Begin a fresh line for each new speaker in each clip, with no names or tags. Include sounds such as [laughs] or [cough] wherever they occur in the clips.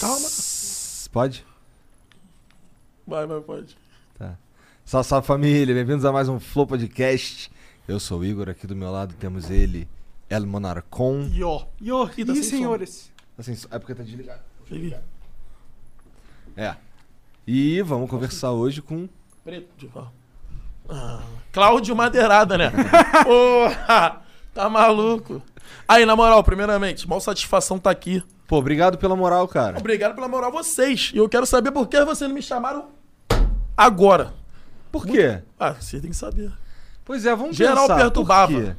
Calma.
Pode?
Vai, vai, pode.
Salve, salve família, bem-vindos a mais um Flow Podcast. Eu sou o Igor, aqui do meu lado temos ele, El Monarcon.
Ió. Ió.
E, senhores,
Assim, é porque tá desligado.
Preto
É. E vamos conversar hoje com.
de pau. Ah, Cláudio
[laughs]
Madeirada, né? Porra! Tá maluco. Aí, na moral, primeiramente, mal satisfação tá aqui.
Pô, obrigado pela moral, cara.
Obrigado pela moral vocês. E eu quero saber por que vocês não me chamaram agora.
Por quê?
Ah, você tem que saber.
Pois é, vamos
Geral
pensar.
perturbava.
Por quê?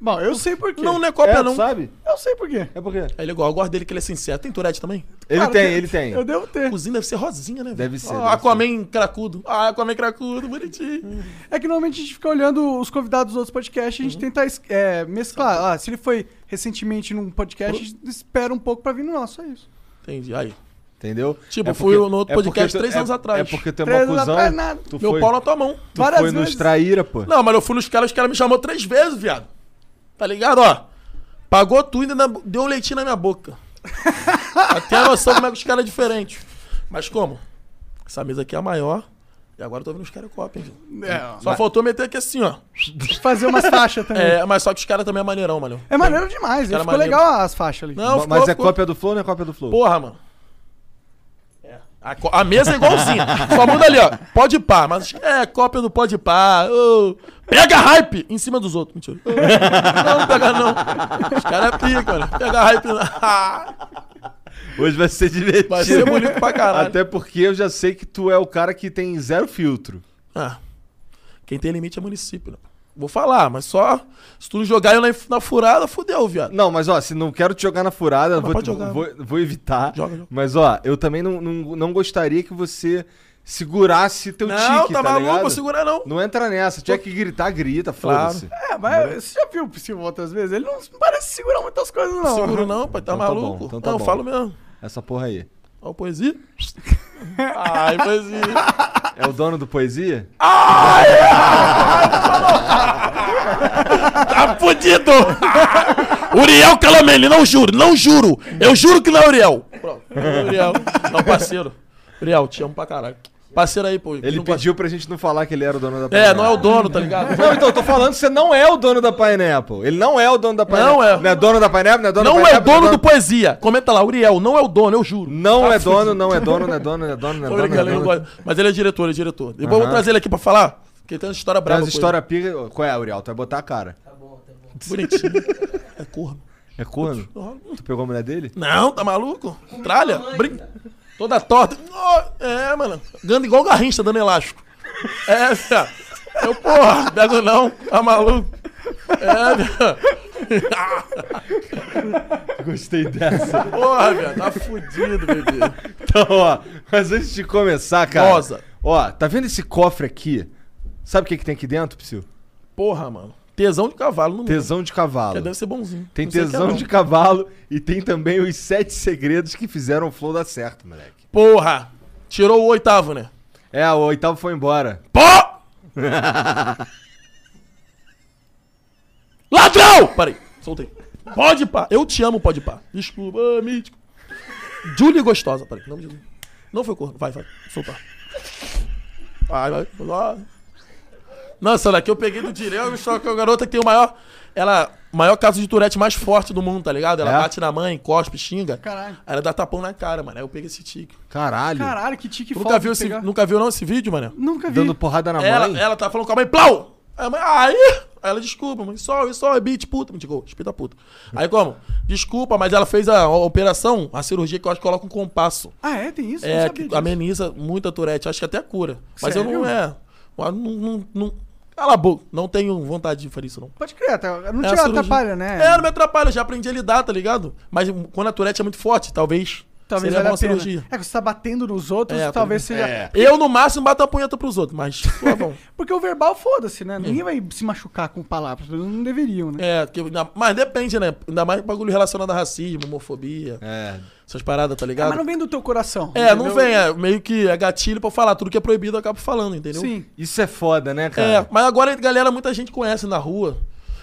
Bom, eu sei por quê.
Não, não é cópia,
é, tu
não.
sabe?
né, Eu sei por quê.
É porque. Ele
É legal, eu gosto dele que ele é sincero. Tem Tourette também?
Claro
tem,
que-
ele tem.
Eu devo ter.
Cozinha deve ser rosinha, né? velho?
Deve ser,
Ah,
deve
Aquaman cracudo. Ah, Aquaman cracudo, bonitinho.
Hum.
É que normalmente a gente fica olhando os convidados dos outros podcasts, a gente
Uhum.
tenta es- é, mesclar. Ah, se ele foi recentemente num podcast, a gente espera um pouco pra vir no nosso, é isso.
Entendi. Aí.
Entendeu? É
Tipo,
eu
fui no outro podcast três anos atrás.
É porque tu é
Três
uma
anos
cuzão.
atrás, nada.
Tu
Meu
foi,
pau na tua mão.
tu foi nos traíra, pô.
Não, mas eu fui nos caras, os caras me chamou três vezes, viado. Tá ligado? Ó. Pagou tudo e ainda deu um leitinho na minha
[laughs]
boca. Até a noção como é que os caras é diferente. Mas como? Essa mesa aqui é a maior. E agora eu tô vendo os caras copem, viu?
É,
Só faltou meter aqui assim, ó.
fazer umas faixas também. É,
[laughs] É, mas só que os caras também é maneirão, mano.
maneiro demais.
Cara
Ficou
maneiro.
legal as faixas ali.
Não,
Mas
ficou-
é
ficou-
cópia do Flow ou não é cópia do Flow?
Porra, mano. A, co- a mesa é
[laughs]
igualzinha. Só muda ali, ó. Pode pá. Mas é cópia do pode pá. ô. Pega hype em cima dos outros. Mentira. Ô, Não, pega não. Os caras é pica, mano. Pega hype. não.
Hoje vai ser divertido.
[laughs] Vai ser bonito pra caralho.
Até porque eu já sei que tu é o cara que tem zero filtro.
Ah, quem tem limite é município, né? Vou falar, mas só. Se tu jogar eu na, na furada, fudeu, viado.
Não, mas ó, se não quero te jogar na furada, vou,
pode jogar.
vou, vou evitar.
Joga, joga.
Mas ó, eu também não, não, não gostaria que você segurasse teu
Não,
tique,
tá, maluco,
ligado?
vou segurar não.
Não entra nessa, tinha que gritar, grita,
Claro.
foda-se.
É,
Uhum.
mas você já viu o Silvio outras vezes? Ele não parece segurar muitas coisas, não.
Seguro não, pai. Tá
Então tá bom,
maluco.
então tá
não,
bom.
falo mesmo.
Essa porra aí.
Ó,
[laughs]
o poesia. Ai, poesia.
É o dono do poesia?
Ah, Tá fudido! Uriel Calamelli, não juro, não juro! Eu juro que não é Uriel! Pronto, Uriel. Não, parceiro. Uriel, te amo pra caralho. Parceiro aí, pô.
Ele
não gosta-
pediu pra gente não falar que ele era o dono da
É, não é o dono, tá ligado?
Não, então, eu tô falando que você não é o dono da Pineapple. Ele não é o dono da Pineapple.
Não é.
Não é dono da Pineapple, não é dono da
Não é
Pineapple,
dono do poesia. Comenta lá, Uriel, não é o dono, eu juro.
Não é dono, não é dono, não é dono, não é dono, não é
Tô
dono.
brincando,
Não é
ele não
dono.
gosta. Mas ele é diretor, ele é diretor. Depois eu vou
Aham.
trazer ele aqui pra falar, porque ele tem uma história
Tem
brava.
umas histórias pica. Qual é, Auriel? Tu vai botar a cara.
Bonitinho. É corno.
É corno? Tu pegou a mulher dele? [laughs]
Não, tá maluco? Tralha? Brinca. Toda torta. Nó- É, mano. Gando igual garrincha dando elástico. É, fia. Eu, porra, pego não, tá maluco? É, fia.
Gostei dessa.
Porra, velho, tá fudido, bebê.
então, ó. Mas antes de começar, cara.
Rosa.
Ó, tá vendo esse cofre aqui? Sabe o que, que tem aqui dentro, Psyu?
Porra, mano. Tesão de cavalo no mundo.
Tesão de cavalo.
Que deve ser bonzinho.
Tem
Não sei o que é,
tesão
não.
de cavalo e tem também os sete segredos que fizeram o flow dar certo, moleque.
Porra! Tirou o oitavo, né?
É, o oitavo foi embora.
Pô! Ladrão! Parei, soltei. Pode pá. Eu te amo, pode pá. Desculpa, ah, mítico. Julie gostosa, peraí. Não, Julie. não foi corno. Vai, vai. Soltar. Vai, vai. Nossa, daqui eu peguei do direito, só que é o garoto que tem o maior. Ela, maior caso de Tourette mais forte do mundo, tá ligado? Ela
É?
bate na mãe, cospe, xinga.
Caralho.
Aí ela dá tapão na cara, mano. Aí eu peguei esse tique.
Caralho.
Caralho, que tique
Tu
foda.
nunca viu,
de
esse,
pegar.
nunca viu não esse vídeo, mano?
Nunca vi.
Dando porrada na mãe.
Ela, ela tá falando com a mãe, plau! Aí a mãe, aí! Aí ela, desculpa, mãe, sorry, sorry, bitch, puta, tipo, me digo, espita puta. Aí como? Desculpa, mas ela fez a, a operação, a cirurgia que eu acho que coloca um compasso.
Ah, é? Tem isso?
É,
não
que
sabia disso.
ameniza muito a Tourette, acho que até cura. Mas eu não
Sério?
é. eu Não, não, não- cala a boca, não tenho vontade de fazer isso, não.
Pode crer,
É,
tá? não te
a cirurgia-
atrapalha, né?
É, não me atrapalha, eu já aprendi a lidar, tá ligado? Mas quando a Tourette é muito forte, talvez.
Talvez
seria
valha
uma
a pena.
cirurgia.
É, que você tá batendo nos outros,
É,
talvez
tá
seja...
Eu, no máximo, bato a punheta pros outros, mas. Tá
[laughs]
bom.
Porque o verbal, foda-se, né?
Hum.
Ninguém vai se machucar com palavras, pelo menos não deveriam, né?
É, que, ainda- mas depende, né? Ainda mais bagulho relacionado a racismo, homofobia,
É.
essas paradas, tá ligado?
Ah, Mas não vem do teu coração.
É, não
entendeu?
vem, é meio que é gatilho pra eu falar. Tudo que é proibido eu acabo falando, entendeu?
Sim.
Isso é foda, né, cara?
É, mas agora, galera, muita gente conhece na rua.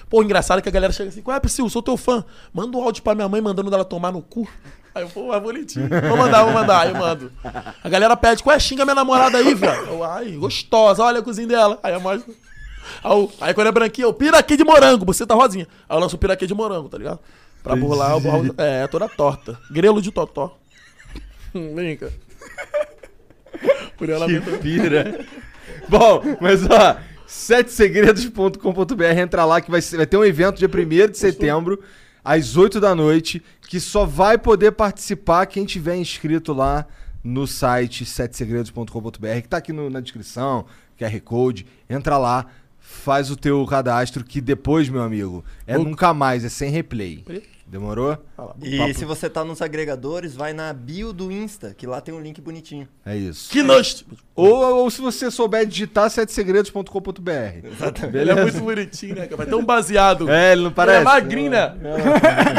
Pô, engraçado que a galera chega assim, ué, Priscila, sou teu fã. Manda um áudio pra minha mãe mandando ela tomar no cu. [laughs] Aí eu, pô, é bonitinho. Vou mandar, vou mandar. Aí eu mando. A galera pede, ué, xinga minha namorada aí, velho. Eu, Ai, gostosa, olha a cozinha dela. Aí eu mostro. Aí, eu- aí quando é branquinho, eu, piraquê de morango, você tá rosinha. Aí eu lanço o piraquê de morango, tá ligado? Pra burlar, eu, borro- é, toda torta. Grelo de totó. [laughs] Hum, Brinca. Por ela mesmo.
Que pira. Bom, mas ó, setesegredos.com.br, entra lá que vai, ser- vai ter um evento dia 1 de setembro, às 8 da noite, que só vai poder participar quem tiver inscrito lá no site setesegredos.com.br, que tá aqui no- na descrição, QR Code, entra lá, faz o teu cadastro, que depois, meu amigo, é nunca mais, é sem replay. Demorou?
E
Papo-
se você tá nos agregadores, vai na bio do Insta, que lá tem um link bonitinho.
É isso.
Que nojo.
Ou, ou se você souber digitar setesegredos.com.br.
Ele é muito bonitinho, né, cara? Vai ter um baseado.
É, ele não
Ele
parece? É.
é magrinho, né?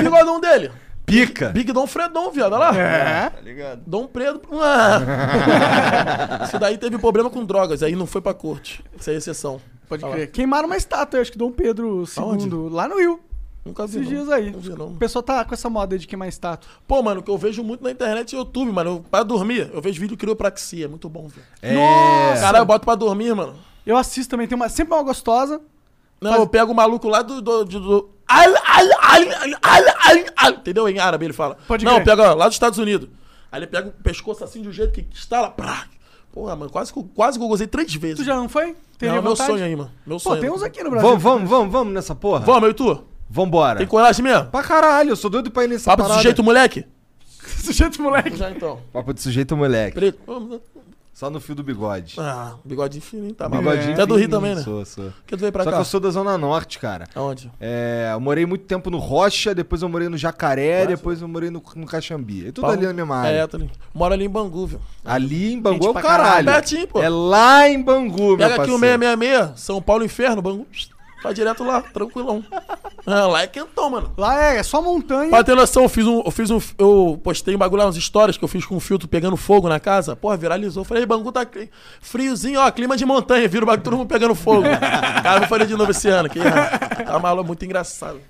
Bigodão dele.
Pica.
Big Dom Fredão, viado. Olha lá.
É.
Tá ligado?
Dom Predo.
[laughs]
Ah. Isso daí teve problema com drogas. Aí não foi pra corte. Isso é exceção.
Pode
Ah lá.
crer. Queimaram uma estátua, eu acho que Dom Pedro
Aonde? Tá
II, lá no Rio,
Nunca vi.
esses
não.
dias aí.
Não vi, não.
O pessoal tá com essa moda aí de queimar estátua.
Pô, mano, o que eu vejo muito na internet é YouTube, mano. Eu, pra dormir, eu vejo vídeo criopraxia. É muito bom, velho.
É.
Caralho, eu boto pra dormir, mano.
Eu assisto também, tem uma, sempre uma gostosa.
Não, eu pego o maluco lá do. do, do, do- Al- al- al- al- al- al- al- entendeu? Em árabe ele fala.
Pode
Não,
crer.
pega lá dos Estados Unidos. Aí ele pega o pescoço assim de um jeito que estala. Prá. Porra, mano, quase, que eu- quase que eu gozei três vezes.
Tu já não foi?
Não,
Teria
é meu
vontade?
sonho aí, mano. Meu
Pô,
sonho.
tem uns aqui no Brasil. [laughs]
Vamos, vamos, vamos, vamos nessa porra?
Vamos, eu e tu?
Vambora.
Tem coragem mesmo?
Pra caralho, eu sou doido pra ir nessa
Papo de
É. parada.
sujeito moleque?
Sujeito moleque.
Já então.
Papo de sujeito moleque.
Preto.
Só no fio do bigode.
Ah, bigode fininho, tá maluco.
Bigodinho é
Até do Rio
fininho,
também, né?
Sou, sou.
Por que tu veio pra
Só
cá?
que eu sou da Zona Norte, cara.
Aonde?
É, eu morei muito tempo no Rocha, depois eu morei no Jacaré, depois eu morei no, no Caxambi. É tudo
Paulo?
ali na mesma área.
É, tá ali. Mora ali em Bangu, viu?
Ali em Bangu é o
Gente pra
caralho.
caralho.
Pertinho, pô.
É lá em Bangu, meu
Pega aqui
parceiro.
o 666, São Paulo Inferno, Bangu. Vai direto lá, tranquilão. Ah, lá é quentão, mano.
Lá é, é só montanha.
Pra ter noção, eu fiz um. Eu, fiz um, eu postei um bagulho lá, umas histórias que eu fiz com um filtro pegando fogo na casa. Porra, viralizou. Falei, Bangu tá cri- friozinho, ó, clima de montanha. Vira o bagulho, todo mundo pegando fogo. Cara, eu falei de novo esse ano. Que, ah, tá maluco, muito engraçado.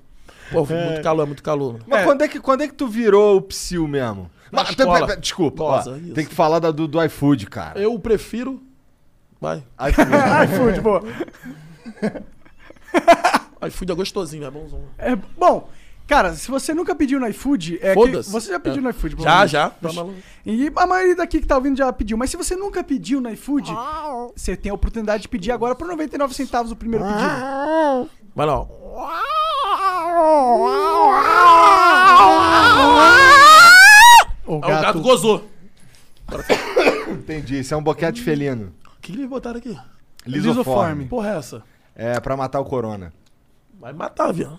Pô, muito calor, muito calor. mano.
Mas quando, é que, quando é que tu virou o psiu mesmo?
Na
Mas-
escola.
pe- pe- desculpa, ó,
Nossa, isso.
tem que falar da- do, do iFood, cara.
Eu prefiro. Vai.
iFood.
iFood, boa.
iFood é gostosinho, é bonzão.
É, bom, cara, se você nunca pediu no iFood, é que
Foda-se.
você já pediu
É.
no iFood,
Já,
provavelmente.
já. Tá maluco.
E a maioria daqui que tá ouvindo já pediu, mas se você nunca pediu no iFood, você tem a oportunidade de pedir agora por 99 centavos o
Ah,
primeiro
tá
pedido.
Vai lá, ó.
O
Ah, O gato gozou.
Entendi, isso é um boquete felino.
O que, que eles botaram aqui?
Lisoforme.
Lisoforme.
Porra, é essa?
É, pra matar o corona.
Vai matar, viado.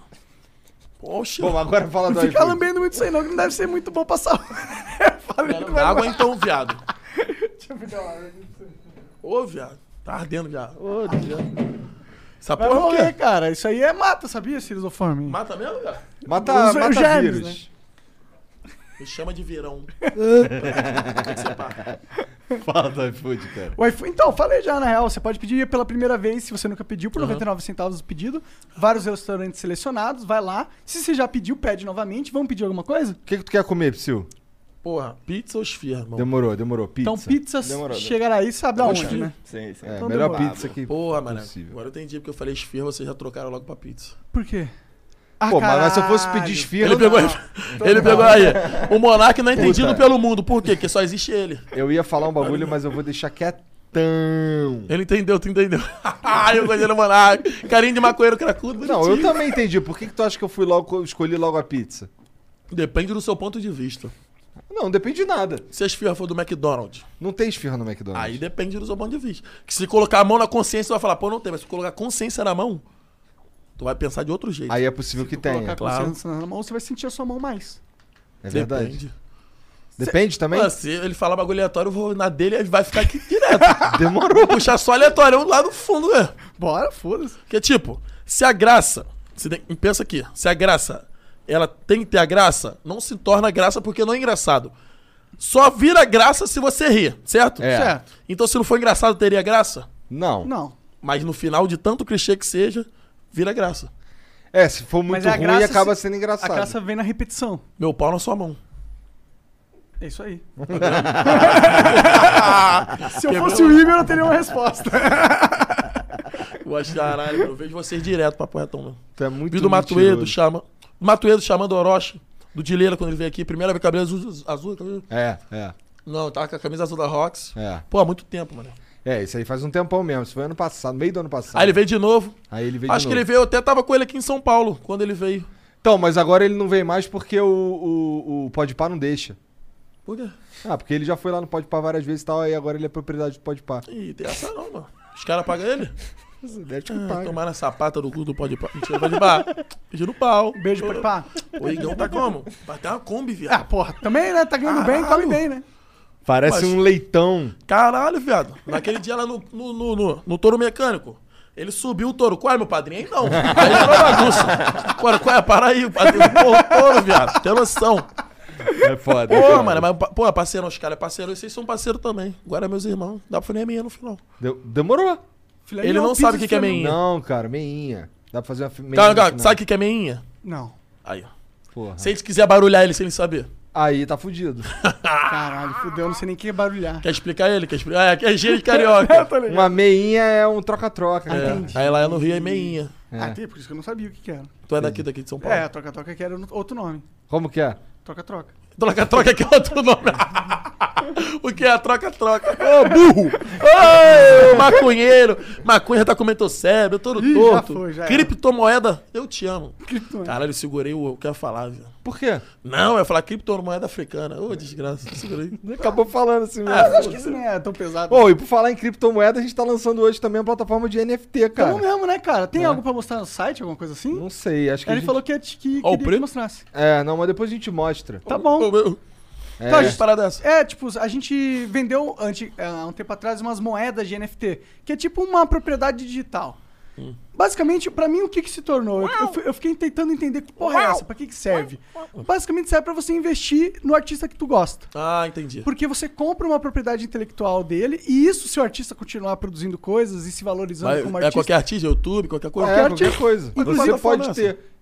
Poxa.
Bom, agora fala do
Não [laughs] fica
iFood.
lambendo muito isso aí não, que não deve ser muito bom passar. [laughs] Eu falei que
Quero
não era-
água então, viado. Ô, viado. Tá ardendo já. Ô, viado. Essa
Vai
porra é o
morrer,
quê?
cara. Isso aí é mata, sabia, esse lisoforme?
Mata mesmo, viado?
Mata,
Os
mata
germes,
vírus.
Me chama de verão.
né?
[laughs] Fala do iFood, cara.
O iFood, então, falei já, na real, você pode pedir pela primeira vez, se você nunca pediu, por 99 centavos o pedido. Vários restaurantes selecionados, vai lá. Se você já pediu, pede novamente. Vamos pedir alguma coisa?
O que, que tu quer comer, Psyu?
Porra, pizza ou esfirra, irmão?
Demorou, demorou. Pizza.
Então, pizzas
Demorou,
chegará aí, sabe da onde, né?
Sim, sim.
É,
então
melhor
demorou.
pizza que
Porra, mano.
possível.
Agora eu entendi porque eu falei esfirra, vocês já trocaram logo pra pizza.
Por quê? Ah,
Pô, mas, mas se eu fosse
caralho.
pedir esfirra,
Ele
eu-
pegou, [laughs] ele pegou aí. O Monark não é entendido pelo mundo. Por quê? Porque só existe ele.
eu ia falar um bagulho, mas eu vou deixar quietão.
Ele entendeu, tu entendeu. [laughs] Ai, eu gostei do Monark. Carinho de maconheiro cracudo.
Não, eu
bonitinho.
também entendi. Por que, que tu acha que eu fui logo, escolhi logo a pizza?
Depende do seu ponto de vista.
Não, depende de nada.
Se a esfirra for do McDonald's,
Não tem esfirra no McDonald's.
aí depende do seu ponto de vista. Que se colocar a mão na consciência, tu vai falar, pô, não tem. Mas se colocar a consciência na mão, tu vai pensar de outro jeito.
Aí é possível que tenha.
Colocar
claro.
consciência na mão, você vai sentir a sua mão mais.
É verdade. Depende,
Depende.
também?
Mano, se ele falar bagulho aleatório, eu vou na dele e vai ficar aqui direto.
Demorou.
[laughs] Puxar só aleatório um lá do fundo, velho.
Bora, foda-se.
Porque, tipo, se a graça. Você tem- pensa aqui, se a graça ela tem que ter a graça, não se torna graça porque não é engraçado. Só vira graça se você rir, certo?
É.
Certo.
Então, se não for engraçado, teria graça?
Não.
Não.
Mas no final, de tanto clichê que seja, vira graça.
É, se for muito
é a
ruim,
graça
acaba
se-
sendo engraçado.
A graça vem na repetição.
Meu pau na sua mão.
É
[laughs]
isso aí. Se eu fosse o Igor, eu teria uma resposta.
Eu acho caralho, eu vejo vocês direto, papo retão, mano.
Tu é muito
Vi do
mentiroso.
Matuedo, chama. Matuedo chamando o Orochi, do Dileira, quando ele veio aqui. Primeira vez, cabelo azul. azul cabelo...
É, é,
Não, eu tava com a camisa azul da Rox.
é.
Pô, há muito tempo, mano.
É, isso aí faz um tempão mesmo. Isso foi ano passado, meio do ano passado.
Aí ele veio de novo.
Aí ele veio
Acho
de
que
novo.
ele veio, eu até tava com ele aqui em São Paulo, quando ele veio.
Então, mas agora ele não veio mais porque o, o, o Podpah não deixa.
Por quê?
Ah, porque ele já foi lá no Podpah várias vezes e tal, aí agora ele é propriedade do Podpah.
Ih, tem essa não, mano. Os caras pagam ele?
Deve que
Ah,
paga.
tomaram a sapata do cu do pó de pau. Mentira, pó de pá. Beijo no pau.
Beijo, pode pá.
O Igão tá como? Bateu uma Kombi, viado.
Ah, porra, também, né? Tá ganhando bem, come
Caralho.
bem, né?
Parece
Mas-
um leitão.
Caralho, viado. Naquele dia lá no, no, no, no- no touro mecânico. Ele subiu o touro. Qual é, meu padrinho? Aí não. Aí virou bagunça. Agora, qual é? Para aí, padrinho. Porra, o touro, viado. Tem noção.
É foda.
Pô, mano, mas, pa- pô, é parceiro, os caras é parceiro. E Vocês são parceiro também. Agora, meus irmãos, dá pra nem no final.
De- Demorou.
Filé
Ele
mignon,
não
pizza
sabe o que, que é
filé mignon.
meinha.
Não, cara, meinha. Dá pra fazer uma meinha.
Calma,
no
calma.
né?
final.
Sabe o que, que é meinha?
Não.
Aí, ó.
Porra.
Se a gente quiser barulhar ele sem ele saber.
Aí tá fudido.
Caralho, fudeu, não sei nem o que é barulhar.
Quer explicar ele? Quer explicar? Ah, é, é gíria de
[laughs]
carioca.
Uma meinha é um troca-troca.
É,
cara.
Aí lá é no Rio é meinha.
É.
Ah, tem, por isso que eu não sabia o que, que era.
Tu é daqui, daqui de São Paulo.
É,
É.
troca-troca que era outro nome.
Como que é?
Troca-troca.
Troca-troca que é outro nome. [laughs] o que é troca-troca?
Ô, burro!
Ô, maconheiro. Maconha já tá comendo teu cérebro, todo
Ih, já
torto.
foi, já era.
criptomoeda, eu te amo.
Criptomoeda.
Caralho, eu segurei o o que eu ia falar, velho.
Por quê?
Não, eu ia falar criptomoeda africana. Ô, desgraça. eu Segurei.
Acabou falando assim mesmo.
Mas acho que isso não é tão pesado.
Ô, e por falar em criptomoeda, a gente tá lançando hoje também a plataforma de NFT, cara.
Tamo mesmo, né, cara? Tem algo pra mostrar no site, alguma coisa assim?
Não sei, acho que.
Aí
a
ele
gente-
falou que, que
Ó, o
queria que
preço.
mostrasse.
É, não, mas depois a gente mostra.
Tá bom.
Ô, meu,
É.
Tá,
Que parada é essa?
É, tipo, a gente vendeu anti, é, há um tempo atrás umas moedas de NFT, que é tipo uma propriedade digital.
Hum.
Basicamente, pra mim, o que que se tornou? Eu, eu fui- eu fiquei tentando entender que porra é essa, pra que que serve. Basicamente, serve pra você investir no artista que tu gosta.
Ah, entendi.
Porque você compra uma propriedade intelectual dele, e isso, se o artista continuar produzindo coisas e se valorizando
Vai-
como
é
artista...
qualquer artista, YouTube, qualquer coisa.
um É, qualquer
artista.
coisa.
Inclusive,
Você pode
plataforma
assim,
ter. é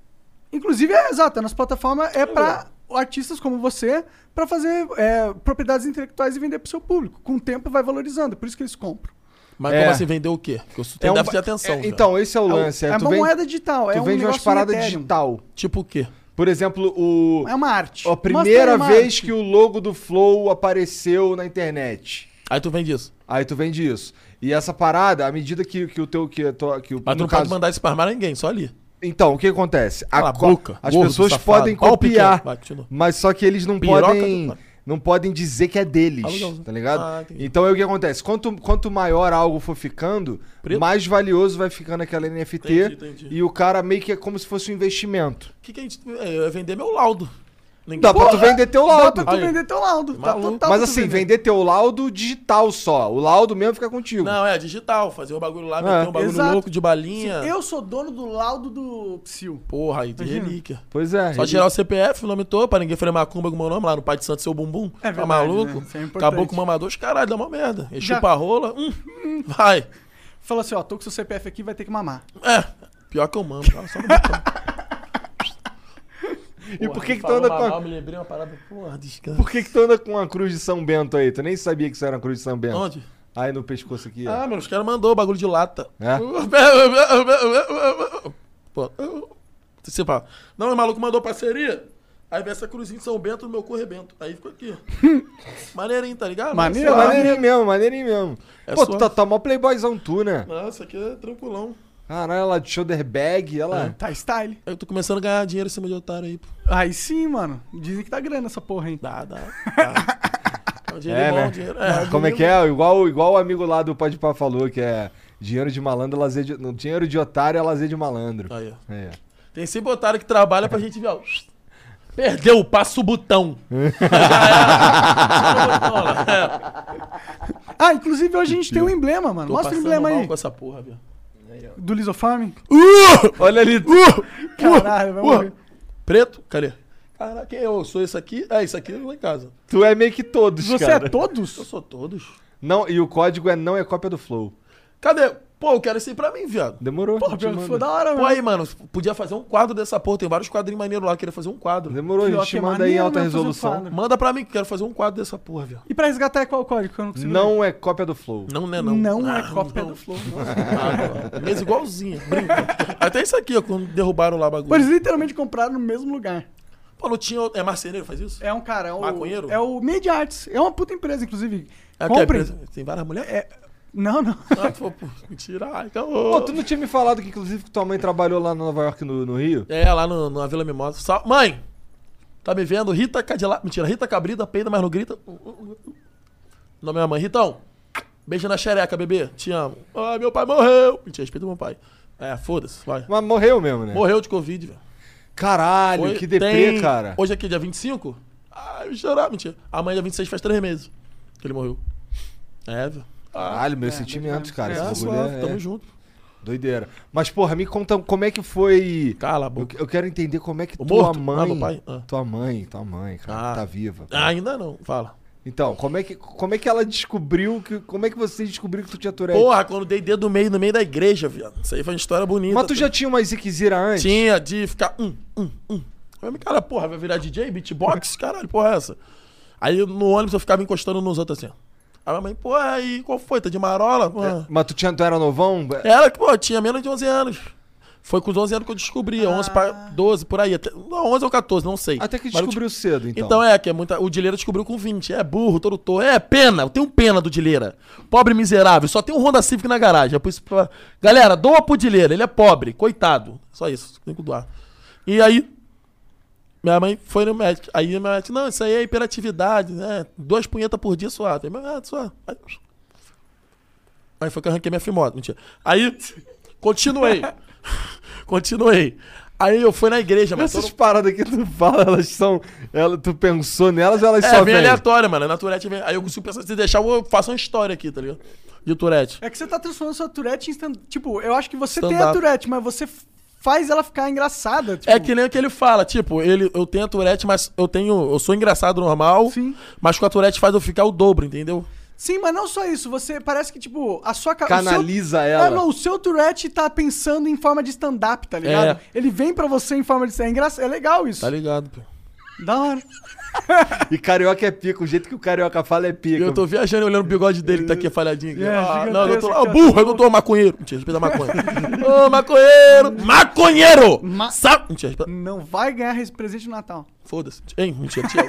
Inclusive, é exato, a nossa plataforma é pra artistas como você, pra fazer é, propriedades intelectuais e vender pro seu público. Com o tempo vai valorizando, é por isso que eles compram.
Mas
É.
como assim vender o quê? Porque eu sou- tem
É um
déficit de
ba-
atenção.
é,
velho.
então, esse é o lance. É,
é
tu
uma
vem-
moeda digital,
Tu
é um
vende umas
negócio no
paradas
Ethereum.
digital.
Tipo o quê?
Por exemplo, o.
É uma arte.
A
Mostra
primeira
aí uma
vez
arte.
que o logo do Flow apareceu na internet.
Aí tu vende isso.
Aí tu vende isso. E essa parada, à medida que, que o teu. Que, a tua- que o,
Mas tu
no
não pode mandar isso pra armar ninguém, só ali.
Então, o que acontece? A
Cala a
co-
boca,
as
gordo,
pessoas
safado.
podem
Qual o
copiar,
pequeno? Vai, continua.
mas só que eles não
Piroca
podem
do-
não podem dizer que é deles,
Ah, legal.
tá ligado?
Ah, entendi.
então é o que acontece. Quanto, quanto maior algo for ficando,
Preto?
mais valioso vai ficando aquela NFT
Entendi, entendi.
e o cara meio que é como se fosse um investimento.
O que, que a gente. é, Eu ia vender meu laudo. Ninguém...
Dá pra tu
Porra!
vender teu
Dá
laudo.
pra tu
Aí.
vender teu laudo. Tá,
Maluco.
total
mas
pra tu
assim, vender. teu laudo digital só. O laudo mesmo fica contigo.
Não, é digital. Fazer um bagulho lá,
É.
meter um bagulho
Exato.
louco de balinha.
Eu sou dono do laudo do Psil.
Porra, aí de
Imagina.
relíquia.
Pois é.
Só
ele-
tirar o CPF, o nome todo, pra ninguém fazer macumba com o meu nome lá no Pai de Santo Seu Bumbum.
É
tá
verdade,
maluco?
né? Isso é importante.
Acabou com o mamador, os caralho, dá uma merda. Ele
Já-
chupa a rola, hum, hum, vai.
Falou assim, ó, tô com seu CPF aqui, vai ter que mamar.
É, pior que eu mamo, cara, só no botão.
[laughs]
E por que que tu
falou
anda com a-
mamar, eu Me lembrei uma parada, porra, descanso.
Por que, que tu anda com uma cruz de São Bento aí? Tu nem sabia que isso era uma cruz de São Bento.
Onde?
Aí no pescoço
É.
aqui. ó.
Ah, mano, os caras mandou o bagulho de lata.
É?
Pô, Você fala, não, o maluco mandou parceria. Aí vem essa cruzinha de São Bento no meu cu rebento. Aí ficou
[laughs]
aqui. Maneirinho, tá ligado?
Maneiro,
Pô,
Suave.
maneirinho mesmo, maneirinho mesmo.
É
Pô, tu
suave.
tá, tá mó playboyzão tu, né?
Não, isso aqui é tranquilão.
Caralho, ela de shoulder bag,
É.
ela...
Tá style.
Eu tô começando a ganhar dinheiro em cima de otário aí, pô. Ah,
Aí sim, mano. Dizem que dá grana essa porra, hein?
Dá,
[laughs]
dá. dá. É um dinheiro
É,
bom,
né?
um dinheiro. É,
Como é que é? Igual, igual o amigo lá do Pode Pá falou, que é dinheiro de malandro, é lazer de... não, dinheiro de otário é lazer de
Tá.
malandro.
Aí, ó.
É.
Tem sempre otário que trabalha pra gente ver, ó. Perdeu, passa o
[laughs]
botão. Já era. Só no botão, ó. É.
Ah, inclusive hoje a gente tem um emblema, mano.
Tô
Mostra o
passando
emblema
mal
aí.
com Uh, essa porra, viu?
Do Lisofarm. Uh!
Olha ali.
Caralho,
uh,
vai morrer.
Preto? Cadê? Caraca, quem eu sou esse aqui? É, isso aqui lá em casa.
Tu é meio que todos,
Você
cara.
é todos?
Eu sou todos.
Não, e o código é não é cópia do Flow.
Cadê? Pô, eu quero esse aí pra mim, viado.
Demorou.
Porra,
eu te
Bianca,
mando.
foi da hora,
Pô,
mano.
aí, mano, podia fazer um quadro dessa porra. Tem vários quadrinhos maneiros lá, eu queria fazer um quadro.
Demorou, a
Pior
gente
que é
te manda aí em
maneiro
alta
mesmo fazer um
resolução.
quadro.
Manda pra mim, que quero fazer um quadro dessa porra, viado.
E pra resgatar é qual o código? Que eu não consigo ler?
Não é cópia do Flow.
Não, né, não.
Não, é cópia do Flow. nossa.
Ah, Mesa igualzinha, brinca. Até isso aqui, ó, quando derrubaram lá o
Pô,
bagulho.
eles literalmente compraram no mesmo lugar.
Pô, não tinha. É marceneiro, faz isso?
É um cara, é o.
Maconheiro?
É o Media Arts. É uma puta empresa, inclusive.
É que a
Comprem.
empresa- Tem várias mulheres?
É- Não, [laughs] não.
Ah, pô, pô, mentira. Ai,
Pô,
caô.
tu não tinha me falado que, inclusive, que tua mãe trabalhou lá em Nova York, no, no Rio?
É, lá no, na Vila Mimosa. Sal- Mãe! Tá me vendo? Rita Cadillac. Mentira, Rita Cabrita, peida, mas não grita. Uh, O nome é minha mãe. Ritão, beijo na xereca, bebê. Te amo. Ai, meu pai morreu. Mentira, respeita meu pai. É, foda-se, vai.
Mas morreu mesmo, né?
Morreu de Covid, velho.
Caralho,
Foi-
que deprê,
tem-
cara.
Hoje aqui é dia 25? Ai, vou chorar, ah, mentira. Amanhã, dia 26, faz três meses que ele morreu. É, velho. Ah,
Caralho, meus sentimentos, cara.
é,
Esse bagulho
suave,
é,
tamo
é
junto.
doideira. Mas, porra, me conta como é que foi...
Cala a
Eu,
boca.
eu quero entender como é que
O
tua
morto? Ah,
mãe...
do pai? Ah.
Tua mãe, tua mãe, cara,
Ah.
tá viva.
ainda não, fala.
Então, como é, que, como é que ela descobriu que... Como é que você descobriu que tu tinha Tourette?
Porra, quando dei dedo no meio, no meio da igreja, viado. Isso aí foi uma história bonita.
Mas tu já tinha uma ziquezira antes?
Tinha de ficar um, um, um. Aí, cara, porra, vai virar DJ, beatbox? Caralho, porra, é essa? Aí no ônibus eu ficava encostando nos outros assim. ó. Aí minha mãe, pô, aí qual foi? Tá de marola? Pô.
Mas tu, tinha, tu era novão?
Era que, pô, tinha menos de 11 anos. Foi com os 11 anos que eu descobri, 11 para 12, por aí. Até, não, 11 ou 14, não sei.
Ah. Até que
Mas eu
descobriu cedo, então.
então. é, que é muita. O Dileira descobriu com 20. É burro, todo torto. É, pena. Eu tenho pena do Dileira. Pobre miserável. Só tem um Honda Civic na garagem. É por isso. pra- Galera, doa pro Dileira. Ele é pobre. Coitado. Só isso. Tem que doar. E aí. Minha mãe foi no médico. Aí minha mãe disse, não, isso aí é hiperatividade, né? Duas punhetas por dia suave. Aí, ah, suave. Aí, aí foi que eu arranquei minha fimose. Mentira. Aí, continuei. [laughs] continuei. Aí eu fui na igreja, mas todo-
Essas paradas que tu fala, elas são. ela- tu pensou nelas, elas
É,
só
vem
vêm.
aleatória, mano. Na Tourette vem. Aí eu consigo pensar, se deixar, eu faço uma história aqui, tá ligado? De Tourette.
É que você tá transformando sua Tourette em stand... Tipo, eu acho que você tem a
Stand-up.
Tourette, mas você f- faz ela ficar engraçada. Tipo,
É que nem o que ele fala, tipo, ele, eu tenho a Tourette, mas eu tenho. Eu sou engraçado normal,
Sim.
mas com a Tourette faz eu ficar o dobro, entendeu?
Sim, mas não só isso. Você parece que, tipo, a sua... ca- o seu-
Canaliza ela.
Ah,
É,
não, o seu Tourette tá pensando em forma de stand-up, tá
É.
ligado? Ele vem pra você em forma de... É, engraçado, é legal isso.
Tá ligado, pô.
Da hora.
E carioca é pica, o jeito que o carioca fala é
E
pica.
eu tô viajando e olhando o bigode dele que tá aqui falhadinho. aqui.
É,
ah, não, eu tô
gigantesco,
lá,
cara.
burro, eu não tô maconheiro. Mentira, respeita a maconha. Ô, maconheiro! Maconheiro!
Ma-
Sabe? Mentira, respeita.
Não vai ganhar res- presente de Natal.
Foda-se. Hein? Mentira, tira.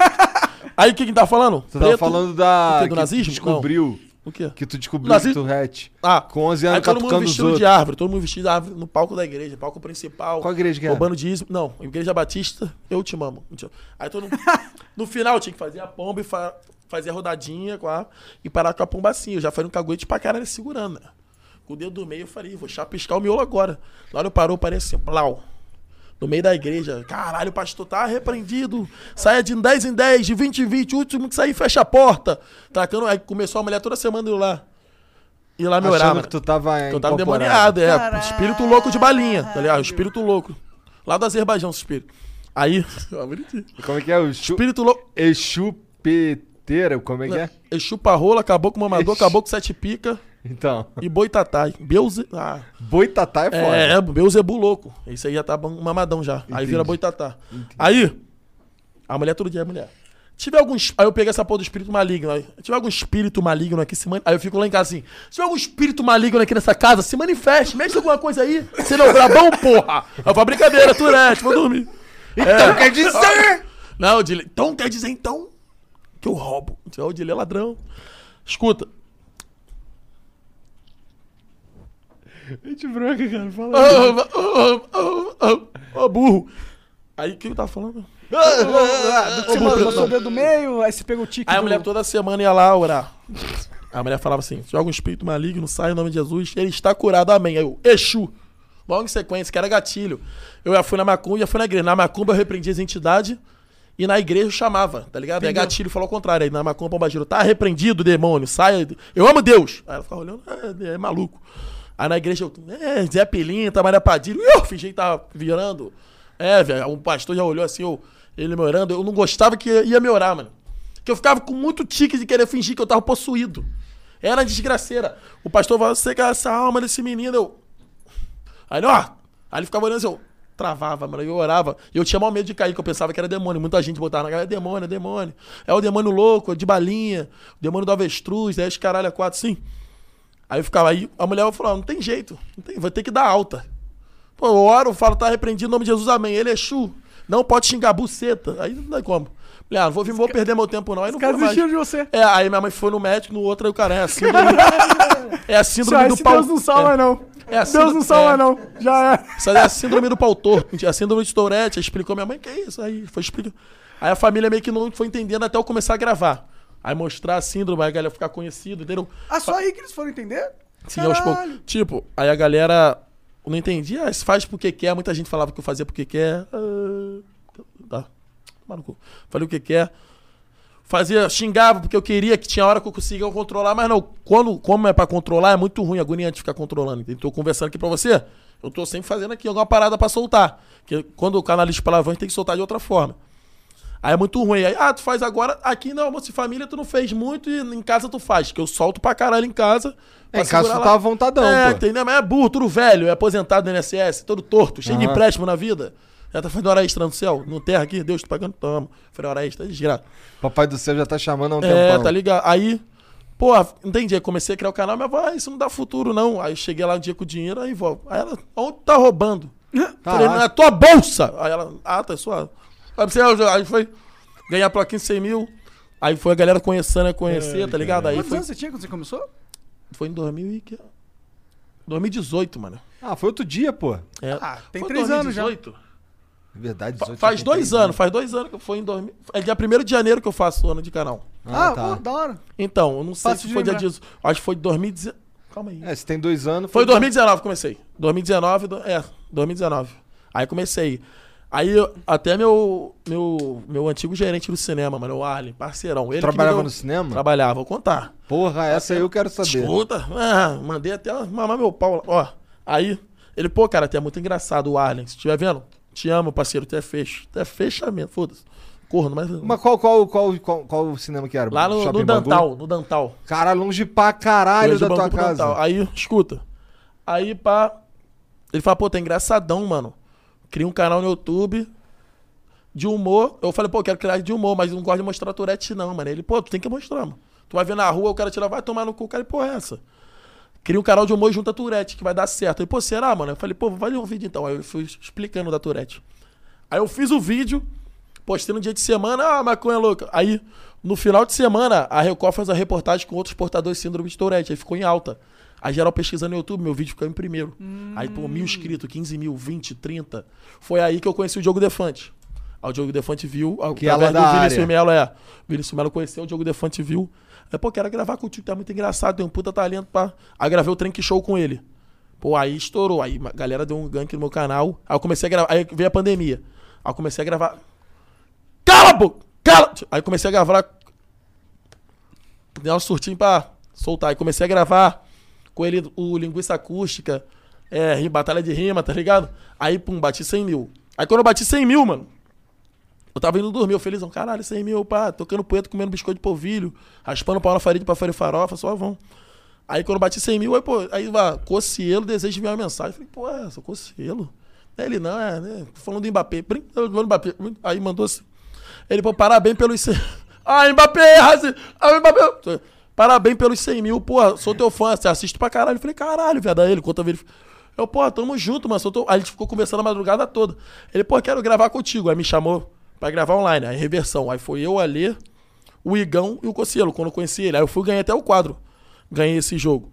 Aí o que que tá falando?
Tu tava
Preto?
falando da.
O quê, do
que tu
nazismo?
Descobriu.
O quê?
Que tu descobriu
Nazismo?
que tu hatch.
Ah,
Com 11
Aí
anos
todo mundo
catucando os
vestido
outros.
de árvore, todo mundo vestido de árvore no palco da igreja, palco principal.
Qual igreja que é? era?
Roubando dízimo. Não, Igreja Batista, eu te mamo. Mentira. Aí todo mundo. no final tinha que fazer a pomba e fa- fazer a rodadinha com a... e parar com a pombacinha. Eu já falei um caguete pra caralho segurando. né? Com o dedo do meio eu falei, vou chapiscar o miolo agora. Lá eu parou, parece assim, blau. No meio da igreja, caralho, o pastor tá repreendido. Saia de 10 em 10, de 20 em 20, o último que sair fecha a porta. Tracando, aí começou a mulher toda semana ir lá. Ir lá me orar.
Achando
mano.
que tu tava.
Que eu tava
incorporado.
endemoniado, Então é.
Caralho.
Espírito louco de balinha, tá ligado? Espírito louco. Lá do Azerbaijão, esse espírito.
[laughs]
Aí. ó, bonitinho.
Como é que é? O chu...
espírito louco.
Exu Peteira, como é que é?
Exu parrola, acabou com mamador,
Exu.
acabou com sete pica
Então.
e boitatai. Beuze. Ah,
Boitatá é foda.
é, é, Beuzebu louco. Esse aí já tá bom- mamadão já. Aí
Entendi.
vira boitatá. Aí. A mulher todo dia é mulher. Tiver algum. es- Aí eu peguei essa porra do espírito maligno. Aí, tiver algum espírito maligno aqui, se man... Aí eu fico lá em casa assim. Se tiver algum espírito maligno aqui nessa casa, se manifeste, mexe alguma coisa aí. Você não é brabão, porra! Eu falo, brincadeira, né? Tipo, Turete, vou dormir. Então quer dizer! Não, o Dile. Então quer dizer então que eu roubo. Então, o Dile é ladrão. Escuta.
Gente branca, cara. Fala.
Ah, ah, ah, ah, ah, ah, burro. Aí o que eu tava falando?
Você botou o dedo no meio, aí você pegou o tique.
Aí a
do-
mulher toda semana ia lá orar. A mulher falava assim: joga um espírito maligno, sai em nome de Jesus, ele está curado, amém. Aí eu, Exu. Logo em sequência, que era gatilho. Eu já fui na macumba, já fui na igreja. Na macumba eu repreendi as entidades e na igreja eu chamava, tá ligado? Aí gatilho falou ao contrário. Aí na macumba o pombagira, tá repreendido, demônio, sai. Eu amo Deus. Aí ela ficava olhando, é, é maluco. Aí na igreja eu, é, Zé Pelinta, Maria Padilha, eu fingi que tava virando. É, velho, um pastor já olhou assim, eu, ele me orando. Eu não gostava que ia me orar, mano. Que eu ficava com muito tique de querer fingir que eu tava possuído. Era desgraceira. O pastor falava, você quer essa alma desse menino? Eu. Aí ele, ó. Aí ele ficava olhando assim, eu travava, mano. Eu orava. E eu tinha mal medo de cair, que eu pensava que era demônio. Muita gente botava na cara, é demônio, é demônio. É o demônio louco, é de balinha, o demônio do avestruz, é os caralho, é quatro, sim. Aí eu ficava aí, a mulher falou, não tem jeito, não tem, vai ter que dar alta. Pô, eu oro, eu falo, tá repreendido em nome de Jesus, amém. Ele é chu. Não pode xingar buceta. Aí não tem como. Mulher, não vou, vir- vou perder meu tempo, não. Aí não vou
Cara,
mais.
desistiram de você.
É, aí minha mãe foi no médico, no outro, aí o cara é a síndrome. é a síndrome
Ah,
do
esse
pau.
Deus não salva,
é,
não.
É a
Deus
síndrome-
não salva,
é.
não. Já é.
Isso aí é a síndrome do pau torto. A síndrome de Tourette. Aí Explicou minha mãe, que é isso aí. Foi explicando. Aí a família meio que não foi entendendo até eu começar a gravar. Aí mostrar a síndrome, aí a galera ficar conhecida, entendeu?
Ah, só aí que eles foram entender?
Sim, aos
Caralho.
poucos. Tipo, aí a galera eu não entendia, ah, isso faz porque quer. Muita gente falava que eu fazia porque quer. Ah, tá. Tomar no cu. Falei o que quer. Fazia, xingava porque eu queria, que tinha hora que eu conseguia controlar, mas não, quando, como é pra controlar, é muito ruim, agoniante ficar controlando. entendeu? Tô conversando aqui pra você, eu tô sempre fazendo aqui alguma parada pra soltar. Porque quando o canalista palavrões tem que soltar de outra forma. Aí é muito ruim. Aí, ah, tu faz agora. Aqui não, almoço de família, tu não fez muito e em casa tu faz. Que eu solto pra caralho em casa.
É,
pra
em casa
segurar
tu
lá.
tá à vontadão,
É,
pô.
entendeu? Mas é burro, tudo velho, é aposentado do INSS, todo torto, cheio de empréstimo na vida. Já tá fazendo hora extra no céu, no terra aqui, Deus tá pagando, toma. Falei, hora extra, desgraça.
Papai do céu já tá chamando há um
É,
tempão.
tá ligado? Aí, pô, entendi. Aí comecei a criar o canal, mas vai, isso não dá futuro, não. Aí cheguei lá um dia com o dinheiro, aí volto. Aí ela, onde tá
[laughs]
roubando? Falei,
Caralho.
na tua bolsa! Aí ela, ah, tá sua. Aí você- aí foi ganhar plaquinha de 100 mil. Aí foi a galera conhecendo a conhecer, tá ligado? Aí
É, Quantos
foi,
anos você tinha quando você começou?
foi em 2000 e que- 2018, mano.
Ah, foi outro dia, pô.
É.
Ah, tem
Foi
três anos já.
2018?
Verdade,
Fa-
18,
Faz dois
um.
83,
anos, faz dois anos que foi em 2000. É dia 1 de janeiro que eu faço o ano de canal.
Ah,
Ah, tá.
pô, da hora.
Então, eu não sei
Fácil
se
de
foi dia
lembrar.
18. Acho que foi 2019. Calma aí.
É, se tem dois anos.
Foi 2019 que comecei. 2019, do- é, 2019. Aí comecei. Aí eu- até meu, meu, meu antigo gerente do cinema, mano, o Arlen, parceirão. Ele que me
Trabalhava
deu-
no cinema?
Trabalhava, vou contar.
Porra, essa aí eu quero saber.
Escuta, ah, mandei até mamar meu pau lá. Ó, aí, ele, pô, cara, até é muito engraçado o Arlen. Se estiver vendo, te amo, parceiro, tu é fecho. Tu é fechamento, foda-se. Corno, mas.
Mas qual, qual, qual, qual, qual o cinema que era?
lá no,
Shopping
no
Bangu?
Dantal, no Dantal.
Cara, longe pra caralho
Dois do
da tua
Bangu pro
casa.
Natal. Aí, escuta. Aí, pá. Ele fala, pô, tá engraçadão, mano. Cria um canal no YouTube de humor. Eu falei, pô, eu quero criar de humor, mas não gosto de mostrar Tourette, não, mano. Ele, pô, tu tem que mostrar, mano. Tu vai ver na rua, o cara te lá, vai tomar no cu, cara, e porra, é essa? Cria um canal de humor e junta Tourette, que vai dar certo. Aí, pô, será, mano? Eu falei, pô, vai ver um vídeo então. Aí eu fui explicando da Tourette. Aí eu fiz o vídeo, postei no dia de semana, ah, maconha louca. Aí, no final de semana, a Record fez a reportagem com outros portadores de síndrome de Tourette, aí ficou em alta. Aí geral pesquisando no YouTube, meu vídeo ficou em primeiro. Aí, pô,
Hum.
mil inscritos, 15 mil, 20, 30. Foi aí que eu conheci o Diogo Defante. Aí o Diogo Defante viu,
Que ela é da
do Vinícius
área.
Melo, é. O Vinícius Melo conheceu, o Diogo Defante viu. Aí, pô, quero gravar contigo, tá muito engraçado, tem um puta talento, pá. Aí gravei o Trem que Show com ele. Pô, aí estourou. Aí a galera deu um gank no meu canal. Aí eu comecei a gravar. Aí veio a pandemia. Aí eu comecei a gravar. Cala a boca! Cala! Aí eu comecei a gravar. Deu um surtinho pra soltar. Aí comecei a gravar com ele o Linguiça Acústica. É, ri- Batalha de Rima, tá ligado? Aí, pum, bati 100 mil. Aí quando eu bati 100 mil, mano. Eu tava indo dormir, eu felizão, caralho, 100 mil, pá, tocando poeta, comendo biscoito de polvilho, raspando pau na farinha pra farinha farofa, só vão. Aí quando eu bati 100 mil, aí, pô, aí vai, Cocielo deseja enviar uma mensagem. Eu falei, pô, é, sou Cocielo. Aí Ele não, é, né? Tô falando do Mbappé. Brim, eu vou no Mbappé. Brim. Aí mandou assim. Ele, pô, parabéns pelos. cem- [laughs] Ah, Mbappé, raci- ah, Mbappé. Parabéns pelos 100 mil, pô, sou teu fã, você assiste pra caralho. Eu falei, caralho, viado, aí ele conta ele. Eu, pô, tamo junto, mano. sou teu- Aí a gente ficou conversando a madrugada toda. Ele, pô, quero gravar contigo. Aí me chamou pra gravar online, aí reversão. Aí foi eu, Alê, o Igão e o Cocielo, quando eu conheci ele. Aí eu fui ganhei até o quadro. Ganhei esse jogo.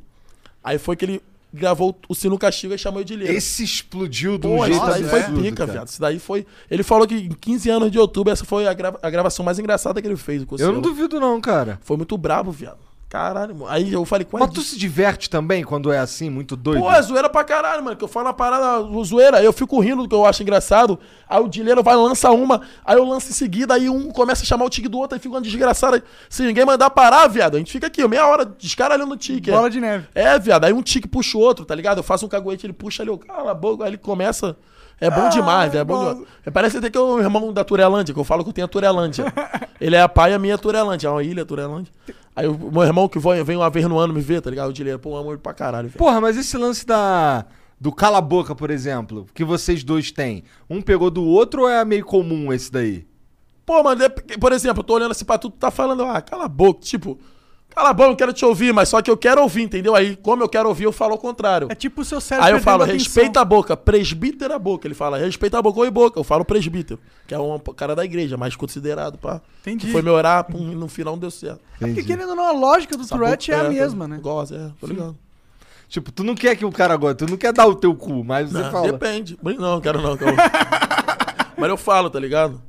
Aí foi que ele gravou o Sino Castigo e chamou eu de Lira.
Esse explodiu de um
Pô,
jeito
isso daí foi
absurdo,
pica,
cara.
viado. Isso daí foi. Ele falou que em 15 anos de outubro, essa foi a, grava- a gravação mais engraçada que ele fez. o
Eu
Cossielo.
não duvido não, cara.
Foi muito brabo, viado. Caralho, mano. Aí eu falei, qual é
Mas tu se diverte também quando é assim, muito doido?
Pô, é zoeira pra caralho, mano. Que eu falo na parada zo- zoeira, eu fico rindo do que eu acho engraçado. Aí o Dileiro vai, lança uma, aí eu lanço em seguida, aí um começa a chamar o tique do outro, aí fica uma desgraçada. Se ninguém mandar parar, viado, a gente fica aqui, meia hora descaralhando o tique.
Bola de neve.
É, viado, aí um tique puxa o outro, tá ligado? Eu faço um caguete, ele puxa ali, eu cala a boca, aí ele começa. É
Ah,
bom demais, velho. É bom demais. É, Parece até que é o irmão da Turelândia, que eu falo que eu tenho a
[laughs]
Turelândia. ele é a pai e a minha é Turelândia, é uma ilha Turelândia. Aí o meu irmão que vai- vem uma vez no ano me ver, tá ligado? O Dileiro, pô, eu amo ele pra caralho, velho.
Porra, mas esse lance da do cala a boca, por exemplo, que vocês dois têm, um pegou do outro ou é meio comum esse daí?
Pô, mano, é porque, por exemplo, eu tô olhando assim pra tu, tu tá falando, ah, cala a boca, tipo, cala a boca, eu quero te ouvir, mas só que eu quero ouvir, entendeu? Aí, como eu quero ouvir, eu falo o contrário.
É tipo o seu cérebro.
Aí eu falo,
perdendo atenção.
respeita a boca, presbítero é a boca. Ele fala, respeita a boca, oi boca. Eu falo presbítero, que é um cara da igreja, mais considerado, pá.
Entendi.
Que foi me orar, pum, e no final não deu certo.
É porque querendo ou não, a lógica do Tourette é a mesma, né?
Gosta, é, tô ligado.
Tipo, tu não quer que o cara goste, tu não quer dar o teu cu, mas você
Ah,
fala.
Depende. Brin- Não, quero não.
[laughs]
quero. Mas eu falo, tá ligado?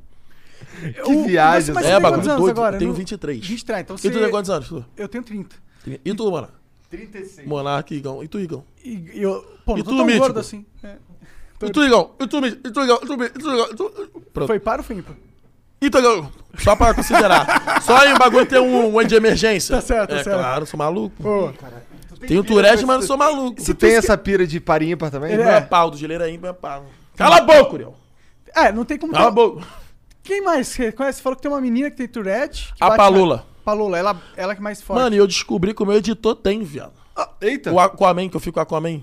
Que viagem,
Mas
Zé.
é,
você tem
bagulho
quantos anos
doido.
agora?
eu tenho
Não-
23.
23, então
E tu tem
você...
quantos anos? tu?
Eu tenho 30.
E tu, mano?
36.
Monarca, Igão. E tu, Igão?
E e eu... Pô,
E
não tô
tu,
tão
Mítico?
gordo assim. É.
E tu, Igão? E tu, Mítico? E tu, Igão? E tu, Mítico? E tu, Igão? E tu- Pronto.
Foi para ou foi ímpar?
Então, eu- só pra
[laughs]
considerar. só aí o bagulho tem um, um de emergência.
Tá certo, tá
é,
certo.
Claro, sou maluco. Tenho Tourette, mas não sou maluco.
Tu tem essa pira de par ímpar também?
Ele
Não é pau, do geleira ainda é pau. Cala a boca, Curiel.
É, não tem como...
Cala a boca.
Quem mais você conhece? Você falou que tem uma menina que tem Tourette. que
A
bate
Palula.
na- Palula, ela, ela que é mais forte.
Mano, e eu descobri que o meu editor tem, viado.
Eita.
Então.
O Aquaman, que eu fico com o Aquaman.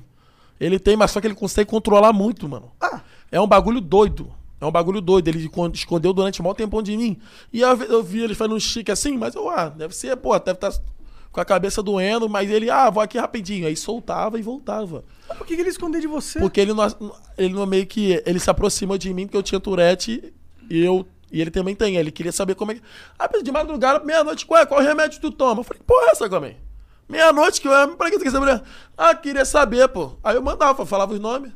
Ele tem, mas só que ele consegue controlar muito, mano.
Ah,
É um bagulho doido. É um bagulho doido. Ele con- escondeu durante um maior tempão de mim. E eu, eu vi ele fazendo um chique assim, mas eu, ah, deve ser, pô, deve estar com a cabeça doendo, mas ele, ah, vou aqui rapidinho. Aí soltava e voltava.
por que, que ele esconder de você?
Porque ele não, ele não é meio que. Ele se aproximou de mim porque eu tinha Tourette e eu. E ele também tem. Ele queria saber como é que. Ah, mas de madrugada, meia-noite, qual, é, qual remédio tu toma? Eu falei, porra, é essa também. Meia-noite, que eu. Pra que tu quer saber? Ah, queria saber, pô. Aí eu mandava, falava os nomes.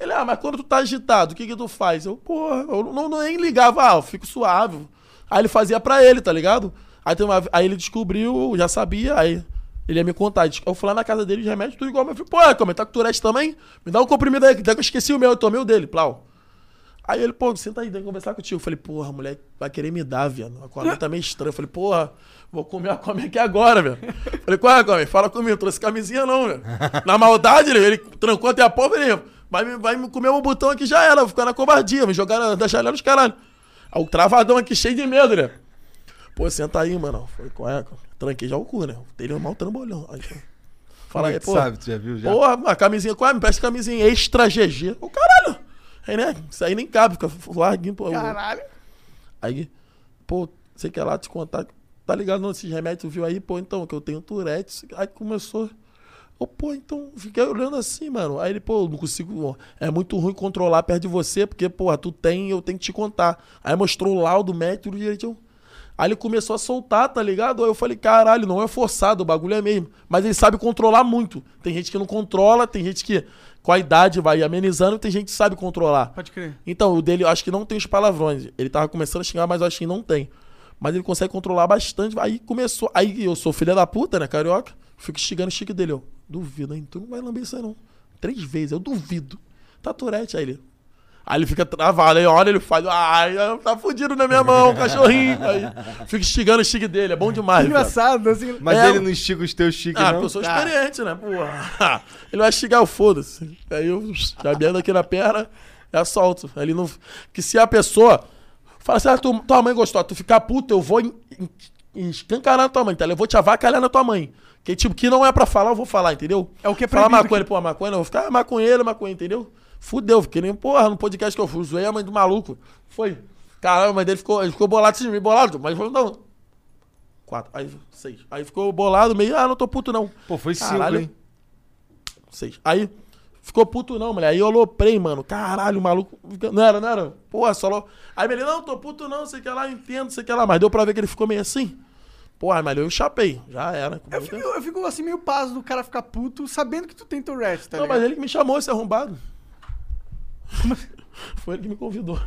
Ele, ah, mas quando tu tá agitado, o que que tu faz? Eu, porra, eu não, não- nem ligava, ah, eu fico suave. Aí ele fazia pra ele, tá ligado? Aí, tem uma- aí ele descobriu, já sabia, aí. Ele ia me contar. Diz- Eu fui lá na casa dele de remédio, tudo igual. Mas eu falei, pô, como é, tá com Tourette também? Me dá um comprimido aí, que eu esqueci o meu, eu tomei o dele, plau. Aí ele, pô, senta aí, tem que conversar contigo. Eu falei, porra, a mulher vai querer me dar, viado. A comida tá meio estranha. Eu falei, porra, vou comer a come aqui agora, velho. Falei, qual é a come? Fala comigo, não trouxe camisinha não, velho. Na maldade, ele, ele trancou até a porta, ele vai, me- vai me comer um botão aqui, já era. Ficou na covardia, me jogaram da janela os caralho. Aí o travadão aqui, cheio de medo, né? Pô, senta aí, mano. Foi qual é? cara? Tranquei já o cu, né? Dele é mal trambolhão. Aí, pô.
Como
fala
é
aí,
que
pô.
sabe, tu já viu já?
Porra, uma camisinha, qual é? Me presta camisinha extra GG. Ô, caralho! Aí, né? Isso aí nem cabe, fica larguinho, pô.
Caralho.
Aí, pô, sei que lá te contar, tá ligado nesses remédios, viu aí, pô, então, que eu tenho Tourette. isso- Aí começou. Eu, pô, então, fiquei olhando assim, mano. Aí ele, pô, eu não consigo. É muito ruim controlar perto de você, porque, porra, tu tem, eu tenho que te contar. Aí mostrou o laudo médico direitinho. Aí ele começou a soltar, tá ligado? Aí eu falei, caralho, não é forçado, o bagulho é mesmo. Mas ele sabe controlar muito. Tem gente que não controla, tem gente que com a idade vai amenizando, tem gente que sabe controlar.
Pode crer.
Então, o dele eu acho que não tem os palavrões. Ele tava começando a xingar, mas eu acho que não tem. Mas ele consegue controlar bastante. Aí começou. Aí eu sou filha da puta, né, carioca? Fico xingando o chique dele, ó. Duvido, hein? Tu não vai lamber isso aí, não. Três vezes, eu duvido. Tá Tourette, aí ele. Aí ele fica travado, aí olha, ele faz. Ai, tá fudido na minha mão, cachorrinho. Aí fica xingando o chique dele, é bom demais. velho.
Engraçado, assim.
Mas
É,
ele
eu-
não estica os teus chiques,
Ah,
não?
porque eu sou
Tá.
experiente, né? Porra. [laughs] Ele vai chegar, eu foda-se. Aí eu já me ando aqui na perna e assalto. Ele não. Que se a pessoa fala assim, ah, tu- tua mãe gostou, tu ficar puto, eu vou em, em- em escancarar na tua mãe, tá? Eu vou te avacalhar na tua mãe. Que tipo, que não é pra falar, eu vou falar, entendeu?
É o que é
Falar
proibido
maconha, pô, maconha, não. Eu vou ficar ah, maconheiro, maconha, entendeu? Fudeu, fiquei nem, porra, no podcast que eu fui, zoei a mãe do maluco. Foi. Caralho, a mãe dele ficou, ele ficou bolado assim, meio bolado, mas falou, não. Quatro. Aí, seis. Aí ficou bolado meio, ah, não tô puto não.
Pô, foi cinco,
Caralho.
hein?
Seis. Aí ficou puto não, mulher. Aí eu aloprei, mano. Caralho, o maluco. Não era, não era? Porra, só lo... Aí ele, não, tô puto não, sei que lá, eu entendo, sei que lá. Mas deu pra ver que ele ficou meio assim. Porra, mas eu chapei. Já era.
Eu fico, eu fico, assim meio paso do cara ficar puto sabendo que tu tem Tourette, tá
não,
ligado?
mas ele que me chamou, esse arrombado. [laughs] Foi ele que me convidou.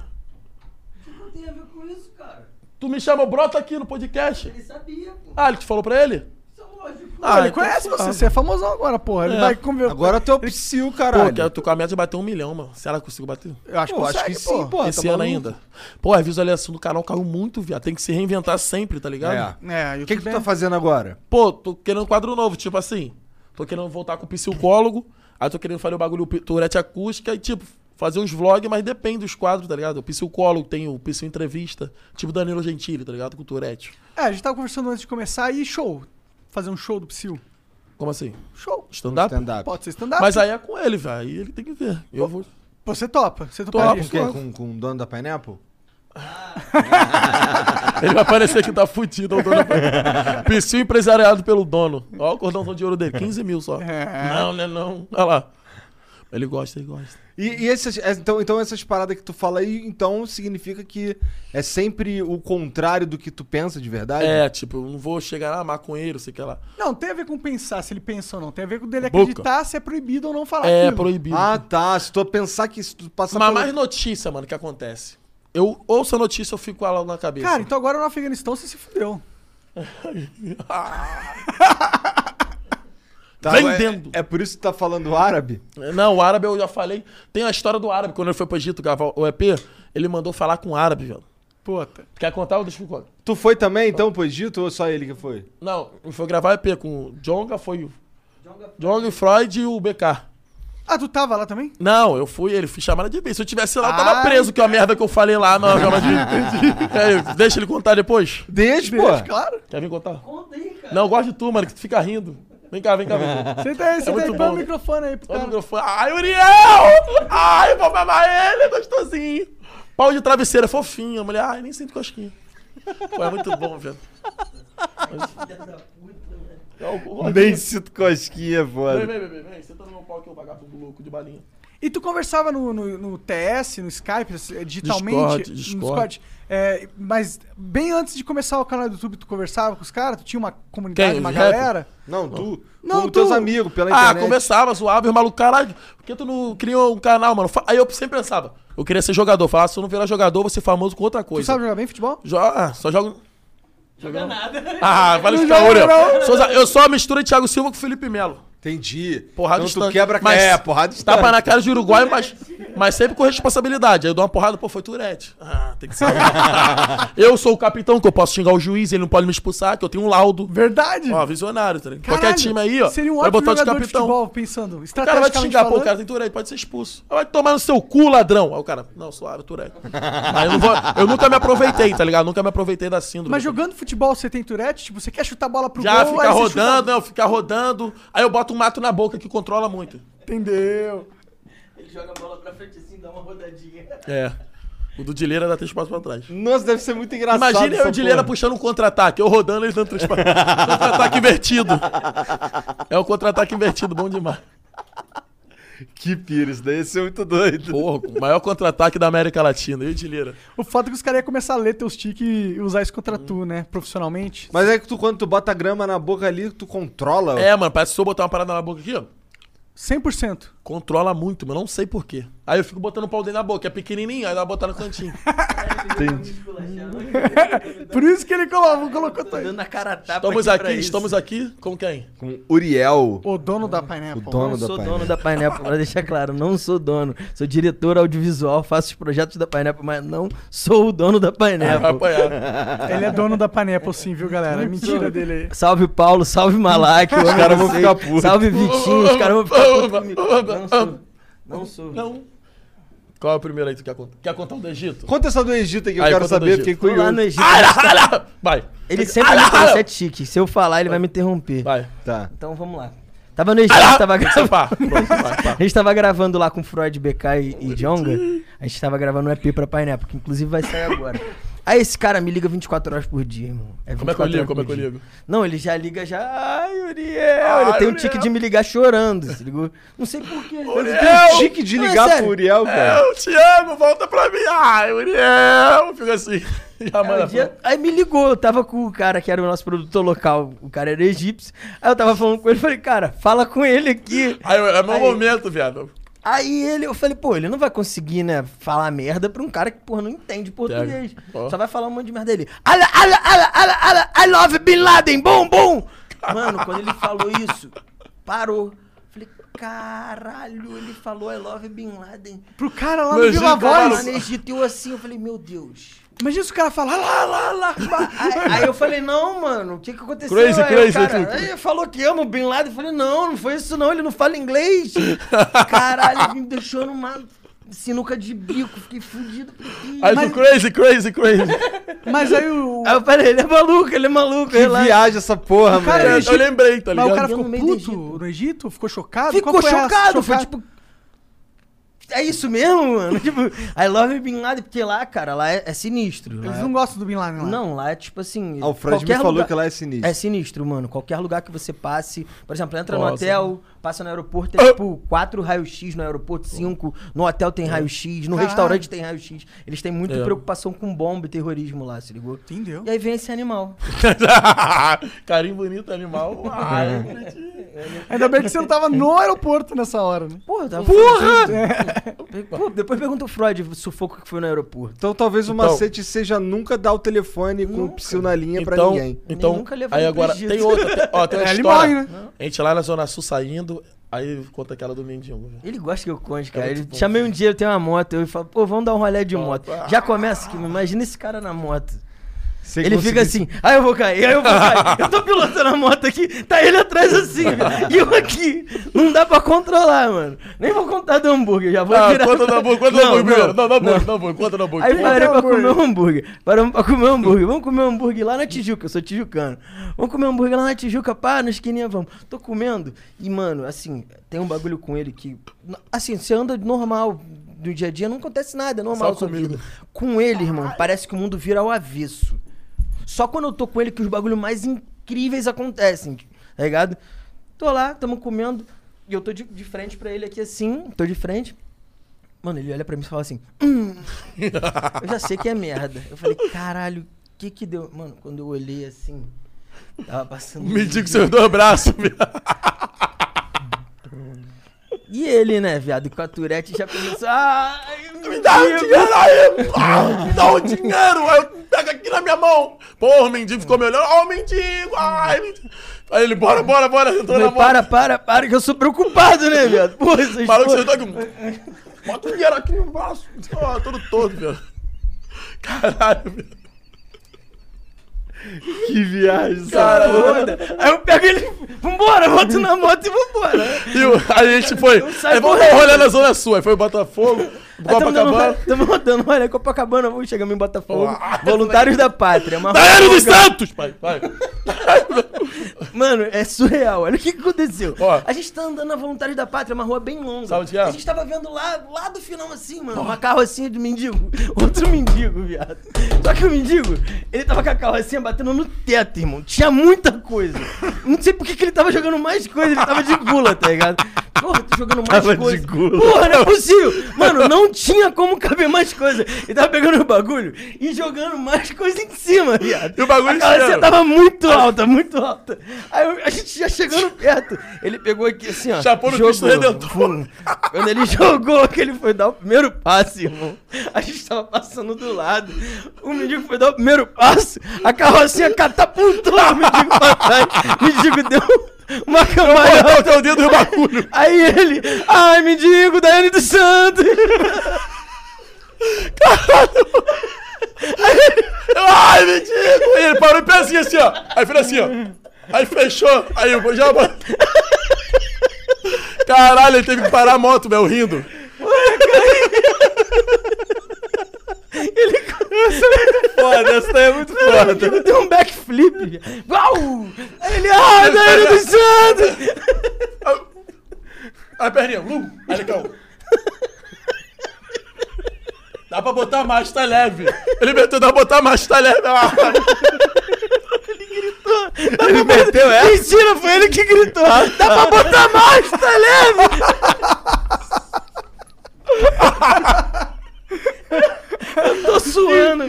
Não tem a ver com isso, cara.
Tu me chama, brota aqui no podcast.
Ele sabia, pô.
Ah, ele que falou pra ele?
Isso é lógico.
Ah, ele
então
conhece
suave.
você, você é famosão agora, porra. Ele
É.
vai conver...
Agora teu psiu,
Pô,
caralho.
quero tocar a meta de bater um milhão, mano. Será que eu consigo bater?
Eu acho,
Pô, acho
consegue,
que sim, pô.
Esse
tá
ano
maluco?
ainda. Pô, a visualização do canal caiu muito, viado. Tem que se reinventar sempre, tá ligado?
É.
É,
O que, que tu tá fazendo agora?
Pô, tô querendo um quadro novo, tipo assim. Tô querendo voltar com o psicólogo, aí tô querendo fazer o bagulho pi- Tourette acústica e, tipo, fazer uns vlogs, mas depende dos quadros, tá ligado? O psicólogo tem o psico entrevista, tipo Danilo Gentili, tá ligado? Com o Tourette.
É, a gente tava conversando antes de começar e show. Fazer um show do Psyu.
Como assim?
Show.
Stand-up?
Stand-up.
Pode ser stand-up.
Mas aí é com ele, velho. Aí ele tem que ver. Eu vou.
Você topa. Você topa.
Topo,
Tá Com quem? Com, com o dono da Pineapple?
Ele vai parecer que tá fudido. O dono Psiu empresariado pelo dono. Ó, o cordãozão de ouro dele, 15 mil só.
É.
Não, né, não. Olha lá. Ele gosta, ele gosta.
E, e essas, é, então, então essas paradas que tu fala aí, então significa que é sempre o contrário do que tu pensa de verdade?
É, tipo, eu não vou chegar lá, maconheiro, sei que lá.
Não, tem a ver com pensar se ele pensa ou não. Tem a ver com dele
Boca.
acreditar se é proibido ou não falar
É,
aquilo.
proibido.
Ah, tá. Se tu pensar que se tu passar
Mas
pelo-
mais notícia, mano, que acontece. Eu ouço a notícia, eu fico com ela na cabeça.
Cara, então agora no Afeganistão você se fudeu.
Tá,
vendendo.
É, é por isso que tu tá falando árabe?
[laughs] Não, o árabe eu já falei. Tem a história do árabe. Quando ele foi pro Egito gravar o EP, ele mandou falar com o árabe, velho.
Puta.
Quer contar ou deixa eu contar?
Tu foi também, então, pro Egito ou só ele que foi?
Não, ele foi gravar EP com o Jonga, foi o... Jonga, Freud e o BK.
Ah, tu tava lá também?
Não, eu fui, ele fui chamada de bem. Se eu tivesse lá, eu tava
Ah,
preso, que é a merda que eu falei lá na chamada de. É, eu- deixa ele contar depois.
Deixa, pô.
Claro.
Quer vir contar?
Conta aí, cara.
Não, eu gosto de tu, mano, que tu fica rindo. Vem cá, vem cá, vem cá.
Senta tá aí, senta
É. muito
aí.
bom,
Põe o
né?
microfone aí pro
Olha o
cara.
microfone. Ai, Uriel! Ai, vou mamar ele, gostosinho. Pau de travesseira fofinho. A mulher, ai, nem sinto cosquinha. Pô, é muito bom, velho. É Mas...
Nem sinto cosquinha,
Vem,
foda.
vem, vem, vem, vem. Senta no meu pau que eu vagabundo louco de balinha.
E tu conversava no, no- no TS, no Skype, eh,
Discord,
digitalmente? no
Discord.
É, mas bem antes de começar o canal do YouTube, tu conversava com os caras? Tu tinha uma comunidade,
Quem?
uma
Os
galera?
Não, tu.
Não,
com teus
tu.
amigos, pela
Ah,
internet.
conversava, zoava, e o maluco, caralho, por que tu não criou um canal, mano? Fa- Aí eu sempre pensava, eu queria ser jogador. Falava, "Ah, se eu não virar jogador, eu vou ser famoso com outra
Tu
coisa.
sabe jogar bem futebol?
Jo- ah, só jogo.
Joga nada.
Ah, vale ficar olhando. Sou- Eu sou a mistura de Thiago Silva com Felipe Melo.
Entendi.
Porrada
então tu
distante.
quebra...
Mas- tá
É, porrada distante.
Tapa na cara de Uruguai, mas, mas sempre com responsabilidade. Aí eu dou uma porrada, pô, foi Turete. Ah, tem que ser. [laughs] eu sou o capitão, que eu posso xingar o juiz, ele não pode me expulsar, que eu tenho um laudo.
Verdade!
Ó, visionário, tá ligado?
Caralho,
Qualquer time aí, ó,
Seria um
vai
ótimo
botar de
jogador de
capitão.
futebol,
O
pensando.
cara vai te
Estrategicamente
xingar, pô, o
falando.
cara tem Tourette, pode ser expulso. Ah, Vai tomar no seu cu, ladrão. Aí o cara, não, suave, Tourette. Mas eu, não vou- eu nunca me aproveitei, tá ligado? Nunca me aproveitei da síndrome.
Mas jogando futebol, você tem Tourette? Tipo, você quer chutar a bola pro
Já
gol,
fica
aí você
rodando, não, fica rodando. Aí eu boto um mato na boca que controla muito.
chuta- Entendeu.
Ele joga a bola pra frente assim, dá uma rodadinha.
É. O do Dileira dá três passos pra trás.
Nossa, deve ser muito engraçado.
Imagina eu e
essa
o Dileira
porra.
puxando um contra-ataque, eu rodando eles dando três passos. Contra-ataque invertido. É o contra-ataque invertido, bom demais.
Que pires, daí ia ser muito doido.
Porra, o maior contra-ataque da América Latina. E o Dileira?
O fato é que os caras iam começar a ler teus tiques e usar isso contra tu, né? Profissionalmente.
Mas é que tu, quando tu bota a grama na boca ali, tu controla.
É, mano, parece que se eu botar uma parada na boca aqui, ó.
100%.
Controla muito, mas não sei porquê. Aí eu fico botando o pau dentro da boca, é pequenininho, aí dá pra botar no
[laughs]
cantinho.
Por isso que ele colocou, colocou tu aí.
Dando a cara a tapa
Estamos
aqui
aqui,
pra isso.
estamos aqui com quem?
Com Uriel,
O dono da Pineapple.
o dono
Não
da
sou
Pineapple.
dono da Pineapple, pra deixar claro, não sou dono. Sou diretor audiovisual, faço os projetos da Pineapple, mas não sou o dono da
Ah,
Vai [laughs]
Pineapple.
apanhar.
Ele é dono da Pineapple sim, viu, galera? É mentira dele aí.
Salve Paulo, salve Malak, os
caras vão ficar putos.
Salve Vitinho, os caras vão ficar putos comigo. Não sou. Não sou.
Não. Então, Qual é o primeiro aí que tu quer contar? Quer contar o do Egito?
Conta essa do Egito aqui, eu
Aí,
quero
conta do
saber,
Egito.
fiquei
Fui lá
curioso.
no Egito.
[laughs] Vai.
Ele sempre
ah,
me trouxe é chique. Se eu falar, ele vai me interromper.
Vai.
Tá.
Então vamos lá. Tava no
Ah,
Egito, tava gravando.
Pá, pronto, vai, pá.
A gente tava gravando lá com Freud, BK e, e Jonga. A gente tava gravando um EP pra Pineapple, que inclusive vai sair agora. Aí esse cara me liga 24 horas por dia, irmão.
Como é que eu
24
ligo?
horas
Como é que
por
eu
dia.
ligo?
Não, ele já liga já. Ai, Uriel! ele tem um
Uriel.
tique de me ligar chorando, se ligou? Não sei por quê.
Uriel!
Tique de
Não, [laughs] é
ligar
sério.
pro Uriel, cara.
Eu te amo, volta pra mim. Ai, Uriel. Fica assim. [laughs] Já
Aí, um
manda.
dia- aí me ligou, eu tava com o cara que era o nosso produtor local, o cara era egípcio. Aí eu tava falando com ele, falei, cara, fala com ele aqui.
Aí, é meu
Aí.
momento, viado.
Aí ele, eu falei, pô, ele não vai conseguir, né, falar merda pra um cara que, porra, não entende português.
Ó.
Só vai falar um monte de merda dele. Ala, ala, ala, ala, ala, I love Bin Laden, bom, bom! Mano, quando ele falou isso, parou. Falei, caralho, ele falou I love Bin Laden.
Pro cara lá no
Imagina
Viva
o cara
Lá
Voz.
no Egito, eu assim, eu falei, meu Deus.
Imagina se o cara falar lá, lá, lá.
Aí, aí eu falei, não, mano, o que que aconteceu?
Crazy,
aí
crazy,
o cara,
tudo.
aí ele falou que ama o Bin Laden. Eu falei, não, não foi isso não, ele não fala inglês. Caralho, me deixou numa sinuca de bico, fiquei fudido. Falei,
Aí
"Ih".
tu crazy, crazy, crazy.
Mas aí o.
Aí eu falei, ele é maluco, ele é maluco,
Que
relaxa.
viagem essa porra,
Cara,
mano.
eu,
Egito-
eu lembrei, tá
Mas
ligado?
o cara
Deu
ficou
no meio do
puto
Egito.
no Egito? Ficou chocado?
Ficou
Qual foi a
chocado, foi
chocada?
tipo. É isso mesmo, mano? [laughs] Tipo, I love Bin Laden, porque lá, cara, lá é, é sinistro. lá
Eles
é-
não gostam do Bin Laden lá.
Não, lá é tipo assim.
Ah, o Fred me
qualquer
falou
lugar-
que lá é sinistro.
É sinistro, mano. Qualquer lugar que você passe, por exemplo, entra
Nossa.
no hotel, passa no aeroporto, é tipo quatro raio-x no aeroporto, cinco. No hotel tem raio-x, no
Caralho.
restaurante tem raio-x. Eles têm muita
É.
preocupação com bomba e terrorismo lá, se ligou?
Entendeu?
E aí vem esse animal.
[laughs] Carinho bonito, animal. Ai, bonitinho.
Ainda bem que você não tava no aeroporto nessa hora, né?
Porra, tava Porra! Pô, depois pergunta o Freud o sufoco que foi no aeroporto.
Então talvez o
Então-
macete seja nunca dar o telefone com o psiu na linha pra
então,
ninguém.
então
Nem nunca levou
aí
um
agora
prejuízo.
tem outra, tem- ó, tem uma
É, ele
história.
morre, né?
A gente lá na Zona Sul saindo, aí conta aquela do mendigo. velho.
Ele gosta que eu conte, cara.
muito
Ele
bom.
chamei um dia, eu tenho uma moto, eu falo, pô, vamos dar um rolê de moto.
Opa.
Já começa que imagina esse cara na moto.
Se
ele
conseguir-
fica assim, aí eu vou cair, aí eu
[laughs]
vou cair. Eu tô pilotando a moto aqui, tá ele atrás assim, e eu aqui. Não dá pra controlar, mano. Nem vou contar do hambúrguer, já vou
Ah,
virar.
conta do hambúrguer, conta do
Não,
hambúrguer primeiro. Não, não,
não, não.
hambúrguer, não, hambúrguer, conta do hambúrguer.
Aí parei pra comer
hambúrguer.
um hambúrguer. Paramos pra comer um hambúrguer. Vamos comer um hambúrguer lá na Tijuca. Eu sou tijucano. Vamos comer um hambúrguer lá na Tijuca, pá, na esquininha, vamos. Tô comendo. E, mano, assim, tem um bagulho com ele que. Assim, você anda normal do dia a dia, não acontece nada, é normal.
Só
sua
comigo.
vida. Com ele, irmão, parece que o mundo vira ao avesso. Só quando eu tô com ele que os bagulhos mais incríveis acontecem, tá ligado? Tô lá, tamo comendo, e eu tô de, de frente pra ele aqui assim, tô de frente. Mano, ele olha pra mim e fala assim, hum. eu já sei que é merda. Eu falei, caralho, o que que deu? Mano, quando eu olhei assim, tava passando...
Mendigo seus dois braços, um viado.
E ele, né, viado, com a Turete já começou, ai,
Me dá o dinheiro aí! Ah, me dá o dinheiro! Aí eu pego aqui na minha mão! Porra, o mendigo ficou me olhando. Ó, o mendigo! Ai, mendigo! Aí ele, bora, bora, bora! Entrou na
Falei,
moto.
para, para, para, que eu sou preocupado, né, viado? Porra, essas
Parou que
porra-
você tá aqui. Bota o dinheiro aqui no braço. Ó, todo todo, velho. Caralho, velho.
Que viagem.
Cara,
foda. Aí eu pego ele, vambora, boto na moto e vambora.
E o- aí a gente foi.
Eu saio
Aí vamos dar
correndo.
um rolê na Zona Sul. Aí foi o Botafogo,
Aí tamo dando,
Copacabana.
tamo rodando, olha, Copacabana, vamos chegamos em Botafogo.
Ah,
Voluntários da Pátria. Uma
Daiane
roda-
dos Santos! Pai, vai.
Mano, é surreal, olha o que que aconteceu.
Ó.
A gente tá andando na Voluntários da Pátria, uma rua bem longa.
Sabe onde é?
A gente tava vendo lá, lá do final assim, mano, uma carrocinha de mendigo. [laughs] Outro mendigo, viado. Só que o mendigo, ele tava com a carrocinha batendo no teto, irmão. Tinha muita coisa. Não sei por que que ele tava jogando mais coisa, ele tava de gula, tá ligado? Porra, tô jogando mais
Tava de
coisa.
gula.
Porra, não é possível! Mano, não tinha como caber mais coisa. Ele tava pegando o bagulho e jogando mais coisa em cima, viado.
E o bagulho
A carrocinha
enchendo.
tava muito alta, muito alta. Aí eu- a gente já chegando perto. Ele pegou aqui assim, ó.
Chapou no Cristo Redentor.
Vum. Quando ele jogou, que ele foi dar o primeiro passe, irmão. A gente tava passando do lado. O mendigo foi dar o primeiro passo. A carrocinha catapultou o mendigo pra trás. O mendigo deu uma camada.
Botar Então o teu dedo no bagulho.
Aí ele, ai, mendigo, Daiane dos Santos.
Ai, mendigo! Aí ele parou em pezinho assim, ó. Aí fez assim, ó. Aí fechou. Aí eu já. Caralho, ele teve que parar a moto, velho, rindo.
Foda, essa daí é muito
O
foda.
mendigo deu um backflip. Uau! Aí ele, ai, Daiane dos Santos.
Ah. Aí a perninha, lum, aí ele caiu. Dá pra botar mais, tá leve. Ele meteu, dá pra botar mais, tá leve. Ah,
Ele meteu essa.
Mentira, foi ele que gritou. Dá pra botar mais, tá leve? Eu tô suando,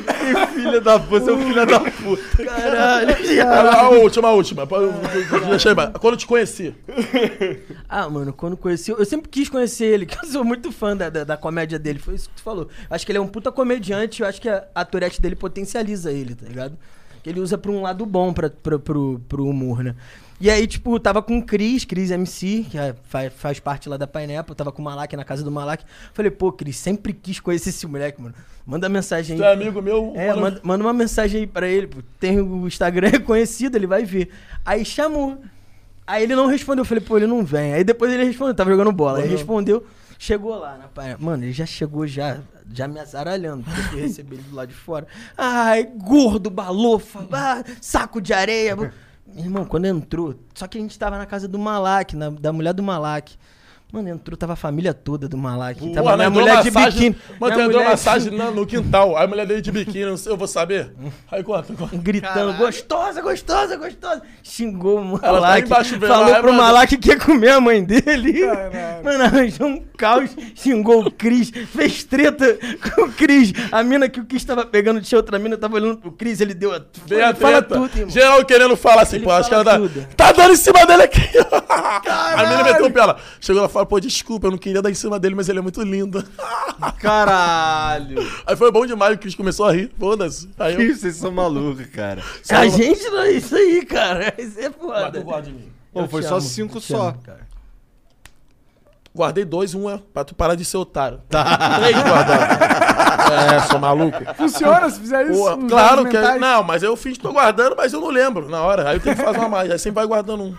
Filha da puta, seu [laughs] filho da puta.
caralho.
É a última, a última. Eu- eu- eu- eu- Deixa aí, mas quando eu te conheci.
Ah, mano, quando conheci. Eu sempre quis conhecer ele, [laughs] que eu sou muito fã da, da, da comédia dele. Foi isso que tu falou. Acho que ele é um puta comediante. Eu acho que a, a Tourette dele potencializa ele, tá ligado? Que ele usa pra um lado bom pra, pra, pro, pro humor, né? E aí, tipo, eu tava com o Cris, Cris MC, que é- faz, faz parte lá da Pineapple. Tava com o Malak na casa do Malak. Falei, pô, Cris, sempre quis conhecer esse moleque, mano. Manda mensagem
Tu é amigo meu.
é,
mano.
manda, manda uma mensagem aí pra ele. pô. Tem o Instagram [laughs] é conhecido, ele vai ver. Aí chamou. Aí ele não respondeu. Eu falei, pô, ele não vem. Aí depois ele respondeu, tava jogando bola. Aí respondeu, chegou lá, na praia. Mano, ele já chegou já, já me azaralhando, porque eu fui receber ele do lado de fora. Ai, gordo, balofa, ah, saco de areia. Meu Irmão, quando entrou, só que a gente tava na casa do Malak, na- da mulher do Malak. Mano, entrou, tava a família toda do Malak.
Pô,
tava tá, minha
mandou
mulher de
né? massagem-
biquíni.
Mano, tu
minha
entrou
mulher de-
massagem na- no quintal. Aí a mulher dele de biquíni, não sei, eu vou saber. Aí conta, conta.
gritando, gostosa, gostosa, gostosa. Xingou o
Ela tá
Malak.
embaixo vendo lá,
falou
é,
pro
mano.
Malak que ia comer a mãe dele. Mano, arranjou um caos, xingou o Cris, fez treta com o Cris. A mina que o Cris tava pegando tinha outra mina, tava olhando pro Cris, ele deu a.
Vem a
ele fala
treta.
tudo, irmão.
Geral querendo falar assim,
Ele
pô, acho que
fala
ela tá.
tudo.
Tá dando em cima dele aqui. a menina meteu o pé lá. Chegou lá e falou, pô, desculpa, eu não queria dar em cima dele, mas ele é muito lindo. [laughs]
Caralho.
Aí foi bom demais, o Cris começou a rir. Foda-se. Aí eu.
Vocês são malucos, cara.
A gente não é isso aí, cara. Isso é
Mas tu
foda.
guarda de mim.
Pô,
Eu
foi
te
só
amo,
cinco
eu te
só.
amo, cara.
Guardei dois, um é pra tu parar de ser otário. Tá.
[laughs]
Três guardados. É, sou maluco.
Funciona se fizer isso?
Pô,
nos
claro
jogos
é.
que. é-
mentais?
Não, mas eu fiz, tô guardando, mas eu não lembro na hora. Aí eu tenho que fazer uma mais. Aí sempre vai guardando um.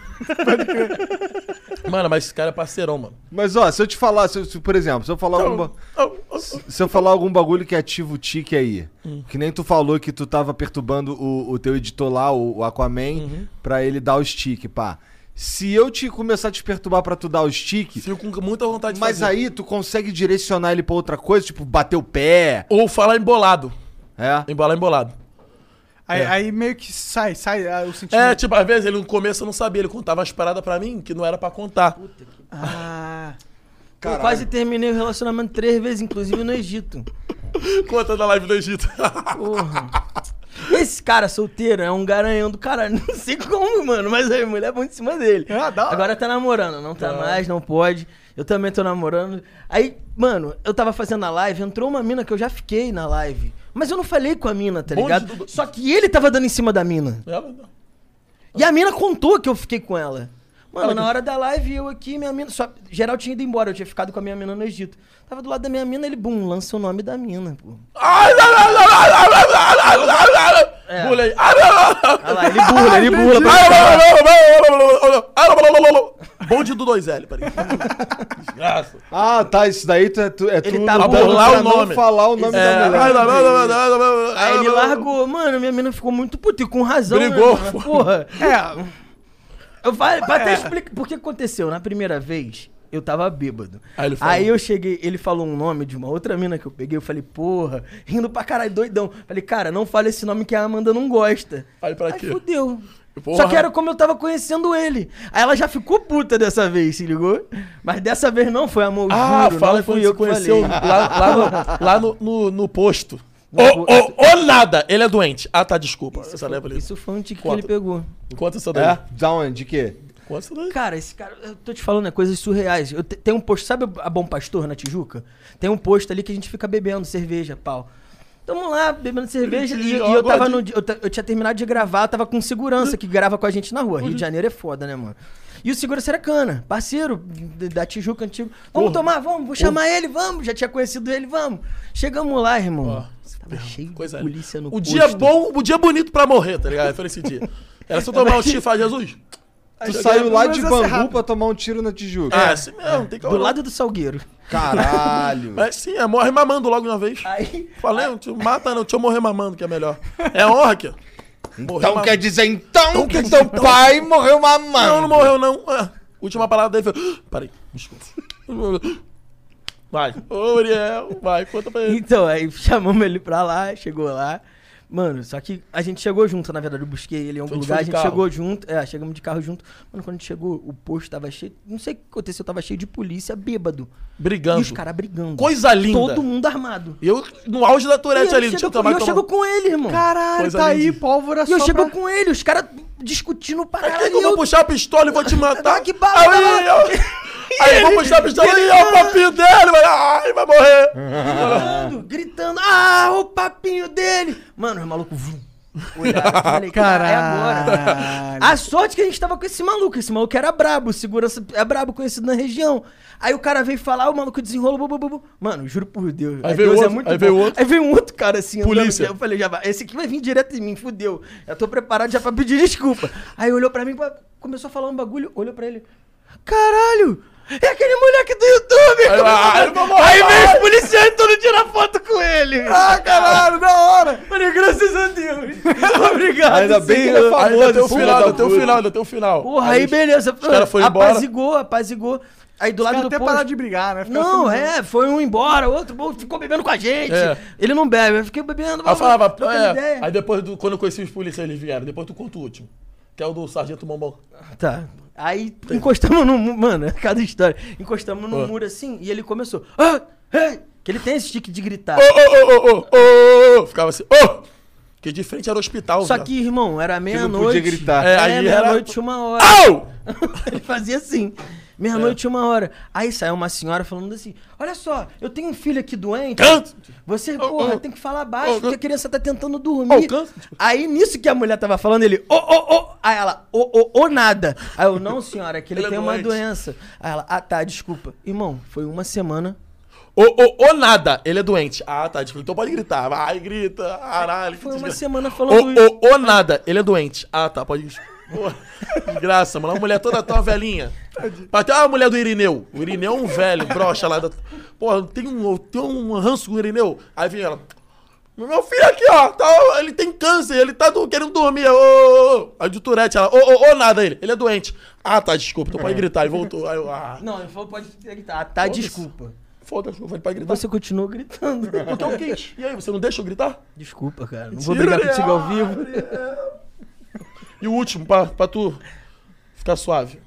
mano, mas esse cara é parceirão, mano.
Mas ó, se eu te falar, se eu- se- por exemplo, se eu falar
Então,
algum, ba-
Eu- eu- eu-
se eu falar algum bagulho que ativa o tique aí,
Hum.
que nem tu falou que tu tava perturbando o, o teu editor lá, o, o Aquaman,
Uhum.
pra ele dar os tique, pá. Se eu te começar a te perturbar pra tu dar os tique,
Fico com muita vontade de
mas
fazer.
aí tu consegue direcionar ele pra outra coisa, tipo bater o pé,
Ou falar embolado.
é?
Embolar embolado.
Aí,
É.
aí meio que sai, sai ah, o sentimento.
É, tipo, às vezes ele no começo eu não sabia, ele contava as paradas pra mim que não era pra contar.
Ah,
Eu quase terminei o relacionamento três vezes, inclusive no Egito.
Conta da live do Egito. [laughs]
Porra. Esse cara solteiro é um garanhão do caralho. [laughs] Não sei como, mano, mas a mulher é muito em cima dele.
Ah, dá.
Agora tá namorando, não tá mais, não pode. Eu também tô namorando. Aí, mano, eu tava fazendo a live, entrou uma mina que eu já fiquei na live. Mas eu não falei com a mina, tá
Bonde
ligado?
do-
Só que ele tava dando em cima da mina.
Ela não.
E a mina contou que eu fiquei com ela. Mano, na hora da live, eu aqui, minha mina. Só, geral tinha ido embora, eu tinha ficado com a minha mina no Egito. Tava do lado da minha mina, ele, bum, lança o nome da mina, pô.
Ai, lá, lá, lá, lá, lá, lá, lá, lá, lá, lá, lá.
É.
Pulei. Ah, lá, lá, lá.
Olha lá, ele burla, ele burla. pra-
Ah, lá, lá, lá, lá, lá, lá, lá. Ah, lá, lá, lá, lá, lá. Bonde do 2L, peraí. Desgraça.
Ah, tá, isso daí tu, é tu, é
Ele
tu
tá
lutando
burlar
pra
o
não
nome.
falar o nome
É,
da
ai,
mulher.
lá, lá, lá, lá, lá, lá, lá,
Aí ele
lá, lá.
largou. Mano, minha mina ficou muito puta e com razão.
Ah, Brigou. É.
Né, mano? Porra.
é.
[laughs]
Eu falei, pra até explicar. Porque aconteceu, na primeira vez, eu tava bêbado.
Aí ele falou.
Aí eu cheguei, ele falou um nome de uma outra mina que eu peguei. Eu falei, porra, rindo pra caralho, doidão. Falei, cara, não fala esse nome que a Amanda não gosta.
Aí pra
Aí
quê?
fudeu.
Porra.
Só que era como eu tava conhecendo ele. Aí ela já ficou puta dessa vez, se ligou? Mas dessa vez não foi amor.
Ah,
juro,
fala
não
quando
fui
você
eu que
conheceu
falei.
lá, lá no, lá no, no- no posto. Ô,
No
ô, ô, nada! Ele é doente. Ah, tá, desculpa. Essa leva ali.
Isso foi um tique que
Conta.
ele pegou.
Conta essa daí.
É? Da onde? De quê?
Conta essa daí.
Cara, esse cara, eu tô te falando, é coisas surreais. Eu te- tem um posto, sabe a Bom Pastor na Tijuca? Tem um posto ali que a gente fica bebendo cerveja, pau. Tamo lá, bebendo cerveja, e, e eu tava no. dia- Eu, ta- eu tinha terminado de gravar, eu tava com um segurança que grava com a gente na rua. Rio de Janeiro é foda, né, mano? E o segurança era cana, parceiro d- da Tijuca antigo. Vamos tomar, vamos, vou chamar ele, vamos. Já tinha conhecido ele, vamos. Chegamos lá, irmão. tava cheio
Coisa
de
ali.
polícia no
O dia
posto.
bom, o dia bonito pra morrer, tá ligado? Foi esse dia. Era só
[laughs] É.
tomar um tiro e falar, Jesus.
Tu saiu lá
mas
de
ia ser
Bangu
rápido.
pra tomar um tiro na Tijuca.
Ah, assim mesmo, tem que
É. Do lado do Salgueiro.
Caralho.
Mas sim, é, morre mamando logo de uma vez.
Aí.
Falei, não te mata não, deixa eu morrer mamando que é melhor. É honra aqui.
Então quer dizer então,
Então
que
quer
teu
dizer, então.
pai morreu mamando.
Não, não morreu não. Ah, última palavra dele foi... "Ah", Parei, desculpa. [laughs] Vai. Ô, Uriel, vai, conta pra ele.
Então, aí [laughs] chamamos ele pra lá, chegou lá. Mano, só que a gente chegou junto, na verdade. Eu busquei ele em algum
Então a gente foi de
lugar, a gente
carro.
chegou junto. É, chegamos de carro junto. Mano, quando a gente chegou, o posto tava cheio. Não sei o que aconteceu, tava cheio de polícia, bêbado.
Brigando.
E os caras brigando.
Coisa linda.
Todo mundo armado.
E eu, no auge da
E
Tourette
ele
ali,
chega
tinha
com- e eu
trabalho
chego com ele, irmão.
Caralho,
Coisa
tá aí,
lindíssima.
pólvora
E eu
só
chego
pra...
com um ele, os caras discutindo para
Por é que, que eu vou puxar a pistola e vou te matar?
Ah, É que bala,
aí,
bala.
eu- aí eu vou puxar a pistola e é o papinho dele, vai, ai, vai morrer.
gritando, gritando, ah, o papinho dele. Mano, o maluco, vum. Olhava, falei, cara, é agora.
Caralho.
A sorte que a gente tava com esse maluco, esse maluco era brabo, segurança é brabo, conhecido na região. Aí o cara veio falar, o maluco desenrolou, bu, bu, bu, bu. mano, juro por Deus. é
Aí veio
Deus
outro, aí veio outro.
Aí veio um outro cara assim, andando,
Polícia.
eu falei, já vai, esse aqui vai vir direto em mim, fudeu. Eu tô preparado já pra pedir desculpa. Aí olhou pra mim, pa- começou a falar um bagulho, olhou pra ele, caralho, é aquele moleque do YouTube.
Aí, "Ah, vai, vai morrer.
Aí veio os policiais todo tirar foto com ele.
Ah, caralho, da hora.
Falei, graças a Deus. [laughs] Obrigado.
Ainda bem que ele é
senhor.
famoso,
Ainda tem o
filho
final,
da
ainda tem o
puta.
final, ainda tem o final.
Porra, aí beleza.
os caras foram embora.
Apazigou, apazigou. Aí do lado do
até
posto...
parar de brigar, né? Ficaram
Não,
felizes.
é, foi um embora, outro bom, ficou bebendo com a gente.
É.
Ele não bebe, eu fiquei bebendo.
Aí eu falava,
trocando
é,
ideia.
aí depois, do- quando eu conheci os policiais, eles vieram. Depois tu conta o último. Que é o do Sargento Bombom.
Tá. Aí encostamos no muro, mano, é cada história. Encostamos no
Ah.
muro assim e ele começou. Ah, hey! Que ele tem esse tique de gritar.
Ô, ô, ô, ô, ô, ô, ô. Ficava assim, ô. Que de frente era o hospital,
Só
viado.
que, irmão, era
não
meia-noite.
podia gritar.
É,
É,
aí era-
meia-noite, uma hora.
Au!
[laughs] Ele fazia assim. Meia-noite,
É.
uma hora. Aí saiu uma senhora falando assim: Olha só, eu tenho um filho aqui doente.
Canto!
Você,
Oh,
porra,
oh.
tem que falar
Oh,
baixo, porque a
canto.
criança tá tentando
Oh,
dormir.
canto.
Aí, nisso que a mulher tava falando, ele, ô, ô, ô. Aí ela, ô, ô, ô, nada. Aí eu, não, senhora,
[laughs]
é que ele,
Ele é
tem uma
doente.
doença. Aí ela, ah, tá, desculpa. Irmão, foi uma semana.
Ô, ô, ô, nada. Ele é doente. Ah, tá. Tipo, então pode gritar. Vai, grita. Caralho. que
Foi uma
desgraça.
semana
Ô,
falando isso.
ô, ô, nada. Ele é doente. Ah, tá. Pode. Pô, Desgraça, mano. Uma mulher toda tão velhinha. Até a mulher do Irineu. O Irineu é um velho, broxa lá. Da... Porra, tem um, eu tenho um ranço com o Irineu. Aí vem ela. Meu filho aqui, ó. tá- ele tem câncer. Ele tá do- querendo dormir. Ô, ô, ô. Aí de Turete, ela. Ô, ô, ô, nada. Ele. Ele é doente. Ah, tá. Desculpa. Então pode gritar. E voltou. Aí eu. Ah,
Não, ele falou, pode gritar. Ah, tá,
Foda-se.
desculpa.
foda-se. Eu falei, pode gritar.
Você
[laughs]
continuou gritando.
Porque eu quis. E aí, você não deixa eu gritar?
Desculpa, cara. Não vou
Tira
brigar
ele.
contigo ao vivo.
E o último, pra, pra tu ficar suave.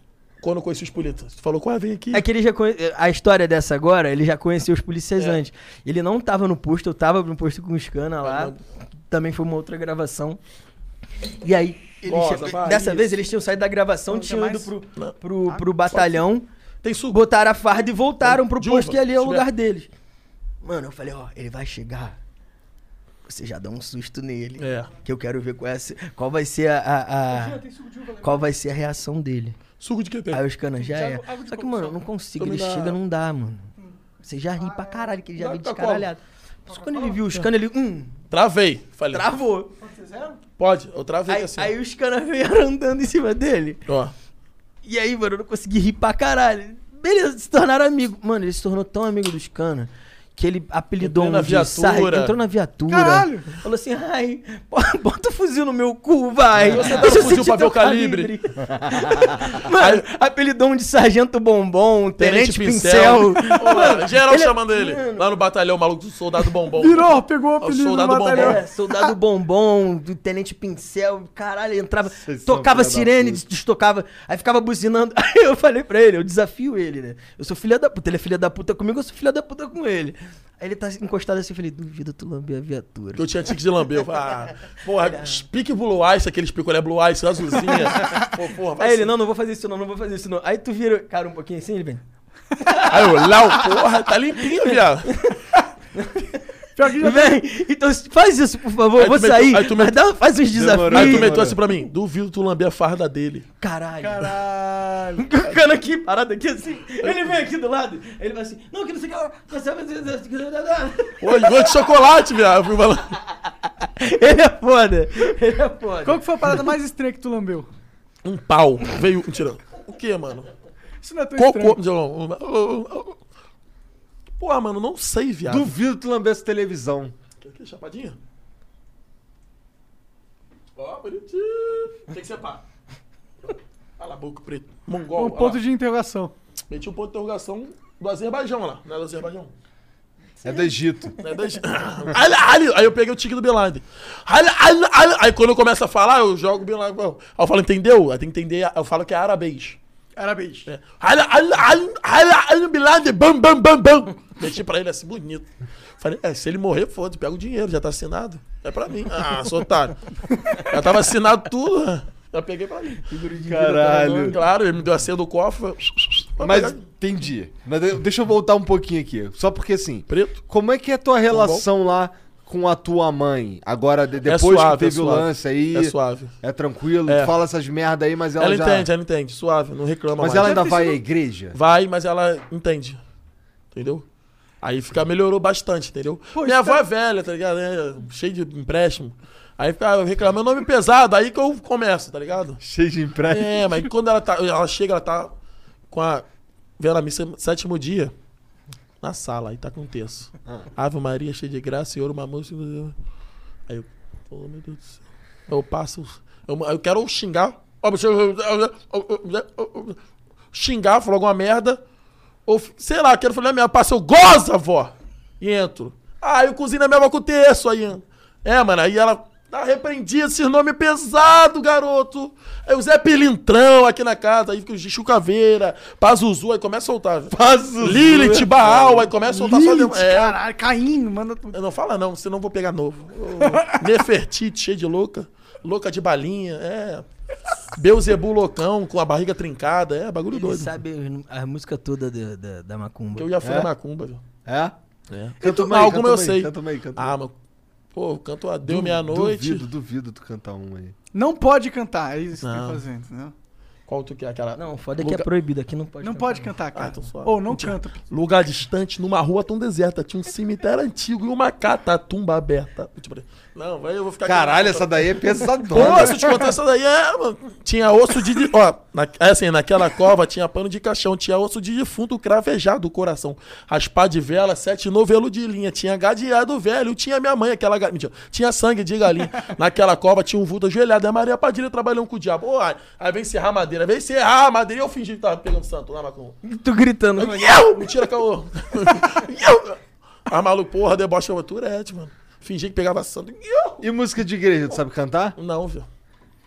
Quando eu conheci os politas, tu falou, qual é, vem aqui.
É que ele já conhe... A história dessa agora, ele já conhecia os policiais
É.
antes. Ele não tava no posto, eu tava no posto com o Scana lá.
Fernando.
Também foi uma outra gravação. E aí, eles
Rosa,
che-
vai,
dessa
isso.
vez eles tinham saído da gravação,
Não,
tinham
tem
ido
mais?
pro,
Não.
pro, pro batalhão,
Tem suco.
botaram a farda e voltaram pro
Dilma,
posto que ali é o
se
lugar deles. Mano, eu falei, ó, ele vai chegar. Você já dá um susto nele.
É.
Que eu quero ver qual, é a se- qual vai ser a- a- a... Qual vai ser a reação dele.
Suco de que tem.
Aí os canas já é.
água de
Só que,
coco,
mano, eu
só.
não consigo.
Toma
Ele
da-
chega, não dá, mano. Você já ri pra caralho, que ele já
Dá
vem
Coca-Cola.
descaralhado. Só quando ele viu os canas, ele. Hum,
Travei. Falei,
travou.
pode, eu travei
Aí,
assim.
aí os canas vieram andando em cima dele.
Ó.
E aí, mano, eu não consegui rir pra caralho. Beleza, se tornaram amigos. Mano, ele se tornou tão amigo dos canas que ele apelidou
Entrou na
um dia, sai,
viatura.
entrou na viatura.
Caralho!
Falou assim, ai, bo- [laughs] bota o fuzil no meu cu, vai.
Você dá
[laughs] Deixa
um
eu
fuzil
sentir
pra ver
teu
o calibre.
[laughs] Mano, apelidou um de sargento bombom, tenente, [laughs] pincel.
[laughs] Ô, geral
ele é-
chamando ele. Lá no batalhão, maluco do soldado bombom.
Virou, pegou o
Ó,
apelido
É soldado
do batalhão.
bombom.
É, soldado bombom, do tenente pincel, caralho, entrava,
Vocês são
tocava
filha da
sirene,
puta.
destocava, aí ficava buzinando. [laughs] Aí eu falei pra ele, eu desafio ele, né? Eu sou filha da puta, ele é filha da puta comigo, eu sou filha da puta com ele. Aí ele tá encostado assim, eu falei, duvido tu lamber a viatura.
Que eu tinha tique de lamber. Eu falei, ah, porra, pique blue ice, aqueles picolé blue ice,
[laughs]
azulzinha. Pô, porra, vai
Aí ele,
ser.
não, não vou fazer isso não, não vou fazer isso não. Aí tu vira, cara, um pouquinho assim, ele vem.
Aí eu, Léo, porra, tá limpinho, viado.
Pior que já
Vem, então faz isso, por favor,
Aí tu
vou
meteu-
sair.
aí tu meteu-
Mas dá- faz uns
Demorou.
Aí tu
desafios.
meteu assim pra mim, duvido tu lamber a farda dele.
Caralho.
Caralho.
[laughs] O cara aqui, parado aqui assim. Ele vem aqui do lado. Ele vai assim, é, não, que não sei o que. lá, que sabe- é,
Pô, igual de chocolate, viado. Eu fui falando.
[laughs] Ele é foda. Ele é foda.
Qual que foi a parada mais estranha que tu lambeu?
Um pau. Veio. Mentira. O que, mano?
Isso não é tão
Cocô. um,
estranho.
Porra, mano, não sei, viado.
Duvido tu lamber essa televisão.
Quer que chapadinha? Ó, bonitinho. Tem que ser pá. Cala a boca, preto. Mongol.
Um
ó
ponto
lá.
de interrogação.
Meti um ponto de interrogação do Azerbaijão lá. Não é do Azerbaijão?
É do
[laughs]
Egito.
Não é do Egito. Ali, ali. Aí eu peguei o tique do Bin Laden. Ali, ali, ali. Aí quando eu começo a falar, eu jogo o Bin Laden. Aí eu falo, entendeu? Aí tem que entender. Eu falo que é arabês.
Parabéns.
É. Ala, ala, ala, ala, ala, Bin Laden, bam, bam, bam, bam. Meti pra ele assim, bonito. Falei, é, se ele morrer, foda-se, pega o dinheiro, já tá assinado. É pra mim. Ah, sou otário. Já tava assinado tudo, né? já peguei pra mim.
Caralho.
Claro, ele me deu a senha do cofre. eu-
Mas entendi. Mas de- deixa eu voltar um pouquinho aqui. Só porque assim.
Preto.
Como é que é a tua relação lá com a tua mãe? Agora, de- depois
suave,
que teve
é
o
suave.
lance aí.
É suave.
É tranquilo,
É.
tu fala essas merda aí, mas ela,
Ela,
já.
entende, ela entende, suave, não reclama
Mas
mais.
ela ainda
ter
vai
sido-
à igreja?
Vai, mas ela entende. Entendeu? Aí fica, melhorou bastante, entendeu?
Pô,
Minha
isso
avó
tá-
é velha, tá ligado? É, cheio de empréstimo. Aí fica reclamando, meu nome é pesado, aí que eu começo, tá ligado?
Cheio de empréstimo.
É, mas quando ela tá. Ela chega, ela tá com a. Vendo a missa sétimo dia. Na sala, aí tá com um terço. Ave Maria, cheia de graça, Senhor, uma mão. Aí eu. Pô, meu Deus do céu. Eu passo. Eu, eu quero xingar. Xingar, falar alguma merda. Ou, sei lá, quero falar minha passa, eu goza, vó! E entro. Ah, eu cozinho na minha avó com o terço aí. entro. É, mano, aí ela tá repreendida, esse nome pesado, garoto. Aí o Zé Pilintrão aqui na casa, aí fica o Gichu Caveira, Pazuzu, aí começa a soltar. Pazuzu. Lilith, Baal, aí começa a soltar só
Lilith,
de... É,
Caralho, Caim, manda tudo.
eu não fala não, senão eu vou pegar novo. Ô, Nefertiti, cheio de louca. Louca de balinha, é. Beuzebu loucão, com a barriga trincada, é, bagulho
Ele
doido.
sabe a música toda da, da, da Macumba.
Que eu já fui
É?
na macumba, viu?
É?
É.
Canta uma aí,
Alguma
canta
eu
uma aí,
sei.
canta uma aí, canta
ah, mano. Pô, eu canto a Deu
Du- Duvido,
Meia-Noite.
duvido tu cantar uma aí.
Não pode cantar, é isso que
Não.
tá fazendo, entendeu?
Qual tu quer? Aquela.
Não, foda que é
Lugar-
proibido, aqui não pode
Não
cantar.
pode cantar, cara.
então suave.
Ou não canta.
Lugar distante, numa rua tão deserta. Tinha um cemitério antigo e uma catatumba aberta. Tipo, Não, vai, eu vou ficar.
Caralho, essa daí é
Pô,
pesadona.
se eu te contar essa daí, é, mano. Tinha osso de. Ó, na, é assim, naquela cova tinha pano de caixão, tinha osso de defunto cravejado o coração. Raspar de vela, sete novelo de linha. Tinha gadeado velho, tinha minha mãe, aquela. ga- Mentira, tinha sangue de galinha. Naquela cova tinha um vulto ajoelhado. E a Maria Padilha trabalhando com o diabo. Ô, ai, aí vem serrar a madeira, vem serrar a madeira. E eu fingi que tava pegando santo lá, Macumba.
Tu gritando.
Eu! [laughs] Mentira, caô. Eu! A maluco, porra, debocha o Turete, mano. Fingi que pegava santo. Eu!
E música de igreja, tu sabe cantar?
Não, viu?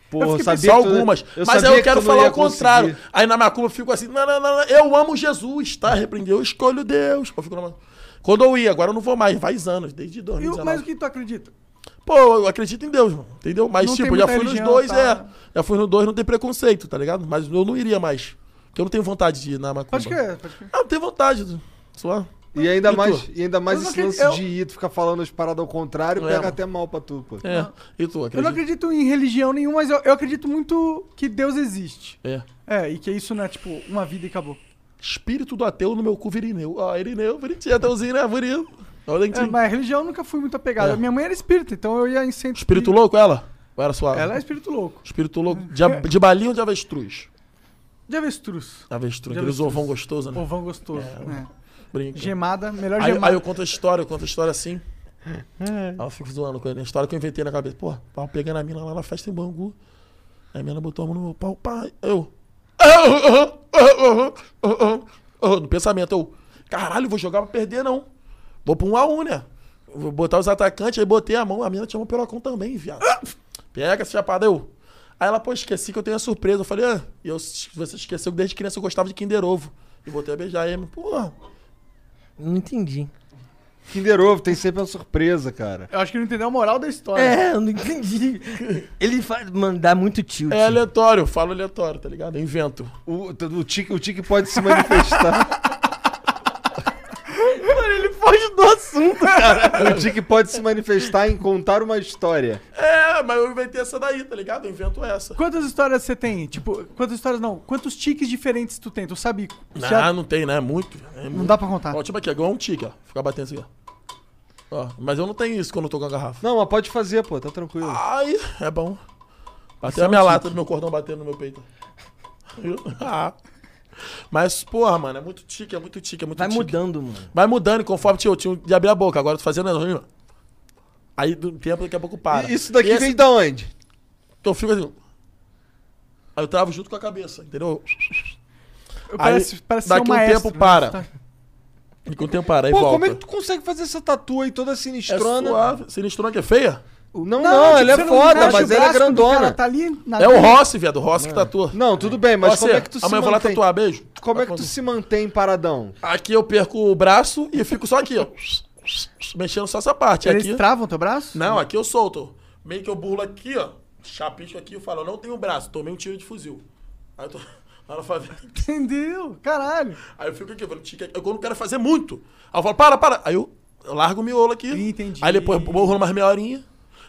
Porra,
Só algumas. mas aí eu quero falar o contrário.
Conseguir.
Aí na macumba eu fico assim, não, não, não, não, eu amo Jesus, tá? Repreendeu, eu escolho Deus. Pô, eu fico na ma- Quando eu ia, agora eu não vou mais, faz anos, desde
E o-
2019.
mas o que tu acredita?
Tá Pô, eu acredito em Deus, mano, entendeu? Mas
Não
tipo,
tem
eu já
muita
fui nos
religião,
dois,
tá?
é. Já fui nos dois, não tem preconceito, tá ligado? Mas eu não iria mais. Porque eu não tenho vontade de ir na macumba.
Pode crer, pode crer.
Ah, não tenho vontade. Só.
E ainda
E tu?
mais, e ainda mais
Eu não
esse lance
acredito-
de ir, tu ficar falando as paradas ao contrário,
É,
pega
mano.
até mal pra tu, pô.
É. E tu,
Eu não
acredita?
acredito em religião nenhuma, mas eu, eu acredito muito que Deus existe.
É.
É, e que isso não é tipo uma vida e acabou.
Espírito do ateu no meu cu, Virineu. Ó, Irineu, Bonitinho, ateuzinho, né? Bonito. Olha o
É,
dentinho.
mas religião eu nunca fui muito apegado.
É.
Minha mãe era espírita, então eu ia em centro.
Espírito louco, ela? Ou era suave?
Ela é espírito louco.
Espírito louco.
Hum.
De, ab- de balinha ou de avestruz?
De avestruz.
Avestruz,
De
aqueles
avestruz.
ovão gostoso, né?
Ovão gostoso. né?
Brinca.
Gemada, melhor
Aí,
gemada.
aí eu conto a história, eu conto a história assim. Aí eu fico zoando com ele. A história que eu inventei na cabeça. Pô, tava pegando a mina lá na festa em Bangu. Aí a mina botou a mão no meu pau, pá. Eu. No pensamento, eu. Caralho, vou jogar pra perder, não. Vou pra um a um, né? Vou botar os atacantes, aí botei a mão. A mina tinha mão pela conta também, viado. Pega essa chapada, eu. Aí ela, pô, esqueci que eu tenho a surpresa. Eu falei, ah, e eu, você esqueceu que desde criança eu gostava de Kinder Ovo. E botei a beijar ele. Porra.
Não entendi.
Kinder Ovo tem sempre uma surpresa, cara.
Eu acho que não entendeu a moral da história.
É, eu não [laughs] entendi. Ele faz, mano, dá muito tilt.
É aleatório, eu falo aleatório, tá ligado? Eu invento.
O, o, tique, o tique pode se manifestar.
ele foge do assunto, cara.
o tique pode se manifestar em contar uma história.
É, mas eu inventei essa daí, tá ligado? Eu invento essa.
Quantas histórias você tem? Tipo, quantas histórias não? Quantos tiques diferentes tu tem? Tu sabe?
Não,
já-
não tem, né? É muito. É
não
muito.
dá pra contar.
Ó, tipo aqui, igual um tique, ó. Ficar batendo assim, ó. ó. Mas eu não tenho isso quando eu tô com a garrafa.
Não, mas pode fazer, pô, tá tranquilo.
Ai, é bom. é um Bateu a minha lata do meu cordão batendo no meu peito. Eu- [laughs] Ah. Mas, porra, mano, é muito tique, é muito tique, é muito
Vai
tique.
Tá mudando, mano.
Vai mudando, e conforme tio, tio de abrir a boca. Agora eu tô fazendo assim, ó. Aí do tempo, daqui a pouco para.
E Isso daqui
E esse-
vem da onde?
Então eu fico assim. Aí eu travo junto com a cabeça, entendeu?
Eu- parece
Aí,
parece ser
daqui
um
um
maestro,
tempo
né?
para. um
Tá-
Enquanto tem parar e
Pô,
volta.
como é que tu consegue fazer essa tatu aí toda
É
sinistrona?
suave. Sinistrona que é feia?
Não, não,
tipo,
ela
você
é
não
foda,
encaixa o
mas ela é
braço quando o cara
grandona.
Tá ali na
É o Rossi, viado. O Rossi que tatua.
Não, tudo bem, mas
Rossi,
como é que tu se
Amanhã eu vou lá
mantém?
tatuar, beijo.
Como é
Tá
que tu
bom.
se mantém paradão?
Aqui eu perco o braço e fico só aqui, ó. Mexendo só essa parte.
Eles
Aqui...
travam teu braço?
Não, aqui eu solto. Meio que eu burlo aqui, ó. Chapisco aqui, eu falo, eu não tenho braço, tomei um tiro de fuzil. Aí eu tô. [laughs] Aí eu falo,
Entendeu? Caralho.
Aí eu fico aqui, eu falo, tica, eu não quero fazer muito. Aí eu falo, para, para. Aí eu, eu largo o miolo aqui.
Entendi.
Aí depois eu borro mais meia horinha.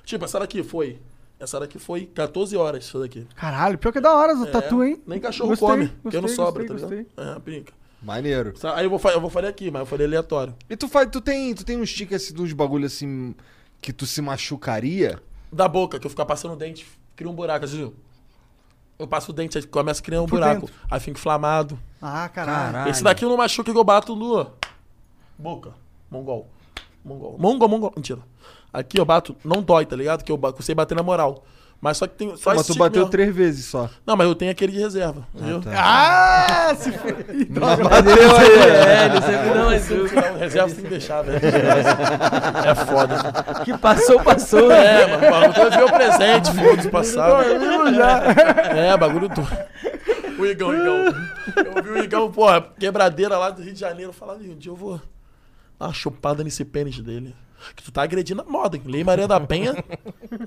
Tipo, essa daqui foi. Essa daqui foi 14 horas, essa daqui.
Caralho, pior que é da hora o
É,
tatu, hein?
Nem cachorro
Gostei,
come, porque
gostei,
não sobra,
gostei,
tá ligado?
gostei.
É, brinca.
Maneiro.
Sa- Aí eu vou, fa- eu vou fazer aqui, mas eu falei aleatório.
E tu faz, tu tem, tu tem uns tiques assim, de uns bagulho assim que tu se machucaria?
Da boca, que eu ficar passando o dente, cria um buraco, assim. Eu passo o dente, aí começa a criar um
Por
buraco.
dentro.
Aí fica inflamado.
Ah, caralho.
Esse daqui eu não machuca que eu bato no. Boca. Mongol. Mongol. Mongol, mongol. Mentira. Aqui eu bato, não dói, tá ligado? Que eu, ba- que eu sei bater na moral. Mas só que tem. Só
mas
esse
tu
tique
bateu
mesmo.
três tá. vezes
[laughs]
só.
Não, mas eu tenho aquele de reserva. entendeu?
Ah, se foi.
Mas bateu
É,
aí.
Velho, você não
Se
ajuda.
tirar o Então, reserva você tem que deixar, velho. É foda.
Que passou, passou. né?
É, mano, o bagulho ver o presente, foda-se passado. É, bagulho do. O Igão, o Igão. Eu vi o Igão, porra, quebradeira lá do Rio de Janeiro. Falar, um dia eu vou dar uma chupada nesse pênis dele. Que tu tá agredindo a moda, hein? Lei Maria da Penha.